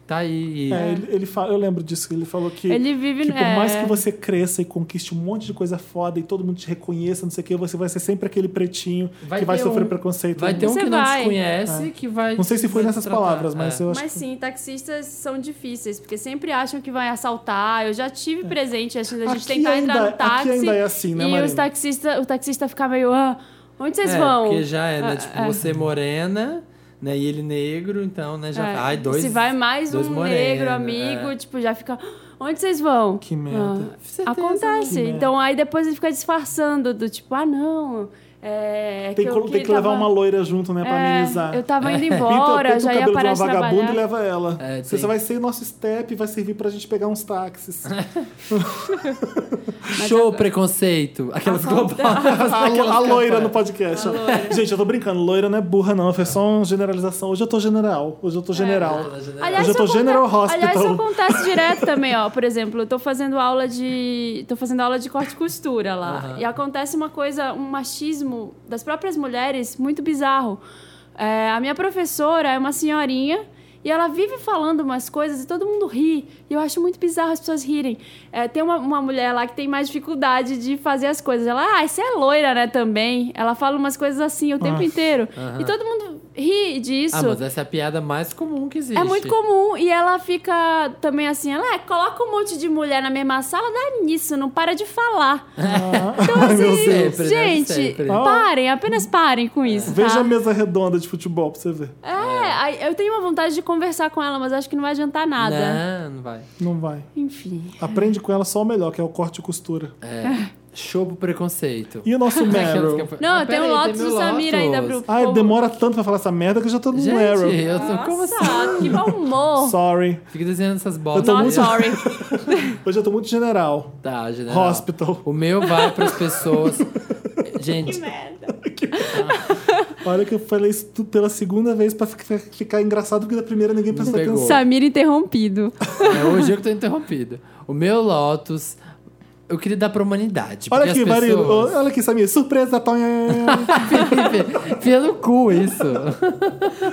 Speaker 2: Tá aí.
Speaker 3: É, ele, ele fala, eu lembro disso, ele falou que,
Speaker 1: Ele vive-
Speaker 3: que Tipo, por
Speaker 1: é.
Speaker 3: mais que você cresça e conquiste um monte de coisa foda e todo mundo te reconheça, não sei o que, você vai ser sempre aquele pretinho
Speaker 2: Vai
Speaker 3: que vai
Speaker 2: ter
Speaker 3: sofrer
Speaker 2: um-
Speaker 3: preconceito.
Speaker 2: Vai ter um
Speaker 1: Você
Speaker 2: que não
Speaker 1: vai.
Speaker 2: te conhece, que vai.
Speaker 3: É. Não sei se foi
Speaker 2: vai te
Speaker 3: nessas
Speaker 2: tratar.
Speaker 3: palavras, mas
Speaker 2: É.
Speaker 3: eu acho
Speaker 1: Mas
Speaker 3: que...
Speaker 1: sim, taxistas são difíceis, porque sempre acham que vai assaltar. Eu já tive presente assim, da gente
Speaker 3: É. Aqui
Speaker 1: tentar entrar no
Speaker 3: ainda-
Speaker 1: táxi.
Speaker 3: aqui ainda é assim, né,
Speaker 1: e
Speaker 3: Marina?
Speaker 1: os taxista, o taxista fica meio, ah, onde vocês
Speaker 2: É,
Speaker 1: vão?
Speaker 2: Porque já é, né?
Speaker 1: Ah,
Speaker 2: Tipo,
Speaker 1: é.
Speaker 2: você morena, né? E ele negro, então, né? Já.
Speaker 1: É.
Speaker 2: Ai, dois.
Speaker 1: Se vai mais
Speaker 2: dois
Speaker 1: um
Speaker 2: moreno,
Speaker 1: negro amigo,
Speaker 2: é.
Speaker 1: tipo, já fica. Onde vocês vão?
Speaker 3: Que merda.
Speaker 1: Ah,
Speaker 2: Certeza,
Speaker 1: acontece.
Speaker 3: né?
Speaker 1: Então aí depois ele fica disfarçando do tipo, ah, não. É,
Speaker 3: Tem,
Speaker 1: que,
Speaker 3: que,
Speaker 1: eu,
Speaker 3: tem que levar
Speaker 1: tava-
Speaker 3: uma loira junto, né, pra
Speaker 1: É,
Speaker 3: amenizar.
Speaker 1: Eu tava indo
Speaker 3: Pinta-
Speaker 1: embora,
Speaker 3: pinta
Speaker 1: já
Speaker 3: o
Speaker 1: ia
Speaker 3: cabelo de
Speaker 1: parar
Speaker 3: uma
Speaker 1: de trabalhar.
Speaker 3: vagabundo e leva ela.
Speaker 2: É,
Speaker 3: Você
Speaker 2: tem.
Speaker 3: só vai ser nosso step e vai servir pra gente pegar uns táxis.
Speaker 2: Show preconceito. Aquelas
Speaker 1: Ah,
Speaker 2: globais.
Speaker 3: a, lo- a loira no podcast. Gente, eu tô brincando, loira não é burra, não. Foi só uma generalização. Hoje eu tô general. Hoje eu
Speaker 2: É,
Speaker 3: tô general.
Speaker 1: Aliás,
Speaker 2: né?
Speaker 3: Hoje eu
Speaker 1: isso
Speaker 3: tô
Speaker 1: aconte-
Speaker 3: General Hospital.
Speaker 1: Aliás, isso acontece direto também, ó. Por exemplo, eu tô fazendo aula de. tô fazendo aula de corte e costura lá. E acontece uma coisa, um machismo das próprias mulheres muito bizarro. É, a minha professora é uma senhorinha. E ela vive falando umas coisas e todo mundo ri. E eu acho muito bizarro as pessoas rirem. É, tem uma, uma mulher lá que tem mais dificuldade de fazer as coisas. Ela, ah, você é loira, né, também. Ela fala umas coisas assim o tempo inteiro. E todo mundo ri disso.
Speaker 2: Ah, mas essa é a piada mais comum que existe.
Speaker 1: É muito comum. E ela fica também assim, ela é, coloca um monte de mulher na mesma sala, dá nisso, não para de falar. Então, assim,
Speaker 2: Ah. meu Deus. Sempre, né?
Speaker 1: gente,
Speaker 2: Sempre.
Speaker 1: parem, apenas parem com isso. tá?
Speaker 3: Veja a mesa redonda de futebol pra você ver.
Speaker 1: É, aí eu tenho uma vontade de conversar com ela, mas acho que não vai adiantar nada.
Speaker 2: Não, não vai.
Speaker 3: Não vai.
Speaker 1: Enfim.
Speaker 3: Aprende com ela só o melhor, que é o corte e costura.
Speaker 2: Show pro preconceito.
Speaker 3: E o nosso
Speaker 2: Aquelas
Speaker 3: Meryl?
Speaker 2: que eu-
Speaker 1: Não,
Speaker 2: Ah,
Speaker 1: tem o
Speaker 2: peraí,
Speaker 1: Lotus
Speaker 2: meu
Speaker 1: do Samir ainda pro.
Speaker 2: Lotus.
Speaker 3: Ai,
Speaker 1: povo.
Speaker 3: demora tanto pra falar essa merda que eu já tô no
Speaker 2: Gente,
Speaker 3: Meryl.
Speaker 2: eu tô, como assim?
Speaker 1: Nossa, Tá, que mau humor.
Speaker 3: Sorry.
Speaker 2: Fico desenhando essas bolas.
Speaker 3: Eu tô
Speaker 1: Not
Speaker 3: muito-
Speaker 1: sorry.
Speaker 3: Hoje eu tô muito general.
Speaker 2: Tá, general.
Speaker 3: Hospital.
Speaker 2: O meu vai pras pessoas. Gente,
Speaker 3: Olha que eu falei isso tudo pela segunda vez pra fi- ficar engraçado, porque da primeira ninguém prestou
Speaker 2: pegou.
Speaker 3: atenção.
Speaker 1: Samir interrompido.
Speaker 2: é hoje eu que tô interrompido. O meu Lotus, eu queria dar pra humanidade.
Speaker 3: Olha
Speaker 2: porque
Speaker 3: aqui,
Speaker 2: as
Speaker 3: marido.
Speaker 2: pessoas...
Speaker 3: Olha aqui, Samir. Surpresa. tonha.
Speaker 2: Felipe, Fia no cu isso.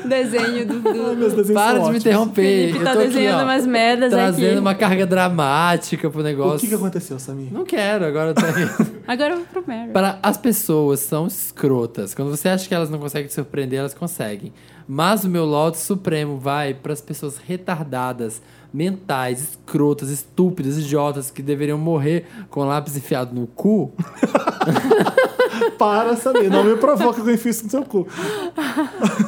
Speaker 1: Desenho do. do-
Speaker 3: Meus desenhos
Speaker 2: Para
Speaker 3: são
Speaker 2: de me
Speaker 3: ótimos.
Speaker 2: interromper.
Speaker 1: Felipe
Speaker 2: Eu
Speaker 1: tá
Speaker 2: tô aqui,
Speaker 1: desenhando
Speaker 2: ó,
Speaker 1: umas merdas
Speaker 2: Trazendo
Speaker 1: aqui.
Speaker 2: uma carga dramática pro negócio.
Speaker 3: O que, que aconteceu, Samir?
Speaker 2: Não quero, agora eu tô rindo.
Speaker 1: Agora eu vou pro Meryl.
Speaker 2: Para as pessoas são escrotas. Quando você acha que elas não conseguem te surpreender, elas conseguem. Mas o meu lote supremo vai para as pessoas retardadas, mentais, escrotas, estúpidas, idiotas que deveriam morrer com lápis enfiado no cu.
Speaker 3: Para, Samir. Não me provoca que eu enfio isso no seu cu.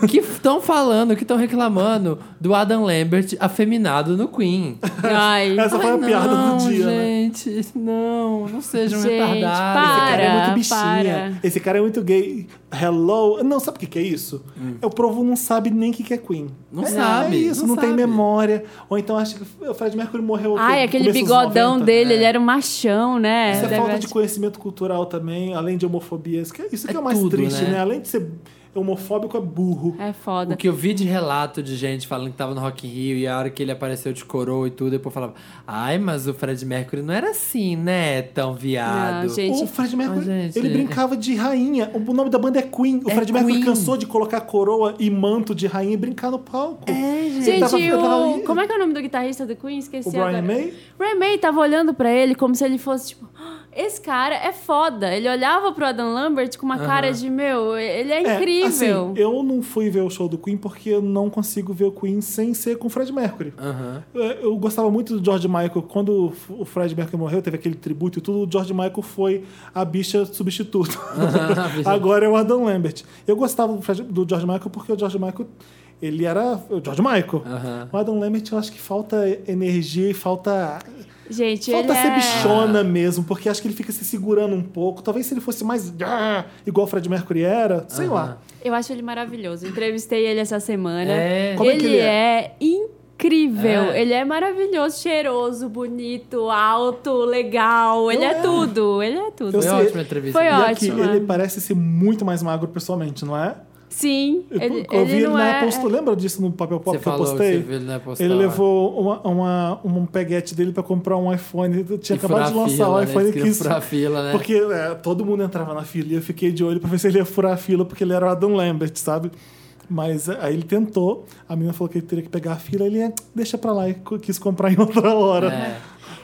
Speaker 2: que estão falando, que estão reclamando do Adam Lambert afeminado no Queen.
Speaker 1: Ai.
Speaker 3: Essa foi a piada
Speaker 2: não,
Speaker 3: do dia, né?
Speaker 2: gente, não, não sejam
Speaker 1: Gente,
Speaker 2: retardados.
Speaker 1: para.
Speaker 3: Esse cara é muito bichinha.
Speaker 1: para.
Speaker 3: Esse cara é muito gay. Hello. Não, sabe o que, que é isso? É o povo não sabe nem o que, que é Queen.
Speaker 2: Não
Speaker 3: é,
Speaker 2: sabe,
Speaker 3: É isso, não,
Speaker 2: não
Speaker 3: tem
Speaker 2: sabe.
Speaker 3: memória. Ou então acha que o Fred Mercury morreu.
Speaker 1: Ai,
Speaker 3: no
Speaker 1: aquele
Speaker 3: começo dos
Speaker 1: bigodão
Speaker 3: 90.
Speaker 1: dele, ele era um machão, né?
Speaker 3: Isso é
Speaker 1: Deve-
Speaker 3: falta de conhecimento cultural também, além de homofobia. Isso que, isso que é,
Speaker 2: É
Speaker 3: o mais
Speaker 2: tudo,
Speaker 3: triste, né?
Speaker 2: né?
Speaker 3: Além de ser homofóbico é burro.
Speaker 1: É foda.
Speaker 2: O que eu vi de relato de gente falando que tava no Rock in Rio e a hora que ele apareceu de coroa e tudo, depois falava: Ai, mas o Fred Mercury não era assim, né? Tão viado.
Speaker 1: Não, gente. é
Speaker 3: O Fred Mercury,
Speaker 2: Ah, gente.
Speaker 3: ele brincava de rainha. O nome da banda é Queen. O
Speaker 2: É
Speaker 3: Fred Mercury
Speaker 2: Queen.
Speaker 3: cansou de colocar coroa e manto de rainha e brincar no palco. É,
Speaker 1: Gente,
Speaker 3: eu
Speaker 1: o... como é que é o nome do guitarrista do Queen? Esqueci
Speaker 3: O Brian
Speaker 1: agora.
Speaker 3: May?
Speaker 1: Brian May tava olhando pra ele como se ele fosse, tipo... "Ah, Esse cara é foda. Ele olhava pro Adam Lambert com uma cara de, meu, ele é
Speaker 3: É,
Speaker 1: incrível.
Speaker 3: assim, eu não fui ver o show do Queen porque eu não consigo ver o Queen sem ser com o Fred Mercury. É, Eu gostava muito do George Michael. Quando o Fred Mercury morreu, teve aquele tributo e tudo, o George Michael foi a bicha substituta. Agora é o Adam Lambert. Eu gostava do, Fred- do George Michael porque o George Michael. Ele era o George Michael. O Adam Lambert, eu acho que falta energia e falta.
Speaker 1: Gente, ele
Speaker 3: Falta ser
Speaker 1: é...
Speaker 3: bichona mesmo, porque acho que ele fica se segurando um pouco. Talvez se ele fosse mais. ah, igual o Fred Mercury era, sei lá.
Speaker 1: Eu acho ele maravilhoso. Entrevistei ele essa semana.
Speaker 2: É.
Speaker 3: Como é que
Speaker 1: ele
Speaker 3: ele
Speaker 1: é? incrível.
Speaker 2: É.
Speaker 1: Ele é maravilhoso, cheiroso, bonito, alto, legal. Ele é, tudo. Ele é tudo.
Speaker 3: Eu
Speaker 2: Foi
Speaker 3: sei.
Speaker 2: ótima a entrevista.
Speaker 1: Foi
Speaker 3: e aqui,
Speaker 1: ótimo.
Speaker 3: ele parece ser muito mais magro pessoalmente, não é?
Speaker 1: Sim, ele,
Speaker 3: eu vi
Speaker 1: ele
Speaker 3: ele
Speaker 1: não
Speaker 3: na
Speaker 1: é...
Speaker 3: post- Lembra disso no papel pop
Speaker 2: Você
Speaker 3: que
Speaker 2: falou
Speaker 3: eu
Speaker 2: que
Speaker 3: postei?
Speaker 2: você viu ele na postal,
Speaker 3: ele
Speaker 2: é.
Speaker 3: levou uma, uma- um peguete dele pra comprar um iPhone. Eu Tinha
Speaker 2: E
Speaker 3: acabado
Speaker 2: furar
Speaker 3: de lançar
Speaker 2: a fila,
Speaker 3: o
Speaker 2: né?
Speaker 3: iPhone
Speaker 2: Eles
Speaker 3: que
Speaker 2: queriam
Speaker 3: isso.
Speaker 2: furar a fila, né?
Speaker 3: Porque é, todo mundo entrava na fila e eu fiquei de olho pra ver se ele ia furar a fila, porque ele era o Adam Lambert, sabe? Mas é, aí ele tentou, a menina falou que ele teria que pegar a fila, ele é, deixa pra lá e co- quis comprar em outra hora.
Speaker 2: É.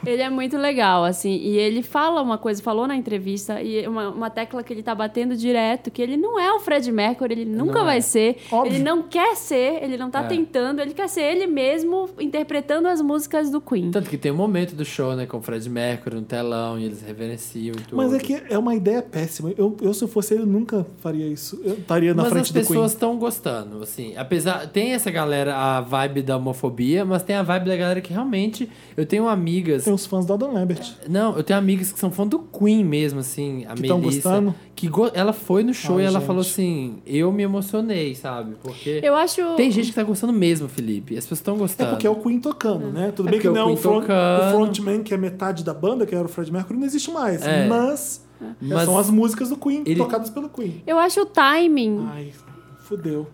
Speaker 1: Ele é muito legal, assim. E ele fala uma coisa, falou na entrevista, e uma, uma tecla que ele tá batendo direto, que ele não é o Fred Mercury, ele nunca
Speaker 2: Não é.
Speaker 1: vai ser.
Speaker 3: Óbvio.
Speaker 1: Ele não quer ser, ele não tá
Speaker 2: É.
Speaker 1: tentando, ele quer ser ele mesmo interpretando as músicas do Queen.
Speaker 2: Tanto que tem um momento do show, né? Com o Fred Mercury no telão e eles reverenciam e tudo.
Speaker 3: Mas é que é uma ideia péssima. Eu, eu, se eu fosse ele, nunca faria isso. Eu estaria na
Speaker 2: mas
Speaker 3: frente
Speaker 2: as
Speaker 3: do Queen.
Speaker 2: pessoas estão gostando, assim. Apesar. Tem essa galera, a vibe da homofobia, mas tem a vibe da galera que realmente. Eu tenho amigas.
Speaker 3: Tem os fãs do Adam Lambert.
Speaker 2: Não, eu tenho amigas que são fã do Queen mesmo, assim. A
Speaker 3: Que tão
Speaker 2: Melissa.
Speaker 3: gostando?
Speaker 2: Que go- ela foi no show
Speaker 3: Ai,
Speaker 2: e ela
Speaker 3: gente.
Speaker 2: falou assim: eu me emocionei, sabe? Porque.
Speaker 1: Eu acho.
Speaker 2: Tem gente que tá gostando mesmo, Felipe. As pessoas estão
Speaker 3: É
Speaker 2: gostando.
Speaker 3: porque é o Queen tocando, né? Tudo
Speaker 2: Tá. É
Speaker 3: bem que
Speaker 2: porque
Speaker 3: não é
Speaker 2: é o
Speaker 3: o,
Speaker 2: Queen
Speaker 3: front-
Speaker 2: tocando.
Speaker 3: o frontman, que é metade da banda, que era o Fred Mercury, não existe mais.
Speaker 2: É.
Speaker 3: Mas,
Speaker 2: Mas-
Speaker 3: são as músicas do Queen,
Speaker 2: Ele-
Speaker 3: tocadas pelo Queen.
Speaker 1: Eu acho o timing.
Speaker 3: Ai, fudeu.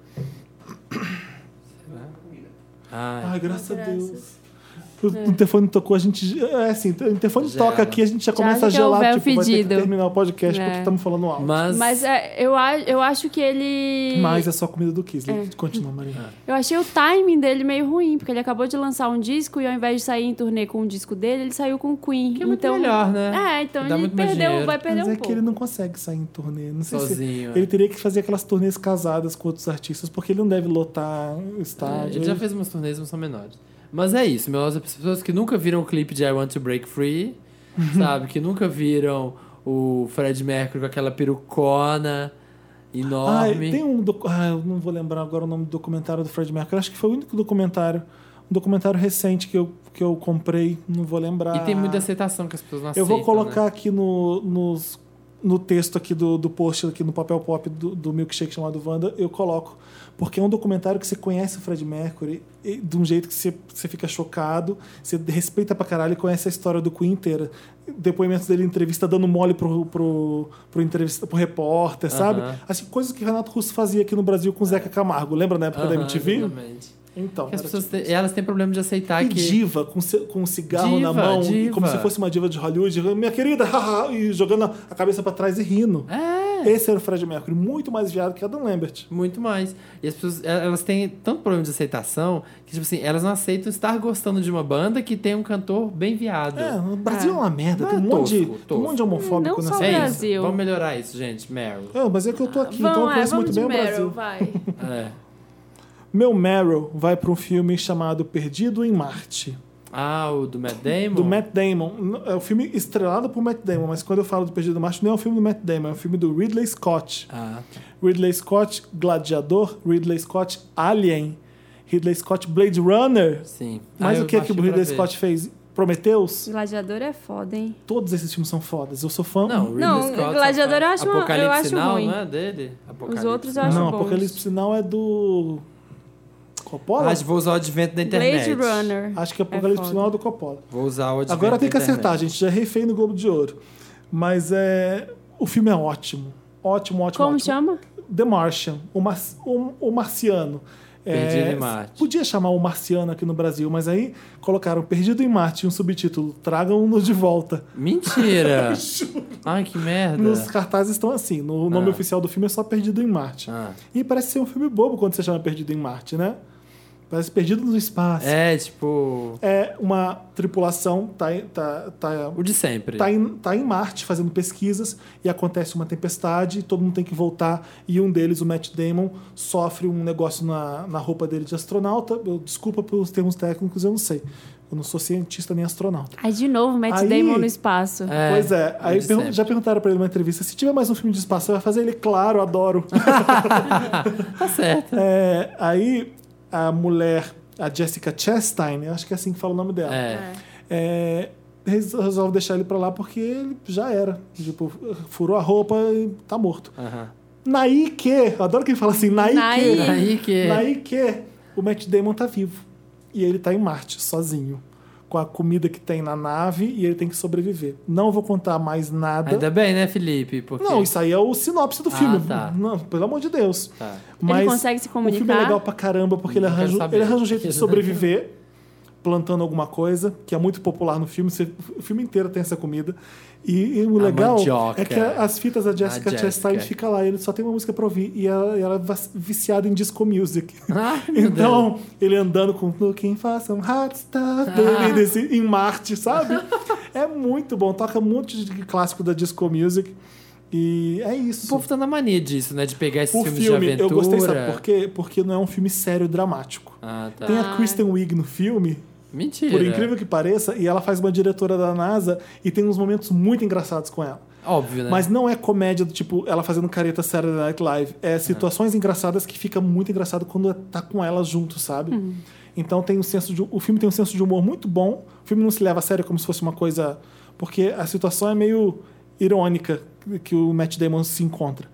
Speaker 2: Ai,
Speaker 3: Ai, graças, a Deus.
Speaker 1: É.
Speaker 3: O interfone tocou, a gente. É assim, o interfone
Speaker 2: Gela.
Speaker 3: toca aqui, a gente já
Speaker 1: Já
Speaker 3: começa a
Speaker 1: fica o
Speaker 3: gelar,
Speaker 1: véu
Speaker 3: tipo, vai ter que
Speaker 1: fedido.
Speaker 3: terminar o podcast
Speaker 1: É.
Speaker 3: porque estamos falando alto. Mas,
Speaker 2: Mas.
Speaker 1: Mas é, eu, a- eu acho que ele.
Speaker 3: é só comida do Kisley. Continua,
Speaker 2: É.
Speaker 3: Marina.
Speaker 1: Eu achei o timing dele meio ruim, porque ele acabou de lançar um disco e ao invés de sair em turnê com o disco dele, ele saiu com o Queen.
Speaker 2: Que é muito
Speaker 1: então,
Speaker 2: melhor, né?
Speaker 1: É, então
Speaker 2: Dá
Speaker 1: ele
Speaker 2: muito mais
Speaker 1: perdeu,
Speaker 2: dinheiro.
Speaker 1: vai perder
Speaker 3: Mas
Speaker 1: um
Speaker 3: é que
Speaker 1: pouco.
Speaker 3: ele não consegue sair em turnê. Não sei
Speaker 2: Sozinho,
Speaker 3: se.
Speaker 2: é.
Speaker 3: Ele teria que fazer aquelas turnês casadas com outros artistas, porque ele não deve lotar estádio.
Speaker 2: É, Ele já fez umas turnês, mas são menores. Mas é isso, meu. As pessoas que nunca viram o clipe de I Want to Break Free,
Speaker 3: Uhum.
Speaker 2: sabe? Que nunca viram o Fred Mercury com aquela perucona
Speaker 3: Ah,
Speaker 2: enorme.
Speaker 3: tem um. docu- Ah, eu não vou lembrar agora o nome do documentário do Fred Mercury. Acho que foi o único documentário. Um documentário recente que eu, que eu comprei. Não vou lembrar.
Speaker 2: E tem muita aceitação que as pessoas não
Speaker 3: Eu vou
Speaker 2: aceitam,
Speaker 3: colocar
Speaker 2: né?
Speaker 3: aqui no, nos- no texto aqui do, do post, aqui no papel pop do, do milkshake chamado Wanda, eu coloco. Porque é um documentário que você conhece o Fred Mercury e- de um jeito que você, você fica chocado, você respeita pra caralho e conhece a história do Queen inteira. Depoimentos dele em entrevista dando mole pro, pro, pro, entrevista, pro repórter, sabe? Assim, coisas que Renato Russo fazia aqui no Brasil com o Zeca Camargo. Lembra na época da
Speaker 2: Aham,
Speaker 3: MTV?
Speaker 2: exatamente.
Speaker 3: Então,
Speaker 2: Porque As
Speaker 3: era
Speaker 2: pessoas têm- elas têm problema de aceitar
Speaker 3: e
Speaker 2: que.
Speaker 3: diva, com, ce- com um cigarro
Speaker 2: Diva,
Speaker 3: na mão,
Speaker 2: diva.
Speaker 3: como se fosse uma diva de Hollywood. Minha querida, haha", e jogando a cabeça pra trás e rindo.
Speaker 2: É,
Speaker 3: Esse era o Fred Mercury, muito mais viado que Adam Lambert.
Speaker 2: muito mais. E as pessoas, elas têm tanto problema de aceitação que, tipo assim, elas não aceitam estar gostando de uma banda que tem um cantor bem viado.
Speaker 3: É, o Brasil é, uma merda,
Speaker 2: Mas
Speaker 3: tem um,
Speaker 2: é
Speaker 3: monte de,
Speaker 2: tosco,
Speaker 3: tem um monte de
Speaker 2: tosco.
Speaker 3: homofóbico
Speaker 1: Não
Speaker 3: nessa
Speaker 1: só
Speaker 2: É
Speaker 3: porra.
Speaker 1: Brasil.
Speaker 2: isso. Vamos melhorar isso, gente. Meryl.
Speaker 3: É, mas é que eu tô aqui, então eu
Speaker 1: Vamos, é,
Speaker 3: conheço
Speaker 1: vamos de
Speaker 3: muito bem o
Speaker 1: Meryl,
Speaker 3: Brasil.
Speaker 1: vai.
Speaker 2: É.
Speaker 3: Meu Meryl vai pra um filme chamado Perdido em Marte,
Speaker 2: Ah, o do Matt Damon?
Speaker 3: do Matt Damon. N- É um filme estrelado por Matt Damon, mas quando eu falo do Perdido em Marte, não é um filme do Matt Damon, é um filme do Ridley Scott.
Speaker 2: Ah,
Speaker 3: Ridley Scott Gladiador, Ridley Scott Alien, Ridley Scott Blade Runner.
Speaker 2: sim.
Speaker 3: Mas
Speaker 2: Ah,
Speaker 3: o que é
Speaker 2: eu
Speaker 3: que o
Speaker 2: baixei pra
Speaker 3: Ridley
Speaker 2: ver.
Speaker 3: Scott fez? Prometeus?
Speaker 1: Gladiador é foda, hein?
Speaker 3: Todos esses filmes são fodas. Eu sou fã.
Speaker 2: Não, o Ridley
Speaker 1: Não,
Speaker 2: Scott.
Speaker 1: Gladiador eu acho uma- eu
Speaker 2: Apocalipse
Speaker 1: acho
Speaker 2: Now,
Speaker 1: ruim.
Speaker 2: não é dele? Apocalipse
Speaker 1: outros eu
Speaker 2: Now.
Speaker 1: acho
Speaker 3: não
Speaker 1: bons.
Speaker 3: Apocalipse Sinal é do. Coppola?
Speaker 2: Ah, vou usar o advento da
Speaker 1: Blade
Speaker 2: internet.
Speaker 1: Runner.
Speaker 3: Acho que Apocalipse
Speaker 1: foda.
Speaker 3: Sinal é do Coppola.
Speaker 2: Vou usar o advento
Speaker 3: Agora tem que
Speaker 2: da internet.
Speaker 3: acertar, gente. Já refei no Globo de Ouro. Mas é. O filme é ótimo. Ótimo, ótimo,
Speaker 1: Como
Speaker 3: ótimo.
Speaker 1: chama?
Speaker 3: The Martian, o, Mar- o- o Marciano. É,
Speaker 2: Perdido em Marte.
Speaker 3: Podia chamar o Marciano aqui no Brasil, mas aí colocaram Perdido em Marte e um subtítulo: Tragam-no de volta.
Speaker 2: Mentira! Ai, que merda.
Speaker 3: Nos cartazes estão assim. No nome
Speaker 2: É. Ah.
Speaker 3: oficial do filme é só Perdido em Marte.
Speaker 2: Ah.
Speaker 3: E parece ser um filme bobo quando você chama Perdido em Marte, né? Parece Perdido no Espaço. É,
Speaker 2: É, tipo...
Speaker 3: uma tripulação, tá, tá, tá,
Speaker 2: O de sempre.
Speaker 3: tá, em, tá em Marte fazendo pesquisas e acontece uma tempestade, todo mundo tem que voltar e um deles, o Matt Damon, sofre um negócio na, na roupa dele de astronauta. Eu, desculpa pelos termos técnicos, eu não sei. Eu não sou cientista nem astronauta.
Speaker 7: Ai, de novo, Matt
Speaker 3: Aí-
Speaker 7: Damon no espaço.
Speaker 2: É,
Speaker 3: pois é,
Speaker 2: o
Speaker 3: aí
Speaker 2: de
Speaker 3: pergun-
Speaker 2: sempre.
Speaker 3: já perguntaram pra ele numa entrevista, se tiver mais um filme de espaço, você vai fazer ele? Claro, adoro.
Speaker 2: Tá certo.
Speaker 3: É, aí a mulher, a Jessica Chastain, eu acho que é assim que fala o nome dela,
Speaker 2: É.
Speaker 3: é, res- resolve deixar ele pra lá porque ele já era. Tipo, furou a roupa e tá morto.
Speaker 2: Aham.
Speaker 3: Naí que, eu adoro quem fala assim, naí
Speaker 7: Naí.
Speaker 3: que,
Speaker 2: Aí que...
Speaker 3: naí que, o Matt Damon tá vivo. E ele tá em Marte, sozinho. Com a comida que tem na nave e ele tem que sobreviver. Não vou contar mais nada.
Speaker 2: Ainda bem, né, Felipe? Porque...
Speaker 3: Não, isso aí é o sinopse do filme.
Speaker 2: tá.
Speaker 3: Não, pelo amor de Deus.
Speaker 2: Tá.
Speaker 3: Mas
Speaker 7: Ele consegue se
Speaker 3: O filme é
Speaker 7: comunicar?
Speaker 3: legal pra caramba, porque ele
Speaker 2: Eu quero
Speaker 3: arranja,
Speaker 2: saber.
Speaker 3: ele arranja um jeito de sobreviver plantando alguma coisa, que é muito popular no filme. Você- o filme inteiro tem essa comida. E, e o
Speaker 2: A
Speaker 3: legal
Speaker 2: mandioca.
Speaker 3: é que a- as fitas da Jessica
Speaker 2: Jessica.
Speaker 3: Chastain ficam lá. e Ele só tem uma música pra ouvir. E ela, e ela é vac- viciada em disco music.
Speaker 2: Ai, meu Deus. Ah.
Speaker 3: Então, ele andando com Looking for some hot stuff, baby, desse- em Marte, sabe? É muito bom. Toca um monte de clássico da disco music. E é isso.
Speaker 2: O povo tá na mania disso, né? De pegar esses
Speaker 3: O
Speaker 2: filmes
Speaker 3: filme,
Speaker 2: de
Speaker 3: eu
Speaker 2: aventura.
Speaker 3: gostei, sabe por quê? Porque não é um filme sério dramático.
Speaker 2: Ah, tá.
Speaker 3: Tem a Kristen Wiig no filme,
Speaker 2: Mentira.
Speaker 3: por incrível que pareça, e ela faz uma diretora da NASA e tem uns momentos muito engraçados com ela.
Speaker 2: Óbvio, né?
Speaker 3: Mas não é comédia do tipo ela fazendo careta Saturday Night Live. É situações engraçadas que fica muito engraçado quando tá com ela junto, sabe? Então tem um senso de, o filme tem um senso de humor muito bom. O filme não se leva a sério como se fosse uma coisa porque a situação é meio irônica que o Matt Damon se encontra.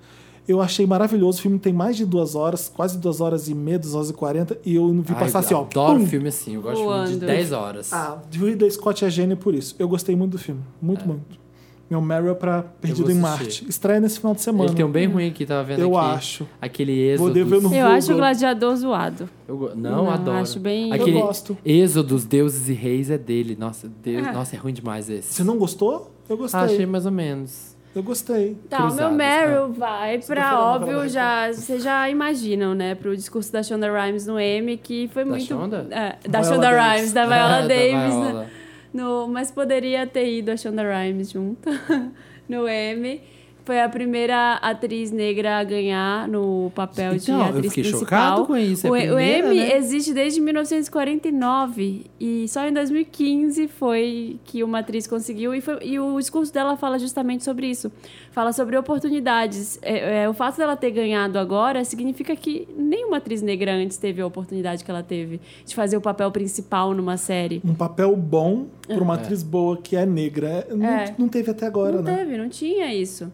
Speaker 3: Eu achei maravilhoso. O filme tem mais de duas horas, quase duas horas e meia, duas horas e quarenta, e eu não vi
Speaker 2: Ai,
Speaker 3: passar assim, ó.
Speaker 2: Adoro
Speaker 3: pum!
Speaker 2: filme assim. Eu gosto de filme de
Speaker 7: Voando.
Speaker 2: 10 horas.
Speaker 3: Ah, Ridley Scott é gênio por isso. Eu gostei muito do filme.
Speaker 1: Ah.
Speaker 3: Muito, muito. Meu Meryl é pra Perdido em
Speaker 2: assistir.
Speaker 3: Marte. Estreia nesse final de semana.
Speaker 2: Ele tem um bem ruim aqui, tava vendo
Speaker 3: Eu
Speaker 2: aqui.
Speaker 3: acho.
Speaker 2: Aquele êxodo.
Speaker 3: Vou dever no-
Speaker 7: Eu
Speaker 3: Vulgo.
Speaker 7: acho o gladiador zoado.
Speaker 2: Eu go- Não,
Speaker 7: Não,
Speaker 2: adoro.
Speaker 7: acho bem-
Speaker 2: Aquele
Speaker 3: Eu gosto.
Speaker 2: Êxodo, os deuses e reis é dele. Nossa, Deus... Nossa é ruim demais esse.
Speaker 3: Você não gostou? Eu gostei.
Speaker 2: Ah, achei mais ou menos.
Speaker 3: Eu gostei.
Speaker 1: Tá, o meu
Speaker 2: Cruzadas,
Speaker 1: Meryl vai pra,
Speaker 3: falando da novela
Speaker 1: óbvio,
Speaker 3: da
Speaker 1: já, vocês já imaginam, né? Pro discurso da Shonda Rhimes no M, que foi
Speaker 2: Da
Speaker 1: muito...
Speaker 2: Shonda?
Speaker 1: É, da
Speaker 3: Viola
Speaker 1: Shonda
Speaker 3: Davis.
Speaker 1: Rhimes, da
Speaker 2: Ah,
Speaker 1: Viola
Speaker 2: da
Speaker 1: Davis. né?
Speaker 2: Viola.
Speaker 1: No, mas poderia ter ido a Shonda Rhimes junto no M. Foi a primeira atriz negra a ganhar no papel
Speaker 2: Então, eu
Speaker 1: de atriz
Speaker 2: fiquei
Speaker 1: principal.
Speaker 2: chocado com isso, é
Speaker 1: O,
Speaker 2: a
Speaker 1: o
Speaker 2: primeira,
Speaker 1: M
Speaker 2: né?
Speaker 1: existe desde 1949 e só em 2015 foi que uma atriz conseguiu e, foi- e o discurso dela fala justamente sobre isso. Fala sobre oportunidades. É, é, o fato dela ter ganhado agora significa que nenhuma atriz negra antes teve a oportunidade que ela teve de fazer o papel principal numa série.
Speaker 3: Um papel bom pra uma atriz boa que é negra. É, Não,
Speaker 1: É.
Speaker 3: não teve até agora,
Speaker 1: Não
Speaker 3: né?
Speaker 1: teve, não tinha isso.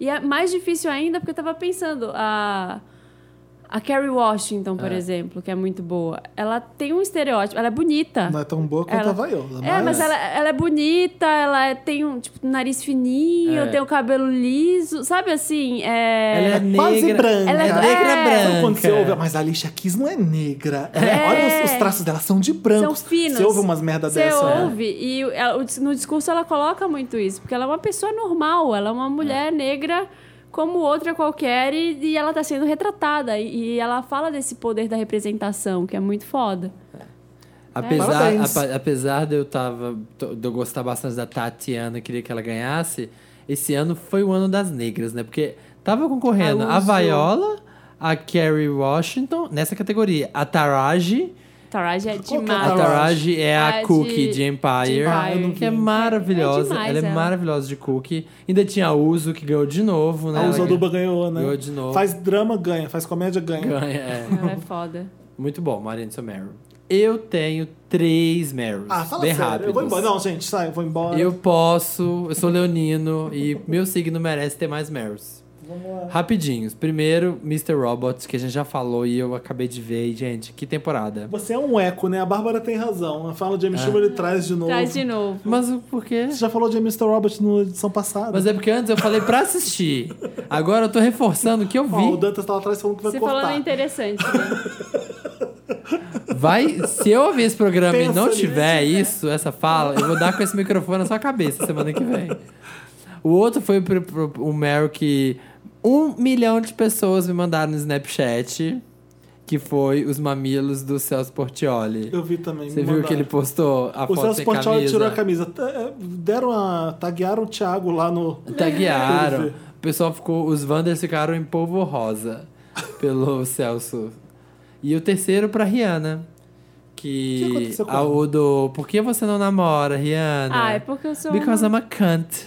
Speaker 1: E é mais difícil ainda porque eu tava pensando, a. A Carrie Washington, por exemplo, que é muito boa, ela tem um estereótipo, ela é bonita.
Speaker 3: Não é tão boa quanto
Speaker 1: Ela-
Speaker 3: a Viola.
Speaker 1: É, mas ela, ela é bonita, ela é- tem um tipo, nariz fininho,
Speaker 2: É.
Speaker 1: tem o cabelo liso, sabe assim? É...
Speaker 2: Ela é negra.
Speaker 3: Quase branca.
Speaker 1: Ela é-
Speaker 2: negra
Speaker 1: é.
Speaker 2: branca.
Speaker 3: Então, quando você ouve, mas a Alicia Keys não é negra. Ela-
Speaker 1: É.
Speaker 3: Olha, os, os traços dela são de branco.
Speaker 1: São finos.
Speaker 3: Você ouve umas merda
Speaker 1: Você
Speaker 3: dessa. né?
Speaker 1: ouve, e o- ela- o dis- no discurso ela coloca muito isso, porque ela é uma pessoa normal, ela é uma mulher negra como outra qualquer e, e ela tá sendo retratada. E, e ela fala desse poder da representação, que é muito foda.
Speaker 2: Apesar,
Speaker 3: Parabéns.
Speaker 2: apa- apesar de eu tava. de eu gostar bastante da Tatiana e queria que ela ganhasse, esse ano foi o ano das negras, né? Porque tava concorrendo a
Speaker 3: Caruso.
Speaker 2: Viola, a Kerry Washington, nessa categoria, a Taraji.
Speaker 1: Taraji é
Speaker 3: Qual que é
Speaker 2: A
Speaker 3: Taraji?
Speaker 1: demais.
Speaker 2: Taraji é a
Speaker 1: Ah, de-
Speaker 2: Cookie de
Speaker 1: de
Speaker 2: Empire,
Speaker 1: Ah, eu não
Speaker 2: que é
Speaker 3: vi.
Speaker 2: maravilhosa.
Speaker 1: É demais
Speaker 2: ela é
Speaker 1: ela.
Speaker 2: maravilhosa de Cookie. Ainda tinha a Uso, que ganhou de novo, né?
Speaker 3: A Usa
Speaker 2: Ela
Speaker 3: Duba ganhou, né?
Speaker 2: Ganhou de novo.
Speaker 3: Faz drama, ganha. Faz comédia, ganha.
Speaker 2: ganha, é.
Speaker 1: Ela é foda.
Speaker 2: Muito bom, Marina, seu Meryl. Eu tenho três Meryls.
Speaker 3: Ah, fala
Speaker 2: bem
Speaker 3: sério.
Speaker 2: rápidos.
Speaker 3: Eu vou embora. Não, gente, sai. Eu vou embora.
Speaker 2: Eu posso, eu sou leonino e meu signo merece ter mais Marys. Rapidinhos. Primeiro, Mr. Robots, que a gente já falou e eu acabei de ver. E, gente, que temporada.
Speaker 3: Você é um eco, né? A Bárbara tem razão. Fala de
Speaker 2: É.
Speaker 3: Amy Schumer, ele traz de novo.
Speaker 5: Traz de novo.
Speaker 2: Mas por quê?
Speaker 3: Você já falou de Mr. Robert na edição passada.
Speaker 2: Mas é porque antes eu falei pra assistir. Agora eu tô reforçando o que eu vi.
Speaker 3: Ó, o Dantas tá lá atrás falando que vai
Speaker 5: Você
Speaker 3: cortar.
Speaker 5: falando é interessante, né?
Speaker 2: Vai, se eu ouvir esse programa e
Speaker 3: Pensa
Speaker 2: não
Speaker 3: nisso, né?
Speaker 2: tiver isso, essa fala, eu vou dar com esse microfone na sua cabeça semana que vem. O outro foi pro- pro- o Meryl que um milhão de pessoas me mandaram no Snapchat, que foi os mamilos do Celso Portioli.
Speaker 3: Eu vi também.
Speaker 2: Você
Speaker 3: me
Speaker 2: viu que
Speaker 3: mandaram.
Speaker 2: ele postou a
Speaker 3: O
Speaker 2: foto
Speaker 3: Celso
Speaker 2: sem
Speaker 3: Portioli
Speaker 2: camisa?
Speaker 3: tirou a camisa. Tá, é, Deram a... Taguearam o Thiago lá no...
Speaker 2: Taguearam.
Speaker 3: Teve.
Speaker 2: O pessoal ficou. Os Wanders ficaram em polvo rosa pelo Celso. E o terceiro pra Rihanna.
Speaker 3: O que
Speaker 2: Que.
Speaker 3: aconteceu com
Speaker 2: a-
Speaker 3: ela?
Speaker 2: o do. Por que você não namora, Rihanna?
Speaker 5: Ah, é porque eu sou
Speaker 2: Because
Speaker 5: uma,
Speaker 2: I'm a cunt.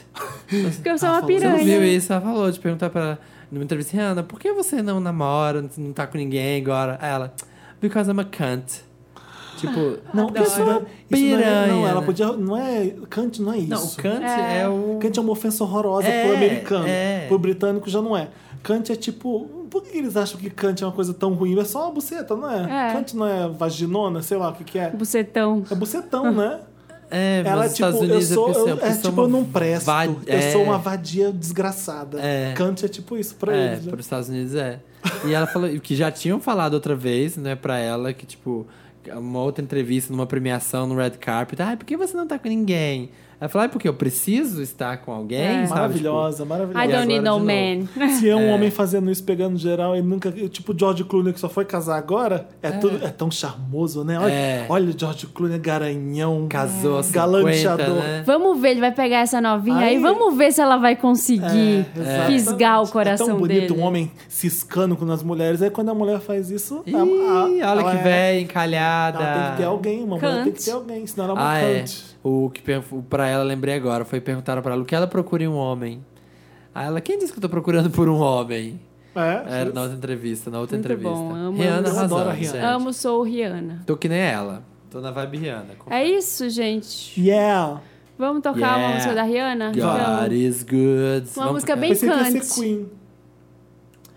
Speaker 5: porque eu sou uma
Speaker 2: Você não
Speaker 5: piranha.
Speaker 2: viu isso? Ela falou de perguntar pra ela numa entrevista, Rihanna, por que você não namora, não tá com ninguém agora? Aí Ela. Because I'm a cunt. Tipo.
Speaker 3: Não, isso não, é- isso não é...
Speaker 2: Piranha,
Speaker 3: Não, ela
Speaker 2: né?
Speaker 3: podia... Não é... Kant não é isso.
Speaker 2: Não, o cunt é, o.
Speaker 3: Kant é uma ofensa horrorosa
Speaker 2: É,
Speaker 3: pro americano.
Speaker 2: é.
Speaker 3: Pro britânico já não é. Kant é tipo. Por que eles acham que Kant é uma coisa tão ruim? É só uma buceta, não é?
Speaker 5: É.
Speaker 3: Kant não é vaginona, sei lá o que, que é.
Speaker 5: Bucetão.
Speaker 3: É bucetão, né?
Speaker 2: É,
Speaker 3: Ela é
Speaker 2: nos
Speaker 3: tipo,
Speaker 2: Estados
Speaker 3: eu
Speaker 2: Unidos
Speaker 3: sou.
Speaker 2: é porque
Speaker 3: eu,
Speaker 2: assim, a
Speaker 3: é
Speaker 2: pessoa
Speaker 3: tipo, eu não
Speaker 2: uma
Speaker 3: presto.
Speaker 2: va-
Speaker 3: Eu sou
Speaker 2: é.
Speaker 3: uma vadia desgraçada.
Speaker 2: É.
Speaker 3: Kant é tipo isso pra
Speaker 2: é,
Speaker 3: eles. né?
Speaker 2: para os Estados Unidos é. E ela falou que já tinham falado outra vez, né, pra ela, que tipo, uma outra entrevista numa premiação no Red Carpet. Ah, por que você não tá com ninguém? Ela falou, ah, porque eu preciso estar com alguém,
Speaker 5: É.
Speaker 2: sabe? Tipo,
Speaker 3: É. Maravilhosa,
Speaker 5: I
Speaker 3: maravilhosa.
Speaker 5: don't need no
Speaker 2: agora de
Speaker 5: man.
Speaker 3: Se é um homem fazendo isso, pegando geral, e nunca. Tipo o George Clooney que só foi casar agora, é, tudo, é tão charmoso, né? Olha,
Speaker 2: É.
Speaker 3: olha o George Clooney, garanhão,
Speaker 2: casou aos 50,
Speaker 3: galanteador.
Speaker 2: né?
Speaker 5: Vamos ver, ele vai pegar essa novinha
Speaker 3: Aí-
Speaker 5: aí, vamos ver se ela vai conseguir
Speaker 3: É, Exatamente.
Speaker 5: fisgar o
Speaker 3: É tão
Speaker 5: coração
Speaker 3: bonito
Speaker 5: dele.
Speaker 3: um homem ciscando com as mulheres. Aí quando a mulher faz isso,
Speaker 2: Ih,
Speaker 3: a- a-
Speaker 2: olha
Speaker 3: ela
Speaker 2: que
Speaker 3: é-
Speaker 2: velha, encalhada.
Speaker 3: Ela tem que ter alguém, uma mulher
Speaker 5: Kant.
Speaker 3: tem que ter alguém, senão ela é uma
Speaker 2: Ah, é.
Speaker 3: cante.
Speaker 2: O que per- pra ela, lembrei agora, foi perguntaram pra ela o que ela procura em um homem. Aí ela, quem disse que eu tô procurando por um homem?
Speaker 3: É.
Speaker 2: Era na outra entrevista, na outra
Speaker 5: Muito
Speaker 2: entrevista.
Speaker 5: bom, amo,
Speaker 2: Rihanna
Speaker 5: amo. Eu
Speaker 2: arrasou,
Speaker 3: adoro a Rihanna.
Speaker 2: gente.
Speaker 5: Amo, sou Rihanna.
Speaker 2: Tô que nem ela. Tô na vibe Rihanna. confesso.
Speaker 5: É isso, gente.
Speaker 3: Yeah.
Speaker 5: Vamos tocar
Speaker 2: Yeah.
Speaker 5: uma música da Rihanna?
Speaker 2: God
Speaker 5: Vamos.
Speaker 2: is good.
Speaker 5: Uma
Speaker 2: Vamos
Speaker 5: música
Speaker 2: tocar.
Speaker 5: bem-
Speaker 3: Pensei que ia
Speaker 5: Kant.
Speaker 3: ser Queen.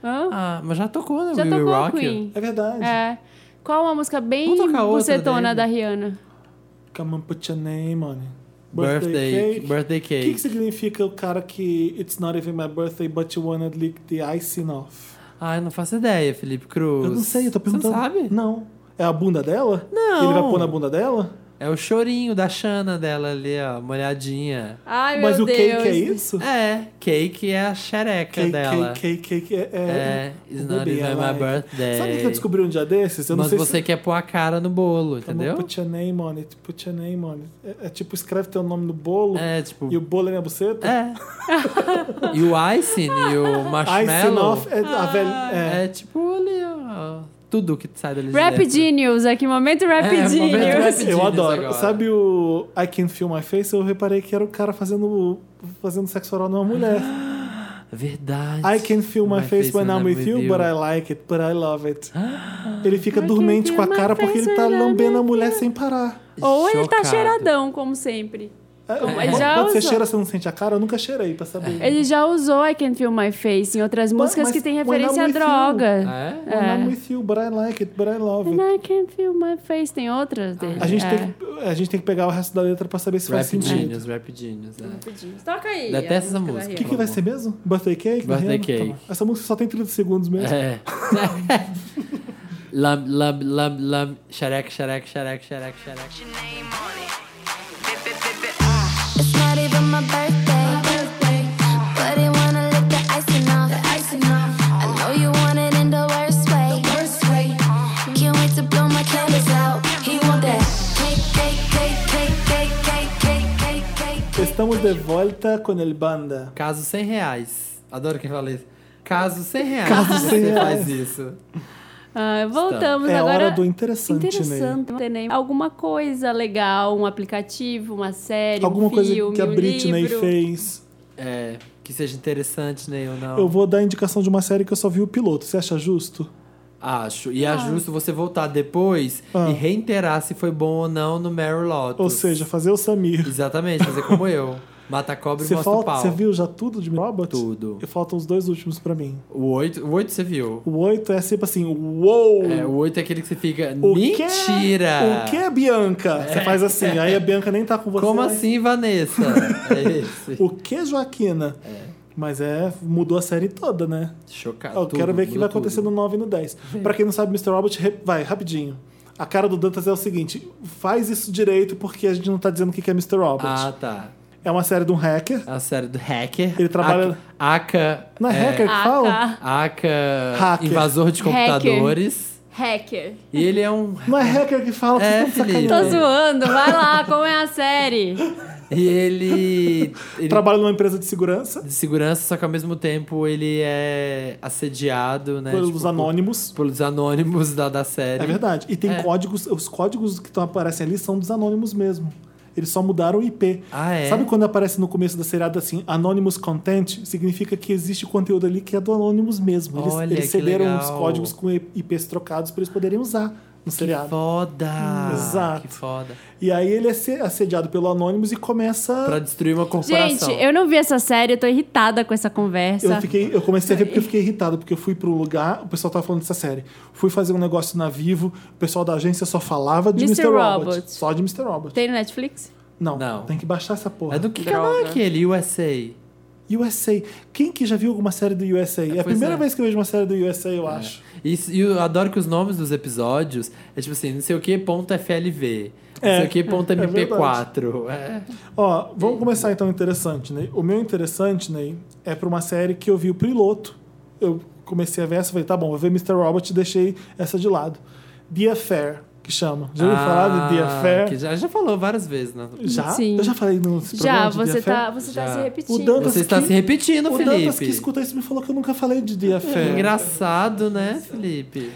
Speaker 5: Hã?
Speaker 2: Ah, mas já tocou, né?
Speaker 5: Já
Speaker 2: We Will
Speaker 5: tocou a
Speaker 2: Rock You?
Speaker 5: Queen.
Speaker 3: É verdade.
Speaker 5: É. Qual uma música bem
Speaker 2: Vamos tocar outra
Speaker 5: bucetona
Speaker 2: daí,
Speaker 5: da Rihanna?
Speaker 3: Come on, put your name on it.
Speaker 2: Birthday, birthday
Speaker 3: O
Speaker 2: cake.
Speaker 3: que, que significa o cara que It's not even my birthday, but you wanna lick the icing off?
Speaker 2: Ai, não faço ideia, Felipe Cruz.
Speaker 3: Eu não sei, eu tô perguntando.
Speaker 2: Você não sabe?
Speaker 3: Não. É a bunda dela?
Speaker 2: Não.
Speaker 3: Ele vai pôr na bunda dela?
Speaker 2: É o chorinho da Xana dela ali, ó, molhadinha.
Speaker 5: Ai,
Speaker 3: Mas
Speaker 5: meu
Speaker 3: o
Speaker 5: Deus.
Speaker 3: cake é isso?
Speaker 2: É, cake é a xereca
Speaker 3: Cake,
Speaker 2: dela.
Speaker 3: cake, cake, cake, é,
Speaker 2: É,
Speaker 3: é,
Speaker 2: it's
Speaker 3: o
Speaker 2: not
Speaker 3: bebê,
Speaker 2: even
Speaker 3: ela
Speaker 2: my
Speaker 3: é.
Speaker 2: birthday.
Speaker 3: Sabe o que eu descobri um dia desses? Eu não
Speaker 2: Mas
Speaker 3: sei
Speaker 2: você
Speaker 3: se... Tá
Speaker 2: quer pôr a cara no bolo,
Speaker 3: Come on,
Speaker 2: entendeu?
Speaker 3: Put your name on it, put your name on it. É, é tipo, escreve teu nome no bolo
Speaker 2: É, tipo.
Speaker 3: e o bolo é minha buceta?
Speaker 2: É. e o icing e o
Speaker 3: Icing
Speaker 2: marshmallow.
Speaker 3: off é a velha...
Speaker 2: É
Speaker 3: É.
Speaker 2: tipo ali, ó. Tudo que sai dali. de
Speaker 5: Rap
Speaker 2: dentro.
Speaker 5: Genius, aqui, momento Rap
Speaker 2: É, momento
Speaker 5: Genius.
Speaker 2: Rap Genius
Speaker 3: Eu adoro.
Speaker 2: agora.
Speaker 3: Sabe o I Can Feel My Face? Eu reparei que era o cara fazendo, fazendo sexo oral numa mulher.
Speaker 2: Verdade.
Speaker 3: I can feel my, face, when I'm with you, but I like it, but I love it. Ele fica
Speaker 5: I
Speaker 3: dormente
Speaker 5: can
Speaker 3: com a
Speaker 5: feel my
Speaker 3: cara porque ele
Speaker 5: face
Speaker 3: tá
Speaker 5: when I'm with
Speaker 3: lambendo a
Speaker 5: you.
Speaker 3: mulher sem parar.
Speaker 5: Ou ele tá
Speaker 2: Chocado.
Speaker 5: cheiradão, como sempre.
Speaker 3: É,
Speaker 5: Mas já
Speaker 3: Quando você
Speaker 5: usou.
Speaker 3: cheira, você não sente a cara? Eu nunca cheirei pra saber.
Speaker 5: Ele já usou I Can't Feel My Face em outras músicas
Speaker 3: mas
Speaker 5: que tem
Speaker 3: When
Speaker 5: referência à
Speaker 3: I'm With You.
Speaker 5: droga.
Speaker 2: É?
Speaker 3: When I'm with you, but I like it, but I love
Speaker 5: And
Speaker 3: it.
Speaker 5: I Can't Feel My Face tem outras dele.
Speaker 3: Ah, A gente,
Speaker 5: é.
Speaker 3: tem que, a gente tem que pegar o resto da letra pra saber se faz
Speaker 2: Rap
Speaker 3: sentido.
Speaker 2: Genius, Rap Genius. É.
Speaker 5: Rapidinho. Toca aí.
Speaker 2: Detesta
Speaker 5: a
Speaker 2: essa
Speaker 5: da
Speaker 2: música.
Speaker 5: Rihanna.
Speaker 3: O que, que vai ser mesmo? Birthday Cake? da
Speaker 2: Birthday
Speaker 3: Rihanna? Tá
Speaker 2: Cake.
Speaker 3: bom. Essa música só tem 30 segundos mesmo.
Speaker 2: é. lamb, lamb, lamb, lamb. Xereca, xereca, xereca, xereca, xereca.
Speaker 8: It's not even my birthday. But I wanna lick the icing off. I know you want it in the worst way. Can't wait to blow my candles out. He want that cake, cake, cake, cake, cake, cake, cake, cake, cake, cake.
Speaker 3: Estamos de volta com el banda.
Speaker 2: Caso 100 reais. Adoro quem fala isso. Caso 100 reais.
Speaker 3: Caso 100
Speaker 2: você
Speaker 3: reais.
Speaker 2: faz isso.
Speaker 5: Ah, voltamos
Speaker 3: É a
Speaker 5: agora.
Speaker 3: hora do interessante, né?
Speaker 5: Interessante, né? Alguma coisa legal, um aplicativo, uma série,
Speaker 3: Alguma
Speaker 5: um
Speaker 3: coisa
Speaker 5: filme,
Speaker 3: que a
Speaker 5: um
Speaker 3: Britney
Speaker 5: livro.
Speaker 3: fez.
Speaker 2: É, que seja interessante, né? Ou
Speaker 5: Ah.
Speaker 2: não.
Speaker 3: Eu vou dar a indicação de uma série que eu só vi o piloto. Você acha justo?
Speaker 2: Acho. E
Speaker 5: Ah.
Speaker 2: é justo você voltar depois
Speaker 3: Ah.
Speaker 2: e reiterar se foi bom ou não no Mary Lotus.
Speaker 3: Ou seja, fazer o Samir.
Speaker 2: Exatamente, fazer como eu. Mata a cobra e
Speaker 3: Você,
Speaker 2: mostra o
Speaker 3: falta-
Speaker 2: pau.
Speaker 3: você viu já tudo de Robot?
Speaker 2: Tudo.
Speaker 3: E faltam os dois últimos pra mim.
Speaker 2: O 8, o 8 você viu.
Speaker 3: O 8 é sempre assim, uou!
Speaker 2: É, o 8 é aquele que você fica.
Speaker 3: O quê?
Speaker 2: Mentira! É.
Speaker 3: O que, Bianca? Você faz assim, aí a Bianca nem tá com você.
Speaker 2: Como
Speaker 3: aí,
Speaker 2: assim, Vanessa? É esse.
Speaker 3: O que, Joaquina? Mas é, mudou a série toda, né?
Speaker 2: Chocado.
Speaker 3: Eu quero ver o que
Speaker 2: tudo,
Speaker 3: vai
Speaker 2: mudou tudo.
Speaker 3: acontecer no 9 e no 10. Pra quem não sabe, Mr. Robot, re- vai, rapidinho. A cara do Dantas é o seguinte: faz isso direito porque a gente não tá dizendo o que que é Mr. Robot.
Speaker 2: Ah, tá.
Speaker 3: É uma série de um hacker.
Speaker 2: A série do hacker.
Speaker 3: Ele trabalha-
Speaker 2: Aka.
Speaker 3: Não é, hacker que
Speaker 5: Ah,
Speaker 3: fala?
Speaker 5: tá.
Speaker 2: Aka.
Speaker 3: Hacker.
Speaker 2: Invasor de computadores.
Speaker 5: Hacker.
Speaker 2: E ele é um.
Speaker 3: Não é hacker que fala, um vocês
Speaker 2: É,
Speaker 3: estão sacaneando.
Speaker 2: Felipe.
Speaker 5: Tô zoando, vai lá, como é a série?
Speaker 2: E ele. ele Né,
Speaker 3: Trabalha numa empresa de segurança,
Speaker 2: de segurança, só que ao mesmo tempo ele é assediado, né?
Speaker 3: pelos
Speaker 2: tipo, por-
Speaker 3: anônimos.
Speaker 2: Pelos anônimos da, da série.
Speaker 3: É verdade. E tem
Speaker 2: É.
Speaker 3: códigos, os códigos que tão, aparecem ali são dos anônimos mesmo. Eles só mudaram o IP.
Speaker 2: Ah, é?
Speaker 3: Sabe quando aparece no começo da seriada assim, Anonymous Content? Significa que existe conteúdo ali que é do Anonymous mesmo. Eles,
Speaker 2: Olha,
Speaker 3: eles
Speaker 2: que
Speaker 3: cederam
Speaker 2: legal.
Speaker 3: os códigos com IPs trocados para eles poderem usar no seriado.
Speaker 2: Foda!
Speaker 3: Exato.
Speaker 2: Que foda.
Speaker 3: E aí ele é se- assediado pelo Anonymous e começa.
Speaker 2: Pra destruir uma corporação.
Speaker 5: Gente, eu não vi essa série, eu tô irritada com essa conversa.
Speaker 3: Eu, fiquei, eu comecei a ver porque eu fiquei irritado, porque eu fui pro lugar, o pessoal tava falando dessa série. Fui fazer um negócio na Vivo, o pessoal da agência só falava de Mr.
Speaker 5: Mr.
Speaker 3: Robot.
Speaker 5: Robot.
Speaker 3: Só de Mr. Robot.
Speaker 5: Tem no Netflix?
Speaker 3: Não,
Speaker 2: Não.
Speaker 3: tem que baixar essa porra.
Speaker 2: É do que canal é aquele? USA.
Speaker 3: USA. Quem que já viu alguma série do USA? É, a
Speaker 2: pois
Speaker 3: primeira
Speaker 2: é.
Speaker 3: vez que eu vejo uma série do USA, eu acho.
Speaker 2: E, e eu adoro que os nomes dos episódios é tipo assim, não sei o que, ponto FLV. Não
Speaker 3: É.
Speaker 2: sei o que, ponto
Speaker 3: É
Speaker 2: MP4. É.
Speaker 3: Ó, vamos começar então o interessante, Ney. O meu interessante, Ney, é pra uma série que eu vi o piloto. Eu comecei a ver essa, falei, tá bom, vou ver Mr. Robot e deixei essa de lado. The Affair, que chama. Já ouviu falar de The
Speaker 2: Ah,
Speaker 3: Affair?
Speaker 2: que já, já falou várias vezes. Né?
Speaker 3: Já?
Speaker 5: Sim.
Speaker 3: Eu já falei no
Speaker 5: Já,
Speaker 3: programa de The
Speaker 5: você
Speaker 3: Affair?
Speaker 5: tá, você tá
Speaker 2: Já.
Speaker 5: se
Speaker 3: O
Speaker 5: repetindo.
Speaker 3: Dantas
Speaker 2: Você está
Speaker 3: que-
Speaker 2: se repetindo,
Speaker 3: O
Speaker 2: Felipe.
Speaker 3: Dantas que escuta isso me falou que eu nunca falei de The Affair.
Speaker 2: Engraçado, né, Felipe?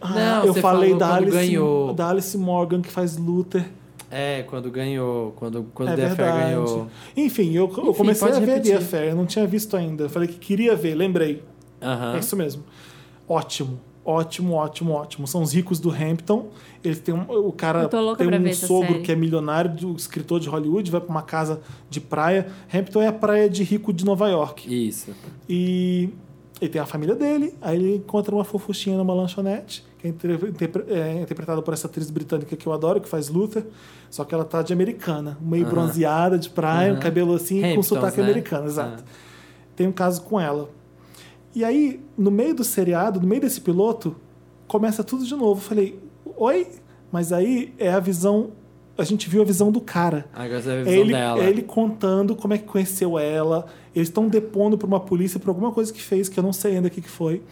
Speaker 3: Ah,
Speaker 2: Não,
Speaker 3: eu
Speaker 2: você
Speaker 3: falei
Speaker 2: falou
Speaker 3: da
Speaker 2: quando
Speaker 3: Alice,
Speaker 2: ganhou.
Speaker 3: da Alice Morgan que faz Luther.
Speaker 2: É, quando ganhou. Quando, quando
Speaker 3: é
Speaker 2: The Affair
Speaker 3: verdade.
Speaker 2: ganhou.
Speaker 3: Enfim, eu, eu
Speaker 2: Enfim,
Speaker 3: comecei a
Speaker 2: pode
Speaker 3: ver
Speaker 2: repetir.
Speaker 3: The Affair, eu não tinha visto ainda. Eu falei que queria ver, lembrei.
Speaker 2: Aham.
Speaker 3: É isso mesmo. Ótimo. Ótimo, ótimo, ótimo. São os ricos do Hampton. Eles têm um, o cara
Speaker 5: Eu tô louca
Speaker 3: tem
Speaker 5: pra ver
Speaker 3: um
Speaker 5: essa
Speaker 3: sogro
Speaker 5: série.
Speaker 3: que é milionário, do escritor de Hollywood, vai pra uma casa de praia. Hampton é a praia de rico de Nova York.
Speaker 2: Isso.
Speaker 3: E ele tem a família dele, aí ele encontra uma fofuchinha numa lanchonete, que é, inter- interpre- é interpretada por essa atriz britânica que eu adoro, que faz Luther, só que ela tá de americana, meio bronzeada, de praia,
Speaker 2: Ah. Aham.
Speaker 3: cabelo assim, com
Speaker 2: Hamptons,
Speaker 3: sotaque
Speaker 2: né? Ah.
Speaker 3: americano, exato. Tem um caso com ela. E aí, no meio do seriado, no meio desse piloto, começa tudo de novo. Eu falei, oi? Mas aí é a visão. A gente viu a visão do cara.
Speaker 2: Agora você vai ver a
Speaker 3: É
Speaker 2: visão
Speaker 3: ele,
Speaker 2: dela.
Speaker 3: é ele contando como é que conheceu ela. Eles estão depondo pra uma polícia por alguma coisa que fez, que eu não sei ainda o que, que foi.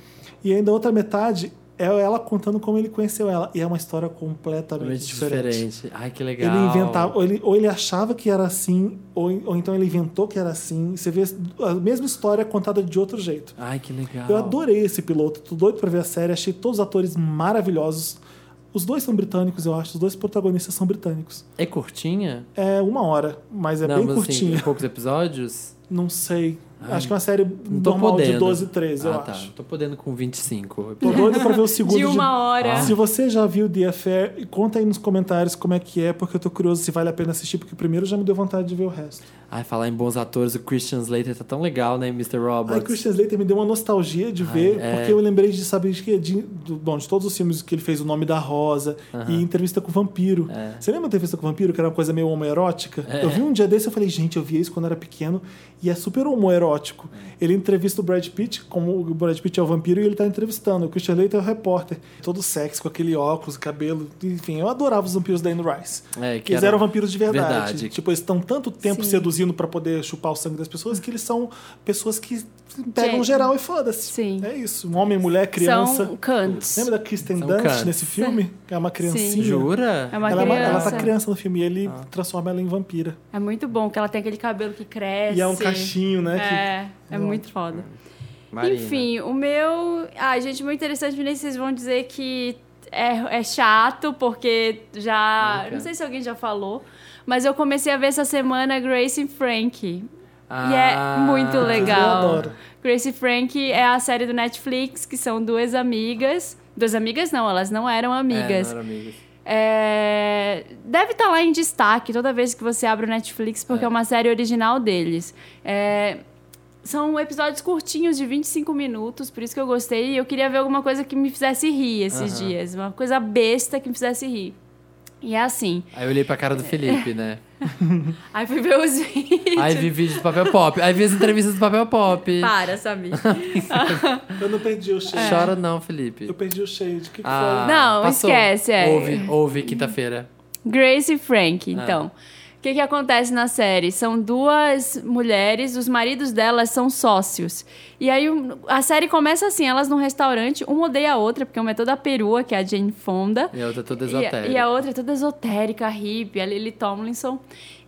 Speaker 3: E ainda a outra metade é ela contando como ele conheceu ela. E é uma história completamente
Speaker 2: Totalmente
Speaker 3: diferente.
Speaker 2: diferente. Ai, que legal.
Speaker 3: Ele inventava, ou ele, ou ele achava que era assim, ou, ou então ele inventou que era assim. Você vê a mesma história contada de outro jeito.
Speaker 2: Ai, que legal.
Speaker 3: Eu adorei esse piloto, tô doido pra ver a série, achei todos os atores maravilhosos. Os dois são britânicos, eu acho, os dois protagonistas são britânicos.
Speaker 2: É curtinha?
Speaker 3: É uma hora, mas é
Speaker 2: Não,
Speaker 3: bem
Speaker 2: mas
Speaker 3: curtinho.
Speaker 2: assim, poucos episódios?
Speaker 3: Não sei.
Speaker 2: Ai,
Speaker 3: Acho que é uma série
Speaker 2: Não tô
Speaker 3: normal
Speaker 2: podendo.
Speaker 3: de 12, 13,
Speaker 2: ah,
Speaker 3: eu
Speaker 2: tá.
Speaker 3: acho.
Speaker 2: Tô podendo com 25
Speaker 3: Tô
Speaker 2: episódios.
Speaker 3: doido pra ver o segundo.
Speaker 5: De uma hora.
Speaker 3: Se você já viu The Affair, conta aí nos comentários como é que é, porque eu tô curioso se vale a pena assistir, porque o primeiro já me deu vontade de ver o resto.
Speaker 2: Ai, falar em bons atores, o Christian Slater tá tão legal, né, Mr. Roberts?
Speaker 3: Ai, Christian Slater me deu uma nostalgia de ver,
Speaker 2: é.
Speaker 3: porque eu lembrei de saber de, que- de, do- bom, de todos os filmes que ele fez, O Nome da Rosa e Entrevista com o Vampiro.
Speaker 2: É.
Speaker 3: Você lembra da Entrevista com o Vampiro, que era uma coisa meio homoerótica? Eu vi um dia desse e falei, gente, eu via isso quando era pequeno e é super homoerótico.
Speaker 2: É.
Speaker 3: Ele entrevista o Brad Pitt, como o Brad Pitt é o vampiro e ele tá entrevistando. O Christian Slater é o repórter. Todo sexy, com aquele óculos, cabelo, enfim. Eu adorava os vampiros da Anne Rice.
Speaker 2: É, que
Speaker 3: que eles
Speaker 2: era-
Speaker 3: eram vampiros de verdade.
Speaker 2: Verdade.
Speaker 3: Tipo, eles estão tanto tempo seduzindo pra poder chupar o sangue das pessoas que eles são pessoas que pegam
Speaker 5: Gente.
Speaker 3: geral e foda-se.
Speaker 5: Sim.
Speaker 3: É isso. Um homem, mulher, criança.
Speaker 5: São cunts.
Speaker 3: Lembra da Kristen
Speaker 2: São
Speaker 3: Dunst
Speaker 2: cunts.
Speaker 3: nesse filme? É uma criancinha.
Speaker 2: Jura?
Speaker 5: É uma
Speaker 3: Ela, é uma- ela
Speaker 5: criança.
Speaker 3: tá criança no filme e ele
Speaker 2: Ah.
Speaker 3: transforma ela em vampira.
Speaker 5: É muito bom que ela tem aquele cabelo que cresce.
Speaker 3: E é um cachinho, né? que-
Speaker 5: É, é muito foda.
Speaker 2: Marina.
Speaker 5: Enfim, o meu. Ai, gente, muito interessante, é nem vocês vão dizer que é, é chato, porque já.
Speaker 2: Nunca.
Speaker 5: Não sei se alguém já falou, mas eu comecei a ver essa semana Grace e Frank. E
Speaker 2: Ah,
Speaker 5: é muito legal.
Speaker 3: Eu adoro.
Speaker 5: Grace e Frank é a série do Netflix, que são duas amigas. Duas amigas não, elas não eram
Speaker 2: É, não
Speaker 5: amigas.
Speaker 2: eram amigas.
Speaker 1: É, Deve estar lá em destaque toda vez que você abre o Netflix, porque é, uma série original deles. É, São episódios curtinhos de 25 minutos, por isso que eu gostei. E eu queria ver alguma coisa que me fizesse rir esses
Speaker 2: Aham.
Speaker 1: dias. Uma coisa besta que me fizesse rir. E é assim.
Speaker 2: Aí eu olhei pra cara do Felipe, né?
Speaker 1: Aí fui ver os vídeos.
Speaker 2: Aí vi vídeos do papel pop. Aí vi as entrevistas do papel pop.
Speaker 1: Para, Samir.
Speaker 3: Eu não perdi o shade.
Speaker 2: Chora não, Felipe.
Speaker 3: Eu perdi o shade. O que, que
Speaker 2: Ah,
Speaker 1: Não, esquece, é.
Speaker 2: Ouve, ouve quinta-feira.
Speaker 1: Grace e Frank, então. O que, que acontece na série? São duas mulheres, os maridos delas são sócios. E aí um, a série começa assim: elas num restaurante, uma odeia a outra, porque uma é toda perua, que é a Jane Fonda.
Speaker 2: E a outra toda
Speaker 1: E-
Speaker 2: esotérica.
Speaker 1: E, a outra é toda esotérica, hippie, a Lily Tomlinson.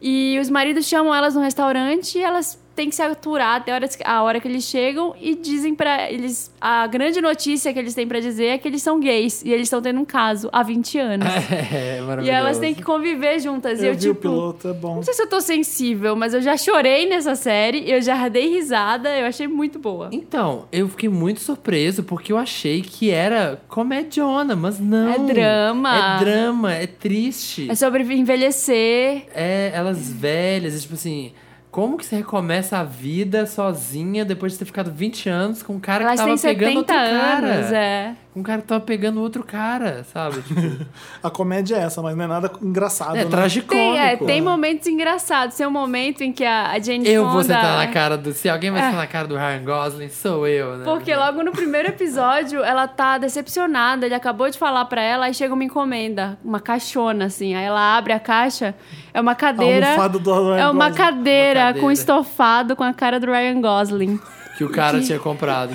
Speaker 1: E os maridos chamam elas num restaurante e elas têm que se aturar até a hora, a hora que eles chegam e dizem pra eles. A grande notícia que eles têm pra dizer é que eles são gays e eles estão tendo um caso há 20 anos.
Speaker 2: É,
Speaker 1: E
Speaker 2: maravilhoso.
Speaker 1: elas têm que conviver juntas.
Speaker 3: foi?
Speaker 1: e
Speaker 3: Eu
Speaker 1: eu,
Speaker 3: vi
Speaker 1: tipo.
Speaker 3: o piloto, é bom.
Speaker 1: Não sei se eu tô sensível, mas eu já chorei nessa série, eu já dei risada, eu achei muito boa.
Speaker 2: Então, eu fiquei muito surpreso porque eu achei que era comediona, mas não.
Speaker 1: É drama.
Speaker 2: É drama, é triste.
Speaker 1: É sobre envelhecer.
Speaker 2: É, elas velhas, e, tipo assim. Como que você recomeça a vida sozinha depois de ter ficado 20 anos com um cara
Speaker 1: Elas
Speaker 2: que tava
Speaker 1: têm
Speaker 2: pegando
Speaker 1: 70
Speaker 2: outro cara?
Speaker 1: anos, é.
Speaker 2: Com um cara que tava pegando outro cara, sabe? Tipo,
Speaker 3: A comédia é essa, mas não é nada engraçado.
Speaker 2: é
Speaker 3: né?
Speaker 2: tragicômico.
Speaker 1: Tem, é, tem momentos engraçados. Tem um momento em que a, a Jane
Speaker 2: Eu
Speaker 1: Fonda...
Speaker 2: vou sentar na cara do. Se alguém vai sentar na cara do Ryan Gosling, sou eu, né?
Speaker 1: É. Porque logo no primeiro episódio, ela tá decepcionada. Ele acabou de falar pra ela, aí chega uma encomenda. Uma caixona, assim. Aí ela abre a caixa, é uma cadeira...
Speaker 3: Almofada do Ryan
Speaker 1: é uma
Speaker 3: Gosling.
Speaker 1: cadeira,
Speaker 2: Uma cadeira.
Speaker 1: com estofado com a cara do Ryan Gosling.
Speaker 2: Que o cara tinha comprado,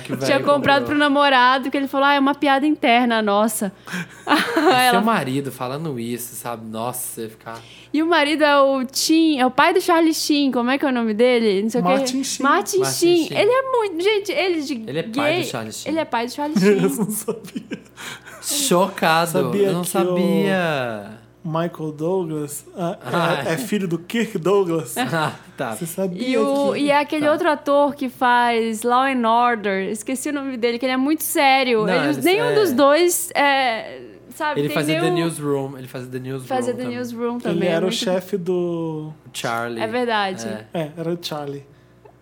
Speaker 2: que o velho
Speaker 1: Tinha comprado pro
Speaker 2: comprou.
Speaker 1: namorado, que ele falou, ah, é uma piada interna nossa. Aí
Speaker 2: Seu
Speaker 1: ela-
Speaker 2: marido falando isso, sabe? Nossa, você ficar.
Speaker 1: E o marido é o Tim, é o pai do Charlie Sheen, como é que é o nome dele? Não sei o
Speaker 3: Martin
Speaker 1: que.
Speaker 3: Sheen.
Speaker 1: Martin
Speaker 2: Martin
Speaker 1: Sheen.
Speaker 2: Sheen.
Speaker 1: Ele é muito, gente, ele de
Speaker 2: Ele é
Speaker 1: gay-
Speaker 2: pai do Charlie Sheen.
Speaker 1: Ele é pai do Charlie
Speaker 3: Eu
Speaker 1: Sheen.
Speaker 3: não sabia.
Speaker 2: Chocado.
Speaker 3: Sabia
Speaker 2: eu não
Speaker 3: que
Speaker 2: sabia.
Speaker 3: Michael Douglas ah, é, é filho do Kirk Douglas.
Speaker 2: Ah, tá.
Speaker 3: Você sabia
Speaker 1: E, o,
Speaker 3: que...
Speaker 1: e é aquele
Speaker 2: Tá.
Speaker 1: outro ator que faz Law and Order, esqueci o nome dele, que ele é muito sério.
Speaker 2: Não,
Speaker 1: Eles-
Speaker 2: eles-
Speaker 1: nenhum
Speaker 2: é.
Speaker 1: dos dois, é, sabe,
Speaker 2: Ele
Speaker 1: tem
Speaker 2: fazia The
Speaker 1: nenhum-
Speaker 2: Newsroom. Ele fazia The Newsroom.
Speaker 1: Fazia The
Speaker 2: também.
Speaker 1: Newsroom também.
Speaker 3: Ele
Speaker 1: é
Speaker 3: era o
Speaker 1: muito-
Speaker 3: chefe do...
Speaker 2: Charlie.
Speaker 1: É verdade.
Speaker 3: É, era o Charlie.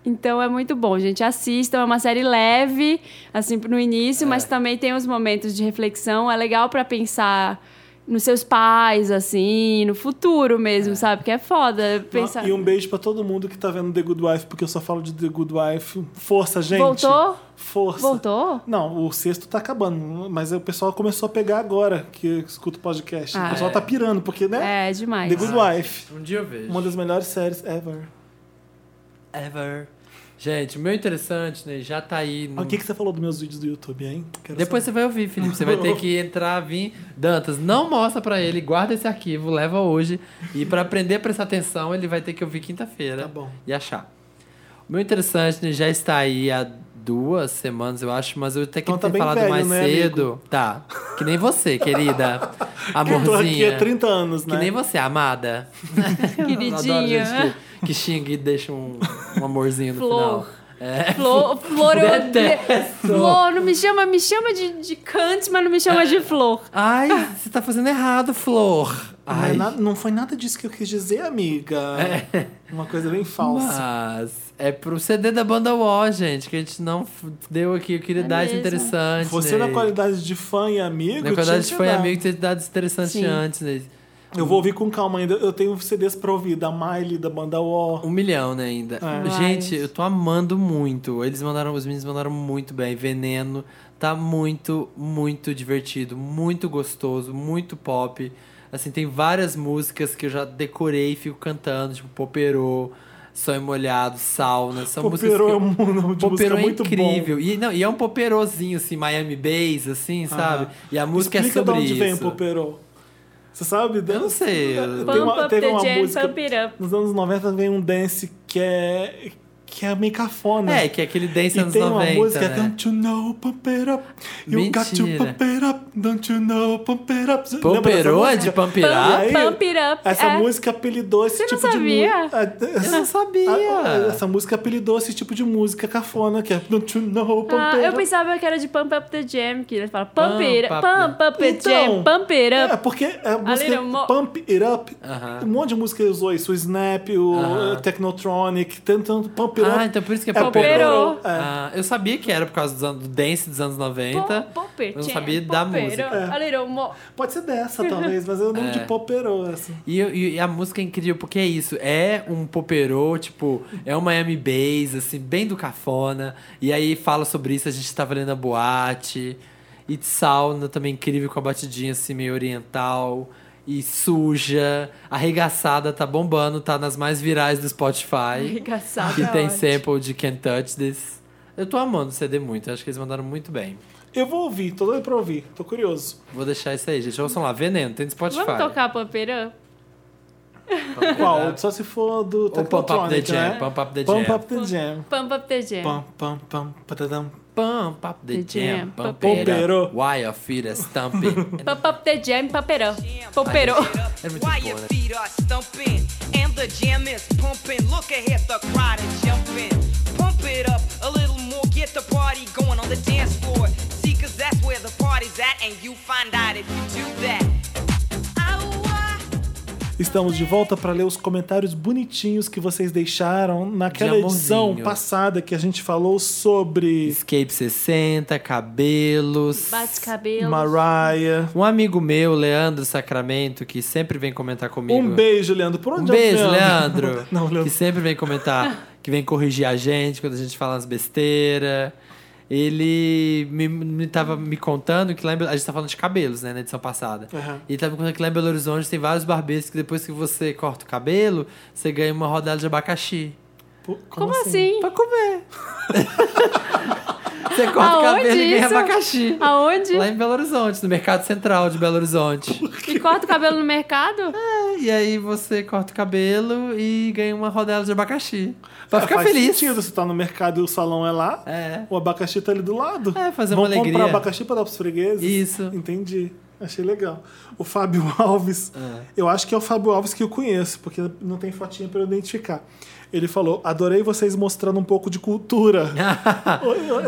Speaker 1: Então é muito bom, gente. Assistam, é uma série leve, assim, no início, mas
Speaker 2: É.
Speaker 1: também tem uns momentos de reflexão. É legal pra pensar nos seus pais, assim, no futuro mesmo, sabe? Porque é foda pensar.
Speaker 3: E um beijo pra todo mundo que tá vendo The Good Wife, porque eu só falo de The Good Wife. Força, gente.
Speaker 1: Voltou?
Speaker 3: Força.
Speaker 1: Voltou?
Speaker 3: Não, o sexto tá acabando, mas o pessoal começou a pegar agora que escuta o podcast. o pessoal tá pirando, porque, né?
Speaker 1: Ah, É, demais.
Speaker 3: The Good Wife,
Speaker 2: Um dia eu vejo.
Speaker 3: uma das melhores séries ever.
Speaker 2: Ever. Gente, o meu interessante, né? Já tá aí. No...
Speaker 3: Ah, O que, que você falou dos meus vídeos do YouTube, hein? Quero
Speaker 2: Depois você vai ouvir, Felipe. Você vai ter que entrar, vir. Dantas, não mostra pra ele, guarda esse arquivo, leva hoje. E pra aprender a prestar atenção, ele vai ter que ouvir quinta-feira.
Speaker 3: Tá bom.
Speaker 2: E achar. O meu interessante né, já está aí há duas semanas, eu acho, mas eu até que
Speaker 3: Então tá
Speaker 2: ter
Speaker 3: bem
Speaker 2: falado
Speaker 3: velho,
Speaker 2: mais
Speaker 3: né,
Speaker 2: cedo. Tá. Que nem você, querida.
Speaker 3: saber. Eu tô aqui
Speaker 2: Amorzinha.
Speaker 3: há 30 anos,
Speaker 2: Que
Speaker 3: né?
Speaker 2: nem você, amada. Eu Adoro
Speaker 1: Queridinha.
Speaker 2: gente que, que xinga e deixa um, um amorzinho no
Speaker 1: Flor.
Speaker 2: final. É.
Speaker 1: Flor, flor, eu odeio.
Speaker 2: Detesto.
Speaker 1: Flor, não me chama, me chama de, de Kant, mas não me chama de Flor.
Speaker 2: Ai, você tá fazendo errado, Flor.
Speaker 3: Não, é
Speaker 2: Ai, É.
Speaker 3: nada- não foi nada disso que eu quis dizer, amiga. Uma coisa bem falsa.
Speaker 2: Mas é pro CD da banda UOL, gente, que a gente não f- deu aqui. Eu queria dar esse
Speaker 1: mesmo.
Speaker 2: interessante.
Speaker 3: Você,
Speaker 2: né?
Speaker 3: na qualidade de fã e amigo.
Speaker 2: Na qualidade
Speaker 3: tinha
Speaker 2: de
Speaker 3: que
Speaker 2: fã e
Speaker 3: dar.
Speaker 2: amigo, ter dado esse interessante antes. Né?
Speaker 3: Eu vou ouvir com calma ainda. Eu tenho CDs pra ouvir da Miley, da banda O.
Speaker 2: Um milhão, né,
Speaker 3: É.
Speaker 2: ainda. Gente, eu tô amando muito. Eles mandaram, os meninos mandaram muito bem. Veneno tá muito, muito divertido, muito gostoso, muito pop. Assim, tem várias músicas que eu já decorei e fico cantando, tipo Poperô, Sonho Molhado, Sauna. São músicas que
Speaker 3: Popero é
Speaker 2: eu-
Speaker 3: um nome de música
Speaker 2: Popero é
Speaker 3: muito
Speaker 2: incrível. E, não, e é um poperozinho, assim, Miami Bass, assim, sabe? E a
Speaker 3: bom.
Speaker 2: música
Speaker 3: Explica
Speaker 2: é sobre
Speaker 3: de onde
Speaker 2: isso.
Speaker 3: vem o Popero. Você sabe?
Speaker 2: Eu não sei. eu-
Speaker 3: Tem
Speaker 1: Pump
Speaker 3: uma-
Speaker 1: up
Speaker 3: teve
Speaker 1: the
Speaker 3: uma
Speaker 1: jam,
Speaker 3: música-
Speaker 1: pump it up.
Speaker 3: Nos anos 90 vem um dance que é. que é meio cafona.
Speaker 2: É, que é aquele dance
Speaker 3: E
Speaker 2: anos
Speaker 3: tem
Speaker 2: 90.
Speaker 3: uma música,
Speaker 2: né?
Speaker 3: Don't you know, pump it up. You got to
Speaker 2: Mentira.
Speaker 3: pump it up. Don't you know, pump it up. Lembra dessa
Speaker 2: Pomperoa
Speaker 3: música?
Speaker 2: de Pampirar?
Speaker 3: E aí,
Speaker 1: Pump it up.
Speaker 3: Essa
Speaker 1: é.
Speaker 3: música apelidou esse
Speaker 1: Você não
Speaker 3: tipo
Speaker 1: sabia?
Speaker 3: de música. Eu
Speaker 2: não sabia.
Speaker 3: um ah, Essa música apelidou esse tipo de música cafona, que é Don't you know, pump
Speaker 1: Ah,
Speaker 3: it
Speaker 1: eu
Speaker 3: up.
Speaker 1: pensava que era de Pump Up the Jam, que ele fala Pump It Up,
Speaker 2: Pump
Speaker 1: Pump Up the Jam, Pump It
Speaker 3: É,
Speaker 1: Up.
Speaker 3: porque a música
Speaker 1: little more.
Speaker 3: Pump It Up,
Speaker 2: Aham.
Speaker 3: um monte de música usou isso. O Snap, o
Speaker 2: Aham.
Speaker 3: eh, Technotronic, tentando Pump It Up.
Speaker 2: Ah, então por isso que é,
Speaker 3: É
Speaker 2: Pomperou.
Speaker 1: Pomperou.
Speaker 2: Ah, eu sabia que era por causa dos anos- do dance dos anos 90.
Speaker 1: Pum, pump it
Speaker 2: eu não
Speaker 1: jam,
Speaker 2: sabia
Speaker 1: pump
Speaker 2: da
Speaker 1: it
Speaker 2: música.
Speaker 3: É.
Speaker 1: up, a little more.
Speaker 3: Pode ser dessa, talvez, mas eu não
Speaker 2: É.
Speaker 3: nome de assim. Popperou essa.
Speaker 2: E, e- e a música é incrível, porque é isso. É um poperô, tipo, é um Miami Bass, assim, bem do cafona. E aí fala sobre isso, a gente tava lendo a boate. E sauna também incrível, com a batidinha assim, meio oriental. E suja, arregaçada, tá bombando, tá nas mais virais do Spotify.
Speaker 1: Engraçado.
Speaker 2: Que tem sample de Can't Touch This. Eu tô amando o CD muito, eu acho que eles mandaram muito bem.
Speaker 3: Eu vou ouvir, tô doido pra ouvir, tô curioso.
Speaker 2: Vou deixar isso aí, gente. Ouçam lá, Veneno, tem no Spotify.
Speaker 1: Vamos tocar Pump It Up?
Speaker 3: Qual? Só se for do
Speaker 2: Ou É. Pump Up The
Speaker 3: Technotronic,
Speaker 2: Jam,
Speaker 3: né?
Speaker 2: Pump Up The
Speaker 3: Pump
Speaker 2: Jam.
Speaker 3: Up The Jam.
Speaker 1: Pump Up the Jam.
Speaker 3: Pam, pam, pam, patadam.
Speaker 2: Pump Up The
Speaker 1: The
Speaker 2: Jam,
Speaker 1: jam,
Speaker 2: Pump
Speaker 3: pump
Speaker 2: It
Speaker 3: it
Speaker 2: Up,
Speaker 3: up.
Speaker 2: Why Your Feet Are Stumping.
Speaker 1: Pump Up the Jam, Pump It Up. Pomperou.
Speaker 2: É muito
Speaker 4: Why
Speaker 2: boa,
Speaker 4: your
Speaker 2: né?
Speaker 4: feet are stumping and the jam is pumping. Look ahead, the crowd is jumping. Pump it up a little more, get the party going on the dance floor. See, cause that's where the party's at, and you find out if you do that. Ow,
Speaker 3: Estamos de volta para ler os comentários bonitinhos que vocês deixaram naquela
Speaker 2: De amorzinho.
Speaker 3: edição passada que a gente falou sobre
Speaker 2: Escape 60, cabelos.
Speaker 1: Bate cabelo.
Speaker 3: Mariah.
Speaker 2: Um amigo meu, Leandro Sacramento, que sempre vem comentar comigo.
Speaker 3: Um beijo, Leandro. Por
Speaker 2: Um
Speaker 3: onde é o
Speaker 2: beijo, Leandro.
Speaker 3: Não, Leandro.
Speaker 2: Que sempre vem comentar, que vem corrigir a gente quando a gente fala umas besteiras. Ele me, me tava me contando que lá em Belo... A gente tá falando de cabelos, né? Na edição passada.
Speaker 3: Aham.
Speaker 2: E ele tava me contando que lá em Belo Horizonte tem vários barbeiros que depois que você corta o cabelo, você ganha uma rodada de abacaxi.
Speaker 3: Pô,
Speaker 1: Como assim?
Speaker 2: Pra comer. você corta o
Speaker 1: Aonde
Speaker 2: cabelo e ganha
Speaker 1: isso?
Speaker 2: abacaxi.
Speaker 1: Aonde?
Speaker 2: Lá em Belo Horizonte, no Mercado Central de Belo Horizonte.
Speaker 1: E corta o cabelo no mercado?
Speaker 2: E aí você corta o cabelo e ganha uma rodela de abacaxi. Pra
Speaker 3: Ah,
Speaker 2: ficar
Speaker 3: faz
Speaker 2: feliz.
Speaker 3: Sentido, você tá no mercado e o salão é lá.
Speaker 2: É.
Speaker 3: O abacaxi tá ali do lado.
Speaker 2: É, fazer
Speaker 3: Vão
Speaker 2: uma alegria.
Speaker 3: comprar abacaxi pra dar pros fregueses.
Speaker 2: Isso.
Speaker 3: Entendi. Achei legal. O Fábio Alves, eu acho que é o Fábio Alves que eu conheço, porque não tem fotinha pra eu identificar. Ele falou: adorei vocês mostrando um pouco de cultura.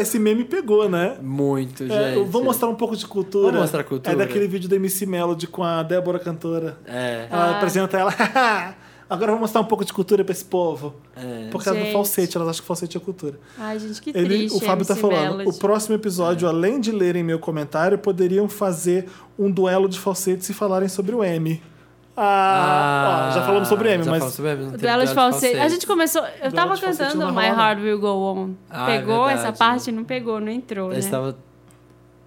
Speaker 3: Esse meme pegou, né?
Speaker 2: Muito, gente.
Speaker 3: É, eu vou mostrar um pouco de cultura.
Speaker 2: Vou mostrar cultura.
Speaker 3: É daquele vídeo da MC Melody com a Débora cantora.
Speaker 2: É.
Speaker 1: Ah.
Speaker 3: Ela apresenta ela. "Haha, Agora eu vou mostrar um pouco de cultura pra esse povo.
Speaker 2: É.
Speaker 3: Por causa do
Speaker 1: Gente.
Speaker 3: falsete, elas acham que falsete é cultura.
Speaker 1: Ai, gente, que
Speaker 3: Ele,
Speaker 1: triste.
Speaker 3: o Fábio tá
Speaker 1: MC
Speaker 3: falando.
Speaker 1: Melody.
Speaker 3: O próximo episódio,
Speaker 2: É.
Speaker 3: além de lerem meu comentário, poderiam fazer um duelo de falsetes e falarem sobre o M. Ah, ó, já falamos sobre M,
Speaker 2: já
Speaker 3: mas
Speaker 2: falamos sobre M, não teve
Speaker 1: Duelo de falsete. assim, A gente começou. Eu tava
Speaker 3: de falsete
Speaker 1: cantando
Speaker 3: não
Speaker 1: My
Speaker 3: rola, não.
Speaker 1: Heart Will Go On.
Speaker 2: Ah, é
Speaker 1: pegou essa
Speaker 2: verdade.
Speaker 1: parte? Não pegou, não entrou,
Speaker 2: Eu
Speaker 1: né?
Speaker 2: estava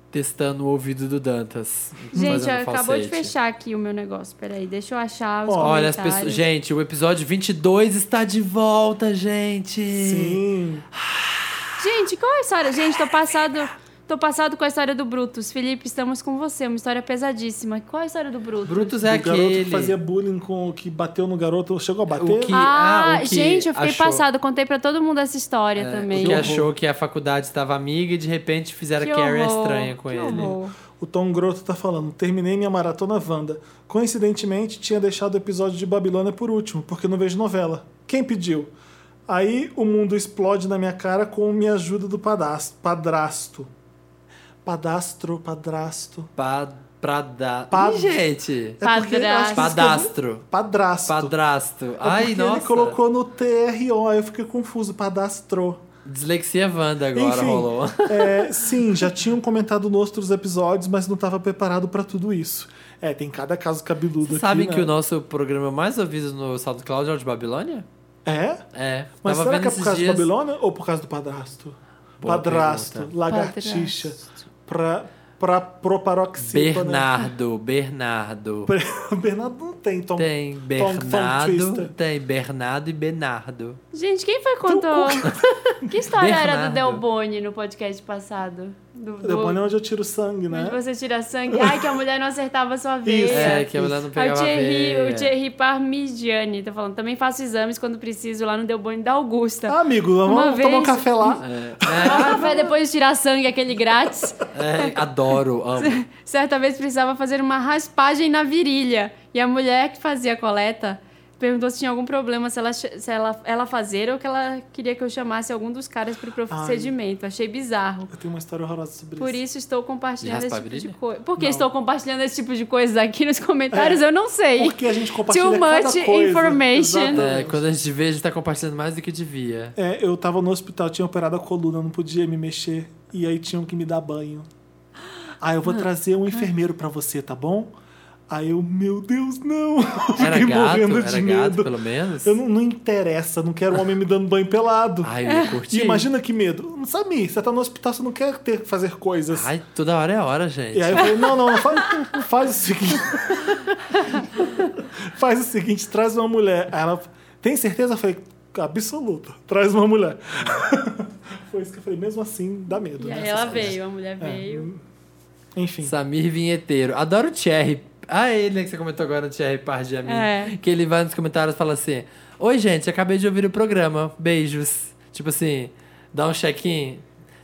Speaker 2: testando o ouvido do Dantas.
Speaker 1: Gente,
Speaker 2: fazendo
Speaker 1: acabou de
Speaker 2: falsete.
Speaker 1: fechar aqui o meu negócio. Peraí, deixa eu achar os
Speaker 2: Olha, as
Speaker 1: comentários.
Speaker 2: pessoas. Gente, o episódio 22 está de volta, gente.
Speaker 3: sim.
Speaker 1: Gente, qual é a história? Gente, tô passado, tô passado com a história do Brutus. Felipe, estamos com você. Uma história pesadíssima. Qual é a história do Brutus?
Speaker 2: Brutus
Speaker 3: O
Speaker 2: é
Speaker 3: garoto
Speaker 2: aquele.
Speaker 3: que fazia bullying com o que bateu no garoto, chegou a bater.
Speaker 2: O que-
Speaker 1: Ah,
Speaker 2: Ah, o que
Speaker 1: gente, eu fiquei
Speaker 2: achou.
Speaker 1: passado. Contei pra todo mundo essa história
Speaker 2: é,
Speaker 1: também.
Speaker 2: que
Speaker 3: horror.
Speaker 2: achou que a faculdade estava amiga e de repente fizeram
Speaker 1: Que
Speaker 2: a Carrie é
Speaker 1: horror,
Speaker 2: estranha com
Speaker 1: que
Speaker 2: ele.
Speaker 1: horror.
Speaker 3: O Tom Groto tá falando, terminei minha maratona Wanda. Coincidentemente, tinha deixado o episódio de Babilônia por último, porque não vejo novela. Quem pediu? Aí o mundo explode na minha cara com me ajuda do padas- padrasto. Padastro, padrasto.
Speaker 2: Pa, pra dar.
Speaker 3: Pa-
Speaker 2: Ih, gente.
Speaker 3: É porque eu acho
Speaker 1: Padrasto.
Speaker 3: que
Speaker 2: Padastro.
Speaker 3: escreveu- Padrasto.
Speaker 2: Padrasto.
Speaker 3: É
Speaker 2: Ai,
Speaker 3: porque
Speaker 2: nossa.
Speaker 3: Ele colocou no TRO, eu fiquei confuso, padastro.
Speaker 2: Dislexia Wanda agora
Speaker 3: Enfim,
Speaker 2: rolou.
Speaker 3: é, sim, já tinham comentado nos outros episódios, mas não estava preparado para tudo isso. É, tem cada caso cabeludo
Speaker 2: Vocês
Speaker 3: aqui.
Speaker 2: sabem que
Speaker 3: né?
Speaker 2: o nosso programa mais ouvido no SoundCloud é o de Babilônia?
Speaker 3: É?
Speaker 2: É.
Speaker 3: Mas
Speaker 2: tava
Speaker 3: será
Speaker 2: vendo
Speaker 3: que é por
Speaker 2: esses
Speaker 3: causa
Speaker 2: dias-
Speaker 3: do Babilônia ou por causa do padrasto?
Speaker 2: Boa
Speaker 3: padrasto,
Speaker 2: pergunta.
Speaker 3: lagartixa, pra, pra proparoxítona.
Speaker 2: Bernardo, Bernardo.
Speaker 3: Bernardo não tem, Tom.
Speaker 2: Tem
Speaker 3: Tom- Tom
Speaker 2: Bernardo,
Speaker 3: um Twister.
Speaker 2: tem Bernardo e Bernardo.
Speaker 1: Gente, quem foi que contou? Que história era
Speaker 2: Bernardo.
Speaker 1: do Del Boni no podcast passado? Do, do-
Speaker 3: O demônio é onde eu tiro sangue, né?
Speaker 1: onde você tira sangue. Ai, que a mulher não acertava a sua vez.
Speaker 3: Isso.
Speaker 2: É, que a mulher não
Speaker 1: Aí o
Speaker 2: pegava é.
Speaker 1: Thierry,
Speaker 2: veia.
Speaker 1: o Thierry Parmigiani tá falando, também faço exames quando preciso lá no Del Boni da Augusta.
Speaker 3: Ah, amigo,
Speaker 1: Uma
Speaker 3: vamos tomar um
Speaker 1: vez-
Speaker 3: café lá.
Speaker 1: Toma café depois de tirar sangue, aquele grátis.
Speaker 2: É, adoro, amo.
Speaker 1: Certa vez precisava fazer uma raspagem na virilha. E a mulher que fazia a coleta perguntou se tinha algum problema se ela, ch- se ela, ela fazer ou que ela queria que eu chamasse algum dos caras pro procedimento. Achei bizarro.
Speaker 3: Eu tenho uma história horrorosa sobre
Speaker 1: Por
Speaker 3: isso.
Speaker 1: isso estou compartilhando
Speaker 2: De
Speaker 1: esse
Speaker 2: raspar
Speaker 1: tipo
Speaker 2: a
Speaker 1: de
Speaker 2: virilha?
Speaker 1: coisa. Por que estou compartilhando esse tipo de coisa aqui nos comentários? Eu não sei.
Speaker 3: Porque a gente compartilha
Speaker 1: Too
Speaker 3: cada
Speaker 1: much
Speaker 3: coisa.
Speaker 1: information.
Speaker 2: É,
Speaker 3: Exatamente.
Speaker 2: quando a gente vê, a gente tá compartilhando mais do que devia.
Speaker 3: É, eu tava no hospital, tinha operado a coluna, eu não podia me mexer. E aí tinham que me dar banho. Ah, eu vou trazer um enfermeiro pra você, tá bom? Aí eu, meu Deus, não!
Speaker 2: Era
Speaker 3: Fiquei
Speaker 2: gato,
Speaker 3: morrendo
Speaker 2: era
Speaker 3: de
Speaker 2: gato,
Speaker 3: medo.
Speaker 2: pelo menos.
Speaker 3: Eu não, não interessa, não quero um homem me dando banho pelado.
Speaker 2: Ai, eu curti.
Speaker 3: E É, imagina que medo. Samir, você tá no hospital, você não quer ter que fazer coisas.
Speaker 2: Ai, toda hora é hora, gente.
Speaker 3: E aí eu falei, não, não, não faz, não faz o seguinte. faz o seguinte, traz uma mulher. Aí ela, tem certeza? Eu falei, absoluta, traz uma mulher. Foi isso que eu falei, mesmo assim, dá medo.
Speaker 1: E
Speaker 3: né,
Speaker 1: aí
Speaker 3: essas
Speaker 1: ela
Speaker 3: coisas.
Speaker 1: veio, a mulher veio.
Speaker 3: Enfim.
Speaker 2: Samir Vinheteiro. Adoro o Thierry. Ah, ele né, que você comentou agora, o Thierry Pardiamin.
Speaker 1: É.
Speaker 2: Que ele vai nos comentários e fala assim: Oi, gente, acabei de ouvir o programa. Beijos. Tipo assim, dá um check-in.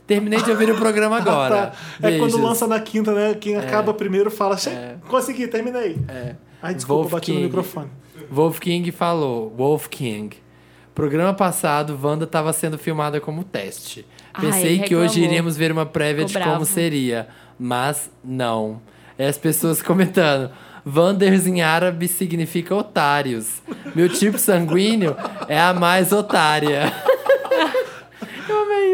Speaker 2: Terminei de ouvir o programa agora.
Speaker 3: Tá. É
Speaker 2: Beijos.
Speaker 3: quando lança na quinta, né? Quem acaba primeiro fala, "Che-
Speaker 2: É.
Speaker 3: consegui, terminei. É. Ai, desculpa,
Speaker 2: Wolf
Speaker 3: bati no
Speaker 2: King.
Speaker 3: microfone.
Speaker 2: Wolf King falou: Wolf King. Programa passado, Wanda estava sendo filmada como teste.
Speaker 1: Ai,
Speaker 2: Pensei que
Speaker 1: Ah, reclamou.
Speaker 2: hoje iríamos ver uma prévia
Speaker 1: Ficou
Speaker 2: de como
Speaker 1: bravo.
Speaker 2: seria, mas não. É as pessoas comentando. Wanders em árabe significa otários. Meu tipo sanguíneo é a mais otária.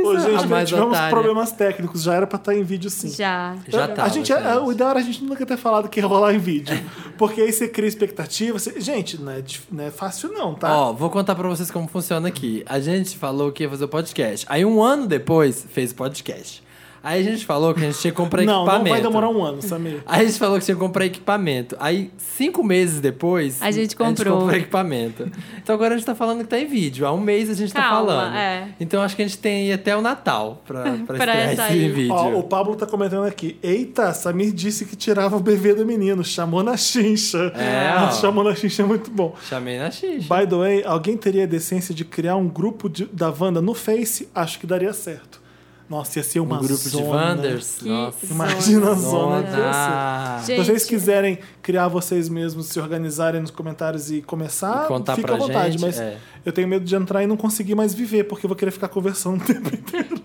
Speaker 3: Ô, gente,
Speaker 2: a mais
Speaker 3: tivemos
Speaker 2: otária.
Speaker 3: problemas técnicos, já era pra estar em vídeo sim.
Speaker 1: Já.
Speaker 2: Já tá
Speaker 3: a
Speaker 2: tava, assim.
Speaker 3: gente, é, O ideal era a gente nunca ter falado que ia rolar em vídeo. Porque aí você cria expectativa. você- Gente, não é, dif- não é fácil não, tá?
Speaker 2: Ó, vou contar pra vocês como funciona aqui. A gente falou que ia fazer o podcast. Aí um ano depois, fez o podcast. Aí a gente falou que a gente tinha que comprar
Speaker 3: não, não
Speaker 2: equipamento.
Speaker 3: vai demorar um ano, Samir.
Speaker 2: Aí a gente falou que tinha que comprar equipamento. Aí, cinco meses depois,
Speaker 1: A gente comprou.
Speaker 2: comprou equipamento. Então agora a gente tá falando que tá em vídeo. Há um mês a gente tá
Speaker 1: Calma,
Speaker 2: falando.
Speaker 1: é.
Speaker 2: Então acho que a gente tem aí até o Natal pra, pra,
Speaker 1: Pra
Speaker 2: estrear esse
Speaker 1: sair.
Speaker 2: vídeo.
Speaker 3: Ó, o Pablo tá comentando aqui. Eita, Samir disse que tirava o bebê do menino. Chamou na chincha.
Speaker 2: É, ó.
Speaker 3: Chamou na chincha é muito bom.
Speaker 2: Chamei na X.
Speaker 3: By the way, alguém teria a decência de criar um grupo de- da Wanda no Face? Acho que daria certo. Nossa, ia ser
Speaker 2: Um
Speaker 3: uma
Speaker 2: grupo de
Speaker 3: zona.
Speaker 2: Wanders.
Speaker 1: Que
Speaker 2: Nossa.
Speaker 3: Imagina a zona que ia ser.
Speaker 2: Zona.
Speaker 1: Gente,
Speaker 3: Então, Se vocês quiserem criar vocês mesmos, se organizarem nos comentários e começar,
Speaker 2: E contar
Speaker 3: fica
Speaker 2: pra
Speaker 3: à vontade.
Speaker 2: gente,
Speaker 3: mas
Speaker 2: é.
Speaker 3: eu tenho medo de entrar e não conseguir mais viver, porque eu vou querer ficar conversando o tempo inteiro.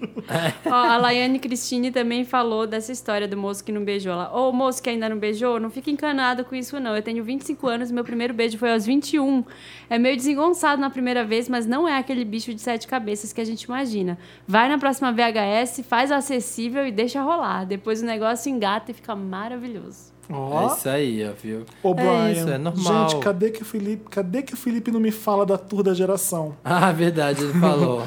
Speaker 1: Ó, a Laiane Cristine também falou dessa história do moço que não beijou. Ela, ô moço que ainda não beijou, não fica encanado com isso, não. Eu tenho 25 anos e meu primeiro beijo foi aos 21. É meio desengonçado na primeira vez, mas não é aquele bicho de sete cabeças que a gente imagina. Vai na próxima VHS, faz acessível e deixa rolar. Depois o negócio engata e fica maravilhoso.
Speaker 2: É
Speaker 3: Ó,
Speaker 2: isso aí, ó, viu?
Speaker 3: ô Brian.
Speaker 2: É isso, é normal.
Speaker 3: Gente, cadê que, o Felipe, cadê que o Felipe não me fala da tour da geração?
Speaker 2: Ah, verdade, ele falou.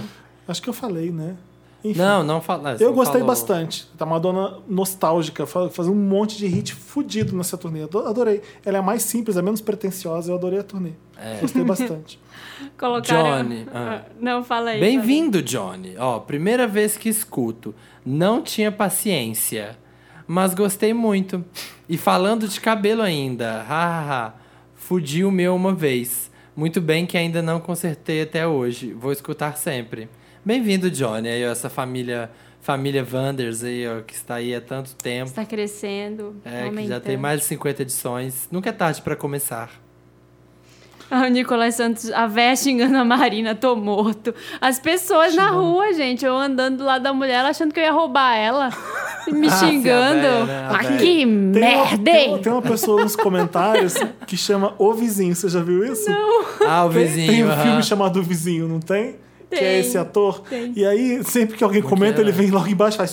Speaker 3: Acho que eu falei, né? Enfim,
Speaker 2: não, é, não fala.
Speaker 3: eu gostei bastante. Tá uma dona nostálgica, fa- fazendo um monte de hit fudido nessa turnê. Ado- Adorei. Ela é a mais simples, é menos pretensiosa, eu adorei a turnê.
Speaker 2: É.
Speaker 3: Gostei bastante.
Speaker 1: Colocaram.
Speaker 2: Johnny, ah.
Speaker 1: Não, fala aí.
Speaker 2: Bem-vindo, Johnny. Ó, primeira vez que escuto. Não tinha paciência, mas gostei muito. E falando de cabelo ainda, hahaha. Fudi o meu uma vez. Muito bem que ainda não consertei até hoje. Vou escutar sempre. Bem-vindo, Johnny. Aí, ó, essa família, família Vanders aí, ó, que está aí há tanto tempo.
Speaker 1: Está crescendo.
Speaker 2: É, que já
Speaker 1: aumentando.
Speaker 2: tem mais de 50 edições. Nunca é tarde para começar.
Speaker 1: Ah, o Nicolas Santos, a véia xingando a Marina, tô morto. As pessoas na rua, gente, eu andando do lado da mulher, ela achando que eu ia roubar ela. e Me
Speaker 2: Ah,
Speaker 1: xingando.
Speaker 2: sim, a véia, né? A
Speaker 1: Ah,
Speaker 2: véia.
Speaker 1: que merda,
Speaker 3: Tem uma,
Speaker 1: hein?
Speaker 3: tem uma pessoa nos comentários que chama O Vizinho, você já viu isso?
Speaker 2: Ah, o
Speaker 3: Tem,
Speaker 2: vizinho.
Speaker 3: tem um
Speaker 2: aham.
Speaker 3: filme chamado O Vizinho, não tem? Que é
Speaker 1: Tem,
Speaker 3: esse ator.
Speaker 1: tem.
Speaker 3: E aí, sempre que alguém comenta,
Speaker 2: era?
Speaker 3: ele vem logo embaixo e faz.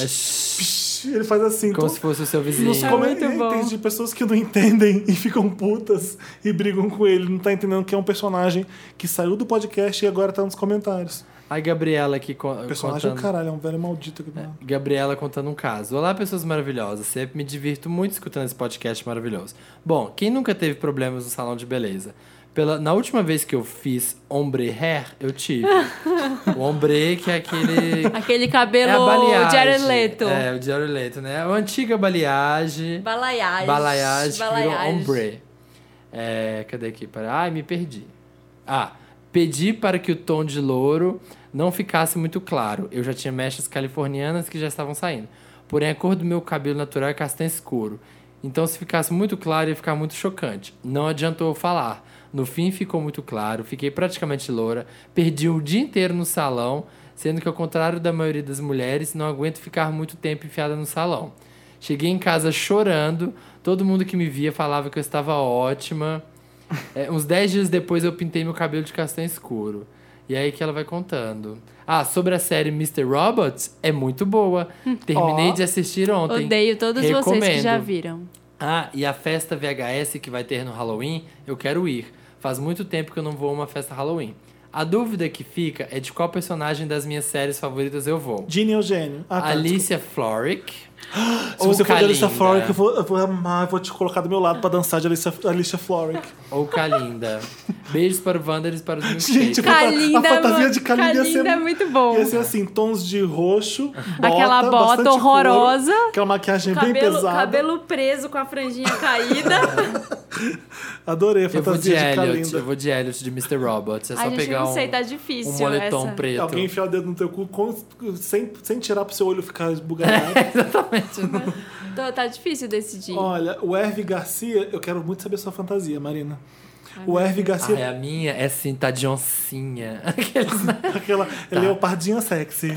Speaker 2: É, é shh,
Speaker 3: "Shh", Ele faz assim.
Speaker 2: como
Speaker 3: então,
Speaker 2: se fosse assim. o seu vizinho.
Speaker 3: nos
Speaker 1: É muito bom.
Speaker 3: comentários de pessoas que não entendem e ficam putas e brigam com ele. Não tá entendendo que é um personagem que saiu do podcast e agora tá nos comentários.
Speaker 2: Ai, Gabriela aqui co-
Speaker 3: Personagem é o
Speaker 2: contando.
Speaker 3: caralho, é um velho maldito. Que... não-
Speaker 2: Gabriela contando um caso. Olá, pessoas maravilhosas. Sempre me divirto muito escutando esse podcast maravilhoso. Bom, quem nunca teve problemas no salão de beleza? Pela, na última vez que eu fiz ombre hair, eu tive. o ombre, que é aquele.
Speaker 1: Aquele
Speaker 2: É a
Speaker 1: cabelo
Speaker 2: baleagem.
Speaker 1: de areleto.
Speaker 2: É, o de aruleto, né? A antiga baleagem.
Speaker 1: Balaiagem.
Speaker 2: Balaiagem, que virou
Speaker 1: Balaiagem.
Speaker 2: ombre. É, cadê aqui? Para... Ai, me perdi. Ah, pedi para que o tom de louro não ficasse muito claro. Eu já tinha mechas californianas que já estavam saindo. Porém, a cor do meu cabelo natural é castanho escuro. Então, se ficasse muito claro, ia ficar muito chocante. Não adiantou eu falar. No fim, ficou muito claro. Fiquei praticamente loura. Perdi o dia inteiro no salão. Sendo que, ao contrário da maioria das mulheres, não aguento ficar muito tempo enfiada no salão. Cheguei em casa chorando. Todo mundo que me via falava que eu estava ótima. É, uns 10 dias depois eu pintei meu cabelo de castanho escuro. E aí que ela vai contando. Ah, sobre a série Mr. Robots, é muito boa. Terminei de assistir ontem.
Speaker 1: Odeio todos vocês que já
Speaker 2: Recomendo.
Speaker 1: viram.
Speaker 2: Ah, e a festa VHS que vai ter no Halloween, eu quero ir. Faz muito tempo que eu não vou a uma festa Halloween. A dúvida que fica é de qual personagem das minas séries favoritas eu vou.
Speaker 3: Gene Eugênio. Ah, tá,
Speaker 2: Alicia Florrick.
Speaker 3: Se você for de Alicia Florrick, eu vou, eu vou amar, eu vou te colocar do meu lado pra dançar de Alicia, Alicia Florrick.
Speaker 2: Ou Kalinda. Beijos para o Wander e para os meus
Speaker 3: Gente, eu vou-
Speaker 1: Kalinda,
Speaker 3: a fantasia
Speaker 1: mano,
Speaker 3: de Kalinda, ia ser,
Speaker 1: Kalinda é muito bom.
Speaker 3: Ia ser assim, tons de roxo,
Speaker 2: Uhum.
Speaker 3: bota,
Speaker 1: Aquela bota
Speaker 3: bastante couro,
Speaker 1: horrorosa.
Speaker 3: aquela maquiagem bem
Speaker 1: Cabelo,
Speaker 3: pesada.
Speaker 1: cabelo preso com a franjinha caída.
Speaker 3: Adorei a
Speaker 2: Eu vou de
Speaker 3: fantasia de,
Speaker 2: Elliot,
Speaker 3: Kalinda.
Speaker 2: eu vou de Elliot de Mr. Robot. É só
Speaker 1: a gente
Speaker 2: pegar
Speaker 1: não
Speaker 2: um,
Speaker 1: sei, tá
Speaker 2: um
Speaker 1: difícil
Speaker 2: moletom
Speaker 1: essa.
Speaker 2: preto.
Speaker 3: Alguém enfiar o dedo no teu cu com- sem, sem tirar pro seu olho ficar esbugalhado.
Speaker 1: Tô- Tá difícil decidir.
Speaker 3: Olha, o Herve Garcia, eu quero muito saber sua fantasia, Marina. O Herve Garcia,
Speaker 2: Ai, a minha é assim, tá de oncinha. Ah, é.
Speaker 3: aquela
Speaker 2: Tá.
Speaker 3: leopardinha sexy.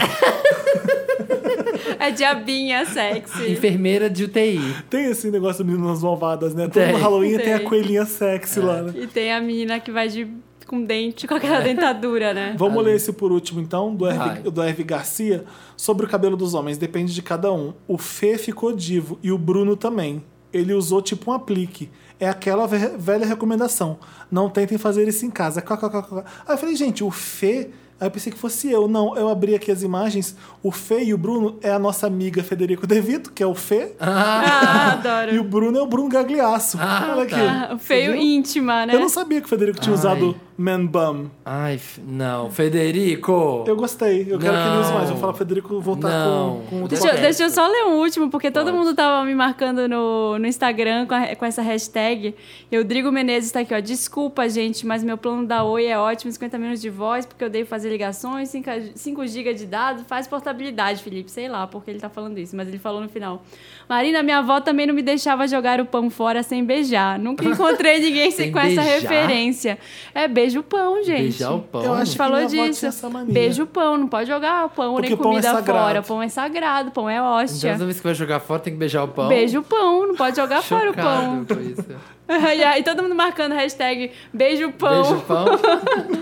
Speaker 1: É diabinha sexy.
Speaker 2: Enfermeira de UTI.
Speaker 3: Tem esse negócio do Meninas Malvadas, né? Todo
Speaker 2: Tem. É.
Speaker 3: no Halloween tem. a
Speaker 1: Tem.
Speaker 3: coelhinha sexy lá, né?
Speaker 1: E tem a menina que vai de com dente, com
Speaker 3: É.
Speaker 1: aquela dentadura, né?
Speaker 3: Vamos ler esse por último, então, do
Speaker 2: Vai.
Speaker 3: Herve, do Herve Garcia, sobre o cabelo dos homens. Depende de cada um. O Fê ficou divo e o Bruno também. Ele usou tipo um aplique. É aquela ve- velha recomendação. Não tentem fazer isso em casa. Kkkkk. Aí eu falei, gente, o Fê. Aí eu pensei que fosse eu. Não, eu abri aqui as imagens. O Fê e o Bruno é a nossa amiga Federico De Vito, que é o Fê.
Speaker 1: Ah,
Speaker 3: E
Speaker 1: adoro.
Speaker 3: o Bruno é o Bruno Gagliasso.
Speaker 2: Ah,
Speaker 3: Olha aqui.
Speaker 2: tá.
Speaker 1: O Feio
Speaker 3: Você viu?
Speaker 1: íntima, né?
Speaker 3: Eu não sabia que o Federico tinha
Speaker 2: Ai.
Speaker 3: usado Man Bum.
Speaker 2: Ai, f- não. Federico!
Speaker 3: Eu gostei, eu quero que ele use
Speaker 2: Não.
Speaker 3: mais. Eu vou falar pro Federico voltar
Speaker 2: Não.
Speaker 3: com, com o
Speaker 1: Deixa, eu- deixa eu só ler um último, porque todo mundo tava me marcando no, no Instagram com, a- com essa hashtag. E o Rodrigo Menezes tá aqui, ó. Desculpa, gente, mas meu plano da Oi é ótimo, 50 minutos de voz, porque eu devo fazer ligações, 5, a- 5 GB de dados, faz portabilidade, Felipe. Sei lá porque ele tá falando isso, mas ele falou no final. Marina, minha avó também não me deixava jogar o pão fora sem beijar. Nunca encontrei ninguém sem-
Speaker 2: Sem
Speaker 1: com essa
Speaker 2: beijar?
Speaker 1: referência. É beijo o pão, gente.
Speaker 2: Beijar o pão.
Speaker 3: Eu
Speaker 1: A
Speaker 3: acho
Speaker 1: gente
Speaker 3: que minha
Speaker 1: falou
Speaker 3: avó tinha
Speaker 1: disso.
Speaker 3: essa mania.
Speaker 1: Beijo o pão, não pode jogar o pão
Speaker 3: Porque
Speaker 1: nem
Speaker 3: pão é
Speaker 1: comida fora.
Speaker 3: sagrado.
Speaker 1: Pão é sagrado, pão é
Speaker 2: Então,
Speaker 1: hóstia.
Speaker 2: toda vez que vai jogar fora, tem que beijar o pão.
Speaker 1: Beijo o pão, não pode jogar fora o
Speaker 2: Chocado
Speaker 1: pão.
Speaker 2: com isso.
Speaker 1: e aí todo mundo marcando hashtag beijo o pão.
Speaker 2: Beijo, pão.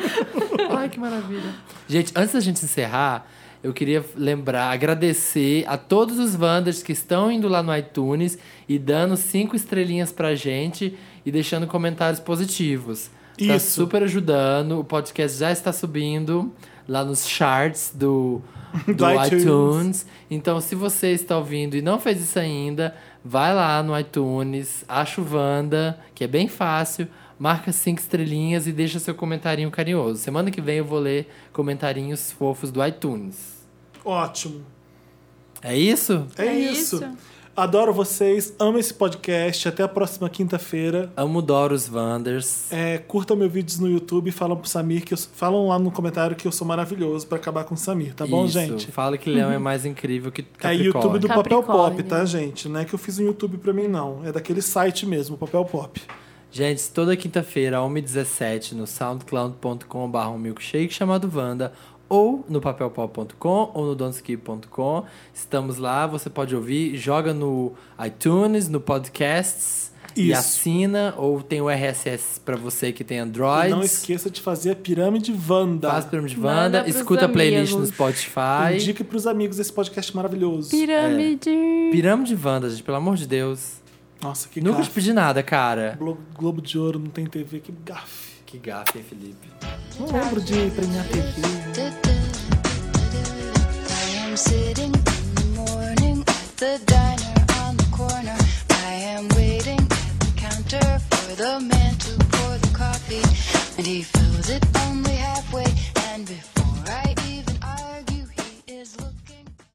Speaker 2: Ai, que maravilha. Gente, antes da gente encerrar, eu queria lembrar, agradecer a todos os Wanders que estão indo lá no iTunes e dando cinco estrelinhas pra gente e deixando comentários positivos. Tá
Speaker 3: Isso.
Speaker 2: super ajudando. O podcast já está subindo lá nos charts do, do,
Speaker 3: Do iTunes.
Speaker 2: iTunes. iTunes. Então, se você está ouvindo e não fez isso ainda, vai lá no iTunes, acha o Wanda, que é bem fácil, marca cinco estrelinhas e deixa seu comentarinho carinhoso. Semana que vem eu vou ler comentarinhos fofos do iTunes.
Speaker 3: Ótimo.
Speaker 2: É isso?
Speaker 3: É,
Speaker 1: É
Speaker 3: isso.
Speaker 1: isso.
Speaker 3: Adoro vocês, amo esse podcast. Até a próxima quinta-feira.
Speaker 2: Amo Doros Wanders.
Speaker 3: É, curtam meus vídeos no YouTube, falam pro Samir que eu, falam lá no comentário que eu sou maravilhoso pra acabar com o Samir, tá bom,
Speaker 2: Isso.
Speaker 3: gente?
Speaker 2: Fala que Leão é mais incrível que
Speaker 3: É
Speaker 2: Capricórnio.
Speaker 3: YouTube do Papel
Speaker 1: Capricórnio.
Speaker 3: Pop, tá, gente? Não é que eu fiz um YouTube pra mim, não. É daquele site mesmo, Papel Pop.
Speaker 2: Gente, toda quinta-feira, 1h17, no soundcloud.com.br um milkshake chamado Wanda, ou no papelpop.com, ou no donskip.com. Estamos lá, você pode ouvir, joga no iTunes, no Podcasts, e
Speaker 3: Isso.
Speaker 2: assina, ou tem o RSS pra você que tem
Speaker 3: E
Speaker 2: Android.
Speaker 3: não esqueça de fazer a pirâmide Wanda.
Speaker 2: Faz pirâmide
Speaker 1: Manda
Speaker 2: Wanda,
Speaker 1: pros
Speaker 2: escuta a playlist no
Speaker 1: amigos.
Speaker 2: Spotify.
Speaker 3: Indique pros amigos esse podcast maravilhoso.
Speaker 1: Pirâmide.
Speaker 3: É.
Speaker 2: Pirâmide Wanda, gente, pelo amor de Deus.
Speaker 3: Nossa, que
Speaker 2: Nunca te
Speaker 3: gafe.
Speaker 2: pedi nada, cara.
Speaker 3: Glo- Globo de Ouro não tem TV, que gafe.
Speaker 2: Que gafe, hein, Felipe?
Speaker 3: Não lembro de premiar TV.
Speaker 6: I am sitting in the morning at the diner on the corner. I am waiting at the counter for the man to pour the coffee. be. And he feels it only